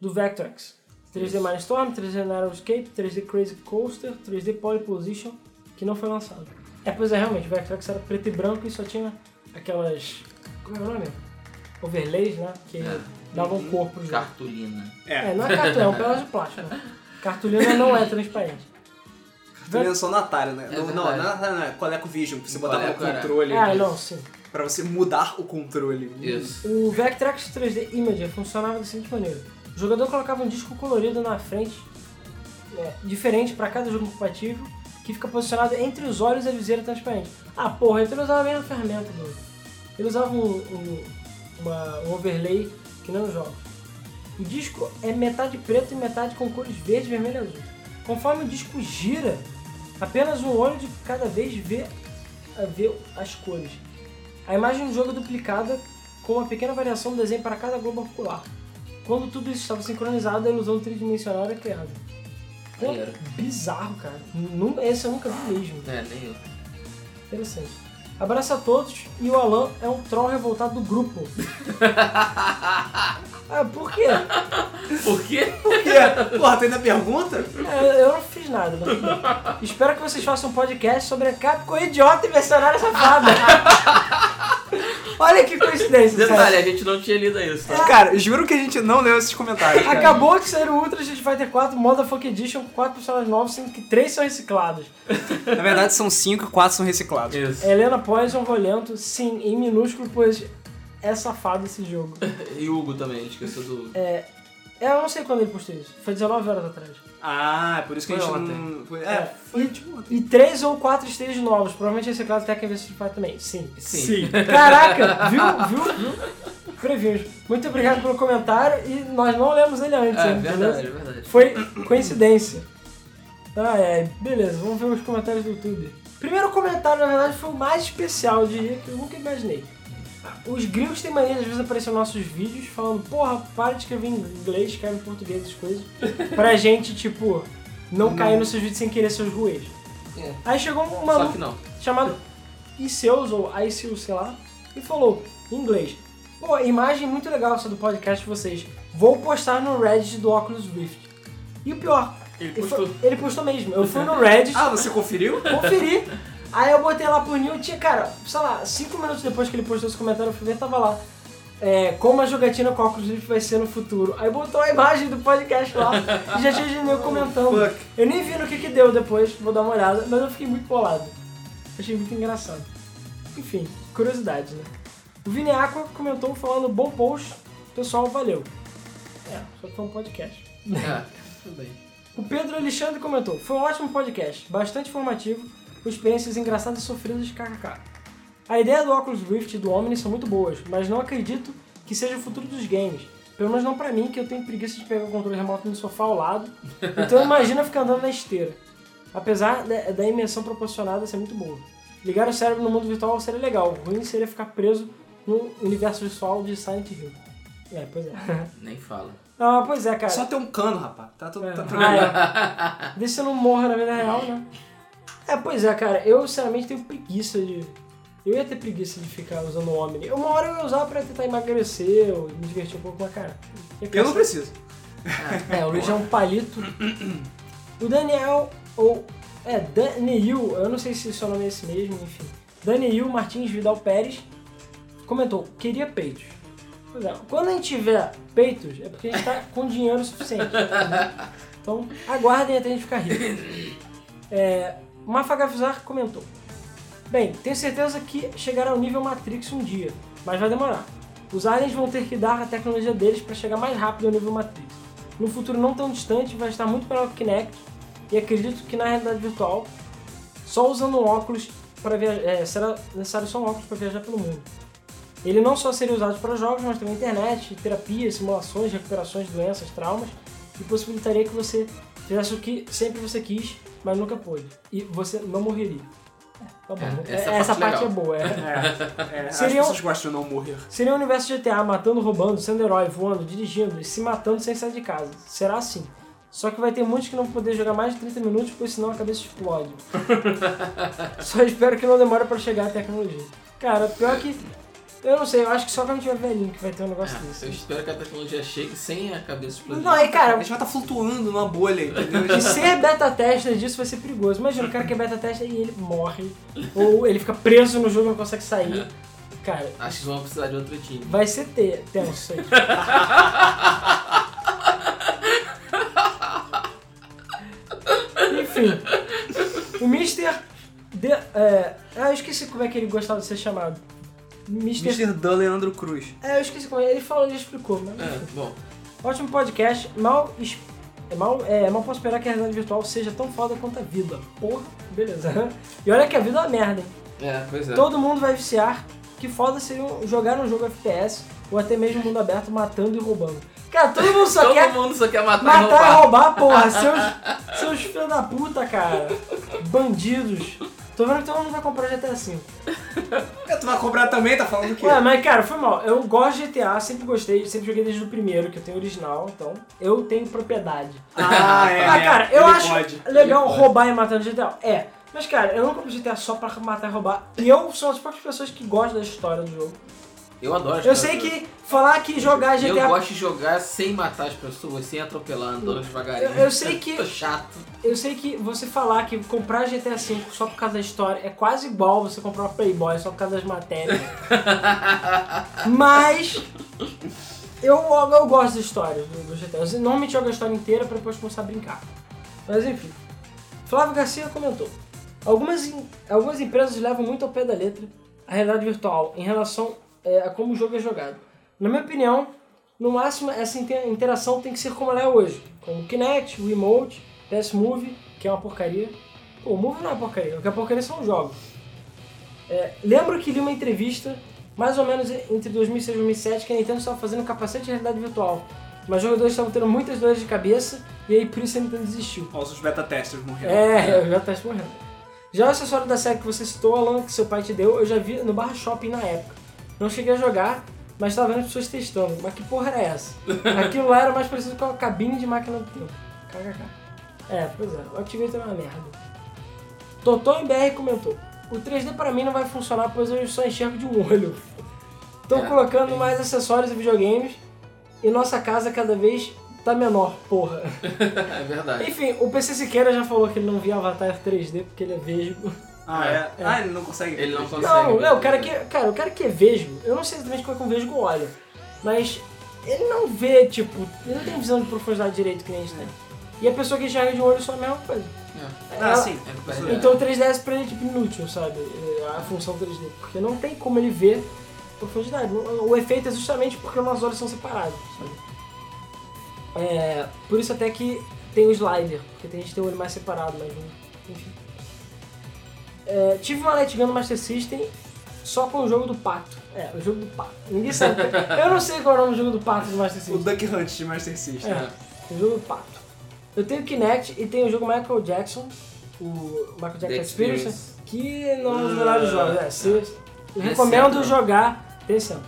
do Vectrex. 3D Mindstorm, 3D Narrowscape, 3D Crazy Coaster, 3D Polyposition, que não foi lançado. É, pois é, realmente, o Vectrex era preto e branco e só tinha aquelas... como é o nome? Overlays, né? Que É. davam cor pro jogo. Cartolina. É, não é cartolina, é um pedaço de plástico. né? Cartolina não é transparente. Tu lembra só no Atari, né? É não, não, não verdade. é Atari, não. É ColecoVision, que você botava o Coleco, era. controle. Ah, não, sim. Pra você mudar o controle. Isso. O Vectrex 3D Imager funcionava da seguinte maneira: o jogador colocava um disco colorido na frente, é, diferente para cada jogo compatível, que fica posicionado entre os olhos e a viseira transparente. Ah, porra, então ele usava a mesma ferramenta, mano. Ele usava um, um- uma- um overlay que não joga. O disco é metade preto e metade com cores verde, vermelho e azul. Conforme o disco gira, apenas um olho de cada vez vê, vê as cores. A imagem do jogo é duplicada com uma pequena variação do desenho para cada globo ocular. Quando tudo isso estava sincronizado, a ilusão tridimensional era criada. Pô, Maneiro. bizarro, cara. Nu- Esse eu nunca vi mesmo. É, nem eu. <laughs> Interessante. Abraço a todos e o Alan é um troll revoltado <laughs> do grupo. ah, por quê? Por quê? Por quê? Porra, tem na pergunta? É, Eu não fiz nada. mas tudo bem. Espero que vocês façam um podcast sobre a Capcom idiota e mercenária safada. <laughs> Olha que coincidência, sabe? Detalhe, a gente não tinha lido isso, tá? Cara, juro que a gente não leu esses comentários. cara. Acabou de sair o Ultra Street Fighter 4 Motherfucker Edition com 4 personagens novos, sendo que 3 são reciclados. Na verdade, são cinco e quatro são É. reciclados. Isso. Helena Poison, Rolento, sim, em minúsculo, pois é safado esse jogo. É, E Hugo também, esqueceu do Hugo. Eu não sei quando ele postou isso, foi 19 horas atrás. Ah, é por isso que a gente Foi não... Foi... É, foi tipo ontem. E 3 ou 4 stages novos, provavelmente reciclado Tekken vs Street Fighter também, sim. Sim. É, Caraca, viu, viu, viu? Previmos. Muito obrigado pelo comentário e nós não lemos ele antes, É, hein, verdade, verdade. Foi coincidência. Ah, é. Beleza, vamos ver os comentários do YouTube. Primeiro comentário, na verdade, foi o mais especial, eu diria, que eu nunca imaginei. Os gringos têm mania de às vezes aparecer nos nossos vídeos falando, porra, para de escrever em inglês, escreve em português essas coisas. pra gente, tipo, não cair nos seus vídeos sem querer seus ruês. É. Aí chegou um Só maluco que não. chamado Iseus, ou Iseus, sei lá, e falou em inglês: Pô, imagem muito legal essa do podcast de vocês. Vou postar no Reddit do Oculus Rift. E o pior, Ele ele, foi- <laughs> postou. ele postou mesmo. Eu fui no Reddit, <laughs> Ah, você conferiu? conferi. Aí eu botei lá por New, tinha, cara, sei lá, cinco minutos depois que ele postou esse comentário, eu fui ver, tava lá. É, como a jogatina com o Oculus Rift vai ser no futuro. Aí botou a imagem do podcast lá e já tinha gente meio comentando. Fuck. Eu nem vi no que que deu depois, vou dar uma olhada, mas eu fiquei muito bolado. Achei muito engraçado. Enfim, curiosidade, né? O Vini Aqua comentou falando bom post, pessoal, valeu. É, só que foi um podcast. É, tudo bem. O Pedro Alexandre comentou, foi um ótimo podcast, bastante informativo, com experiências engraçadas e sofridas de kkk. A ideia do Oculus Rift e do Omni são muito boas, mas não acredito que seja o futuro dos games. Pelo menos não pra mim, que eu tenho preguiça de pegar o controle remoto no sofá ao lado. Então imagina ficar andando na esteira. Apesar da, da imersão proporcionada ser muito boa. Ligar o cérebro no mundo virtual seria legal. O ruim seria ficar preso no universo visual de Silent Hill. É, pois é. <laughs> Nem fala. Ah, pois é, cara. Só ter um cano, rapaz. Tá tudo. É. Tá tudo... Ah, é. Vê se eu não morro na vida real, né? É, pois é, cara. Eu, sinceramente, tenho preguiça de... Eu ia ter preguiça de ficar usando o Omni. Uma hora eu ia usar pra tentar emagrecer ou me divertir um pouco, mas, cara... ia Eu não cansar. preciso. É, o Luiz é um palito. O Daniel, ou... É, Daniel, eu não sei se seu nome é esse mesmo, enfim. Daniel Martins Vidal Pérez comentou, queria peitos. Pois é, quando a gente tiver peitos, é porque a gente tá com dinheiro suficiente. Então, aguardem até a gente ficar rico. É, o Mafagafizar comentou. Bem, tenho certeza que chegará ao nível Matrix um dia, mas vai demorar. Os aliens vão ter que dar a tecnologia deles para chegar mais rápido ao nível Matrix. No futuro não tão distante, vai estar muito melhor que o Kinect, e acredito que na realidade virtual, só usando um óculos para viajar, será necessário só um óculos para viajar pelo mundo. Ele não só seria usado para jogos, mas também internet, terapia, simulações, recuperações, doenças, traumas, e possibilitaria que você fizesse o que sempre você quis, mas nunca pôde. E você não morreria. Tá bom. É, essa, essa parte parte, é legal. boa. é. É, é, Seria As um- pessoas gostam de não morrer. Seria o universo GTA matando, roubando, sendo herói, voando, dirigindo e se matando sem sair de casa. Será assim. Só que vai ter muitos que não vão poder jogar mais de 30 minutos, pois senão a cabeça explode. Só espero que não demore pra chegar a tecnologia. Cara, pior que. Eu não sei, eu acho que só quando tiver velhinho que vai ter um negócio Ah, Eu desse. espero que a tecnologia chegue sem a cabeça explodindo. Não, e A cara, gente vai estar flutuando numa bolha, entendeu? e <laughs> ser beta tester disso vai ser perigoso. Imagina, o cara que é beta tester e ele morre. Ou ele fica preso no jogo e não consegue sair. Cara, Acho que vão precisar de outro time. Vai ser te tenso aí. Enfim. O Mr. De, é, ah, eu esqueci como é que ele gostava de ser chamado. Mr. Mr. Dan Leandro Cruz. É, eu esqueci como é. Ele falou, ele explicou, mas. É, bom. Ótimo podcast. Mal, es- é, mal, é, mal posso esperar que a realidade virtual seja tão foda quanto a vida. Porra, beleza. <laughs> E olha que a vida é uma merda, hein? É, pois é. Todo mundo vai viciar. Que foda seria um- jogar um jogo FPS ou até mesmo um mundo aberto matando e roubando. Cara, todo mundo só <laughs> Todo quer mundo só quer matar, e matar e roubar. roubar, porra. Seus, seus filhos da puta, cara. Bandidos. Tô vendo que todo mundo vai comprar GTA V. É, tu vai cobrar também, tá falando o quê? Ué, mas cara, foi mal. Eu gosto de GTA, sempre gostei, sempre joguei desde o primeiro, que eu tenho original, então eu tenho propriedade. Ah, é. ah, cara, eu Ele acho pode. legal Ele pode. roubar e matar no GTA. É. Mas, cara, eu não compro GTA só pra matar e roubar. E eu sou uma das poucas pessoas que gostam da história do jogo. Eu adoro. as Eu sei pessoas. que falar que é- jogar Eu GTA. gosto de jogar sem matar as pessoas, sem atropelar, andando devagarinho. Eu- eu sei que- Tô chato. <laughs> Eu sei que você falar que comprar GTA V só por causa da história é quase igual você comprar uma Playboy só por causa <laughs> das matérias. Mas. Eu, eu gosto da história do, do GTA. Eu normalmente jogo a história inteira pra depois começar a brincar. Mas enfim. Flávio Garcia comentou. Algumas, em- algumas empresas levam muito ao pé da letra a realidade virtual em relação é, a como o jogo é jogado. Na minha opinião, no máximo essa inter- interação tem que ser como ela é hoje. Com o Kinect, o Remote, PS Move, que é uma porcaria. Pô, o Move não é uma porcaria, o que é porcaria são os jogos. É, lembro que li uma entrevista, mais ou menos entre 2006 e 2007, que a Nintendo estava fazendo capacete de realidade virtual. Mas os jogadores estavam tendo muitas dores de cabeça e aí por isso a Nintendo desistiu. Ó, os beta testers morreram. É, eu já tá morrendo. Já o acessório da SEGA que você citou, Alan, que seu pai te deu, eu já vi no Barra Shopping na época. Não cheguei a jogar, mas tava vendo as pessoas testando. Mas que porra <laughs> era essa? Aquilo lá era mais parecido com a cabine de máquina do tempo. KKK. É, pois é. O Activator é uma merda. Totó em BR comentou. O 3D pra mim não vai funcionar, pois eu só enxergo de um olho. Tô É, colocando tem mais acessórios e videogames. E nossa casa cada vez tá menor, porra. É verdade. Enfim, o PC Siqueira já falou que ele não via Avatar 3D porque ele é vesgo. Ah, é. Ah, ele não consegue. Ele não consegue. Não, ver não, o cara que, direito. cara, o cara que é vesgo, eu não sei exatamente como é que um vesgo olha, mas ele não vê, tipo, ele não tem visão de profundidade direito que nem a gente tem. E a pessoa que enxerga de olho só é a mesma coisa. É, Ah, Ela- sim. é Isso verdade. Então o 3DS pra ele é tipo inútil, sabe? É, A função 3D. Porque não tem como ele ver profundidade. O o efeito é justamente porque umas horas são separadas, sabe? É, por isso até que tem o slider, porque tem gente que tem o olho mais separado, mas não- enfim. É, tive uma Light Gun no Master System só com o jogo do pato. É, o jogo do pato. Ninguém sabe. Eu não sei qual é o nome do jogo do pato do Master Então, O System. Duck Hunt de Master System. É, o jogo do pato. Eu tenho o Kinect e tenho o jogo Michael Jackson, o Michael Jackson The Experience, Experience. que não é um dos Ah, melhores jogos. É, se- eu Esse recomendo ano. jogar desse ano.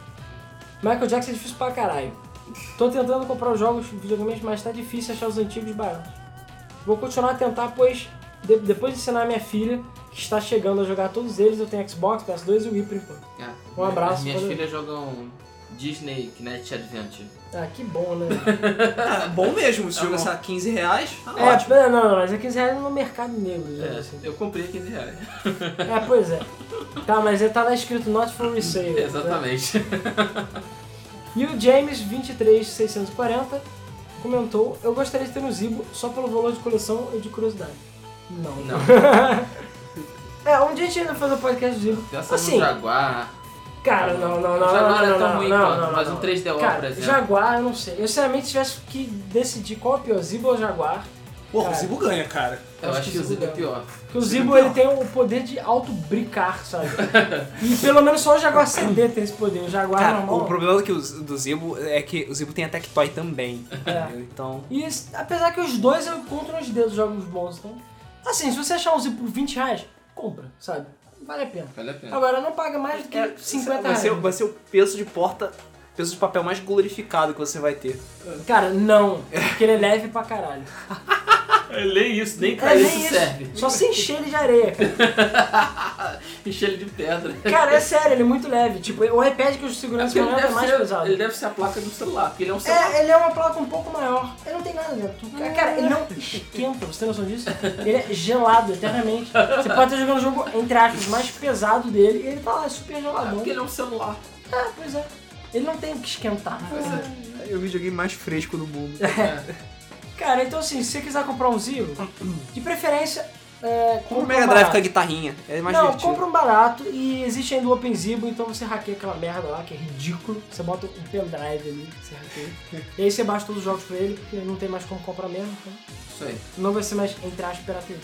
Michael Jackson é difícil pra caralho. Tô tentando comprar os jogos videogames, mas tá difícil achar os antigos baratos. Vou continuar a tentar, pois de- depois de ensinar a minha filha, que está chegando a jogar todos eles, eu tenho Xbox, PS2 e Wii por enquanto. É. Um abraço, As minhas valeu. filhas jogam Disney Kinect Adventure. Ah, que bom, né? Ah, bom mesmo, se Tá jogo bom. essa 15 reais, tá <laughs> é, ótimo. tipo, não, não, mas é 15 reais no mercado negro. né, assim. É, eu comprei 15 reais. É, pois é. Tá, mas ele tá lá escrito Not for Resale. né? <laughs> Exatamente. E o James23640 comentou: Eu gostaria de ter um Zibo só pelo valor de coleção e de curiosidade. Não. <laughs> <laughs> Não. É, um dia a gente ainda fazer um podcast do Zibo. Pensa Assim, no Jaguar. cara, não, não, não. O Jaguar não, é não, tão não, ruim não, quanto, não, não, mas não. um 3DO, Cara, por exemplo. Jaguar, eu não sei. Eu sinceramente tivesse que decidir qual é o pior, Zibo ou Jaguar. Porra, o cara. Zibo ganha, cara. Eu acho que o Zibo é pior. Porque o Zibo ele tem o poder de auto-bricar, sabe? e pelo menos só o Jaguar CD tem esse poder. O Jaguar Cara, normal. o problema que o- do Zibo é que o Zibo tem a Tectoy também. É. Então. E s- apesar que os dois eu encontro nos dedos jogos bons, então. Assim, se você achar um zip por 20 reais, compra, sabe? Vale a pena. Vale a pena. Agora não paga mais do que É, 50 vai reais. ser, vai ser o peso de porta, peso de papel mais glorificado que você vai ter. Cara, não. Porque ele é leve pra caralho. Nem isso, nem É pra nem isso isso. serve. Só se encher ele de areia, cara. Enche ele de pedra. Cara, é sério, ele é muito leve. Tipo, o iPad que os É seguranças porque ele maior é deve, mais ser, pesado. ele deve ser a placa do celular, porque ele é um celular. É, ele é uma placa um pouco maior. Ele não tem nada dentro. Cara, cara, ele é. não esquenta, você tem noção disso? Ele é gelado eternamente. Você pode estar jogando o jogo, entre aspas, mais pesado dele e ele tá lá super É geladão. porque ele é um celular. Ah, pois é. Ele não tem o que esquentar. É o videogame mais fresco do mundo. É. Cara, então assim, se você quiser comprar um Zero, de preferência, é, compra Como um o Mega Drive barato. com a guitarrinha. É mais Não, divertido. compra um barato e existe ainda o Open Zibo, então você hackeia aquela merda lá que é ridículo. Você bota um pendrive ali, você hackeia. e aí você baixa todos os jogos pra ele, porque não tem mais como comprar mesmo. Então Isso aí. não vai ser mais, entre aspas, pirateria.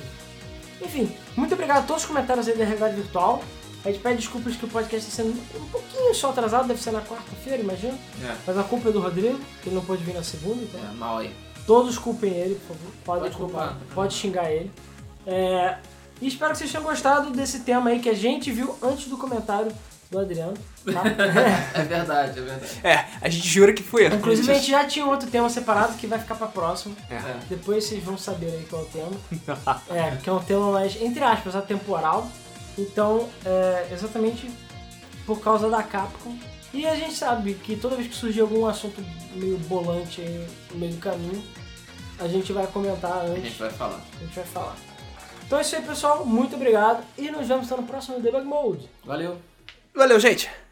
Enfim, muito obrigado a todos os comentários aí da realidade virtual. A gente pede desculpas que o podcast está sendo um pouquinho só atrasado, deve ser na quarta-feira, imagina. É. Mas a culpa é do Rodrigo, que ele não pôde vir na segunda, então. É, mal aí. Todos culpem ele, por favor. Pode, Pode culpar, culpar. né? pode xingar ele. É, e espero que vocês tenham gostado desse tema aí que a gente viu antes do comentário do Adriano. <laughs> tá? É, É verdade, é verdade. É, a gente jura que foi erro. um- Inclusive, a gente já tinha um outro tema separado que vai ficar pra próxima. É. Depois vocês vão saber aí qual é o tema. <laughs> é, que é um tema mais, entre aspas, atemporal. Então, é, exatamente por causa da Capcom. E a gente sabe que toda vez que surgir algum assunto meio bolante aí no meio do caminho, a gente vai comentar A antes gente vai falar. a gente vai falar. Então é isso aí, pessoal. Muito obrigado. E nos vemos no próximo então Debug Mode. Valeu. Valeu, gente.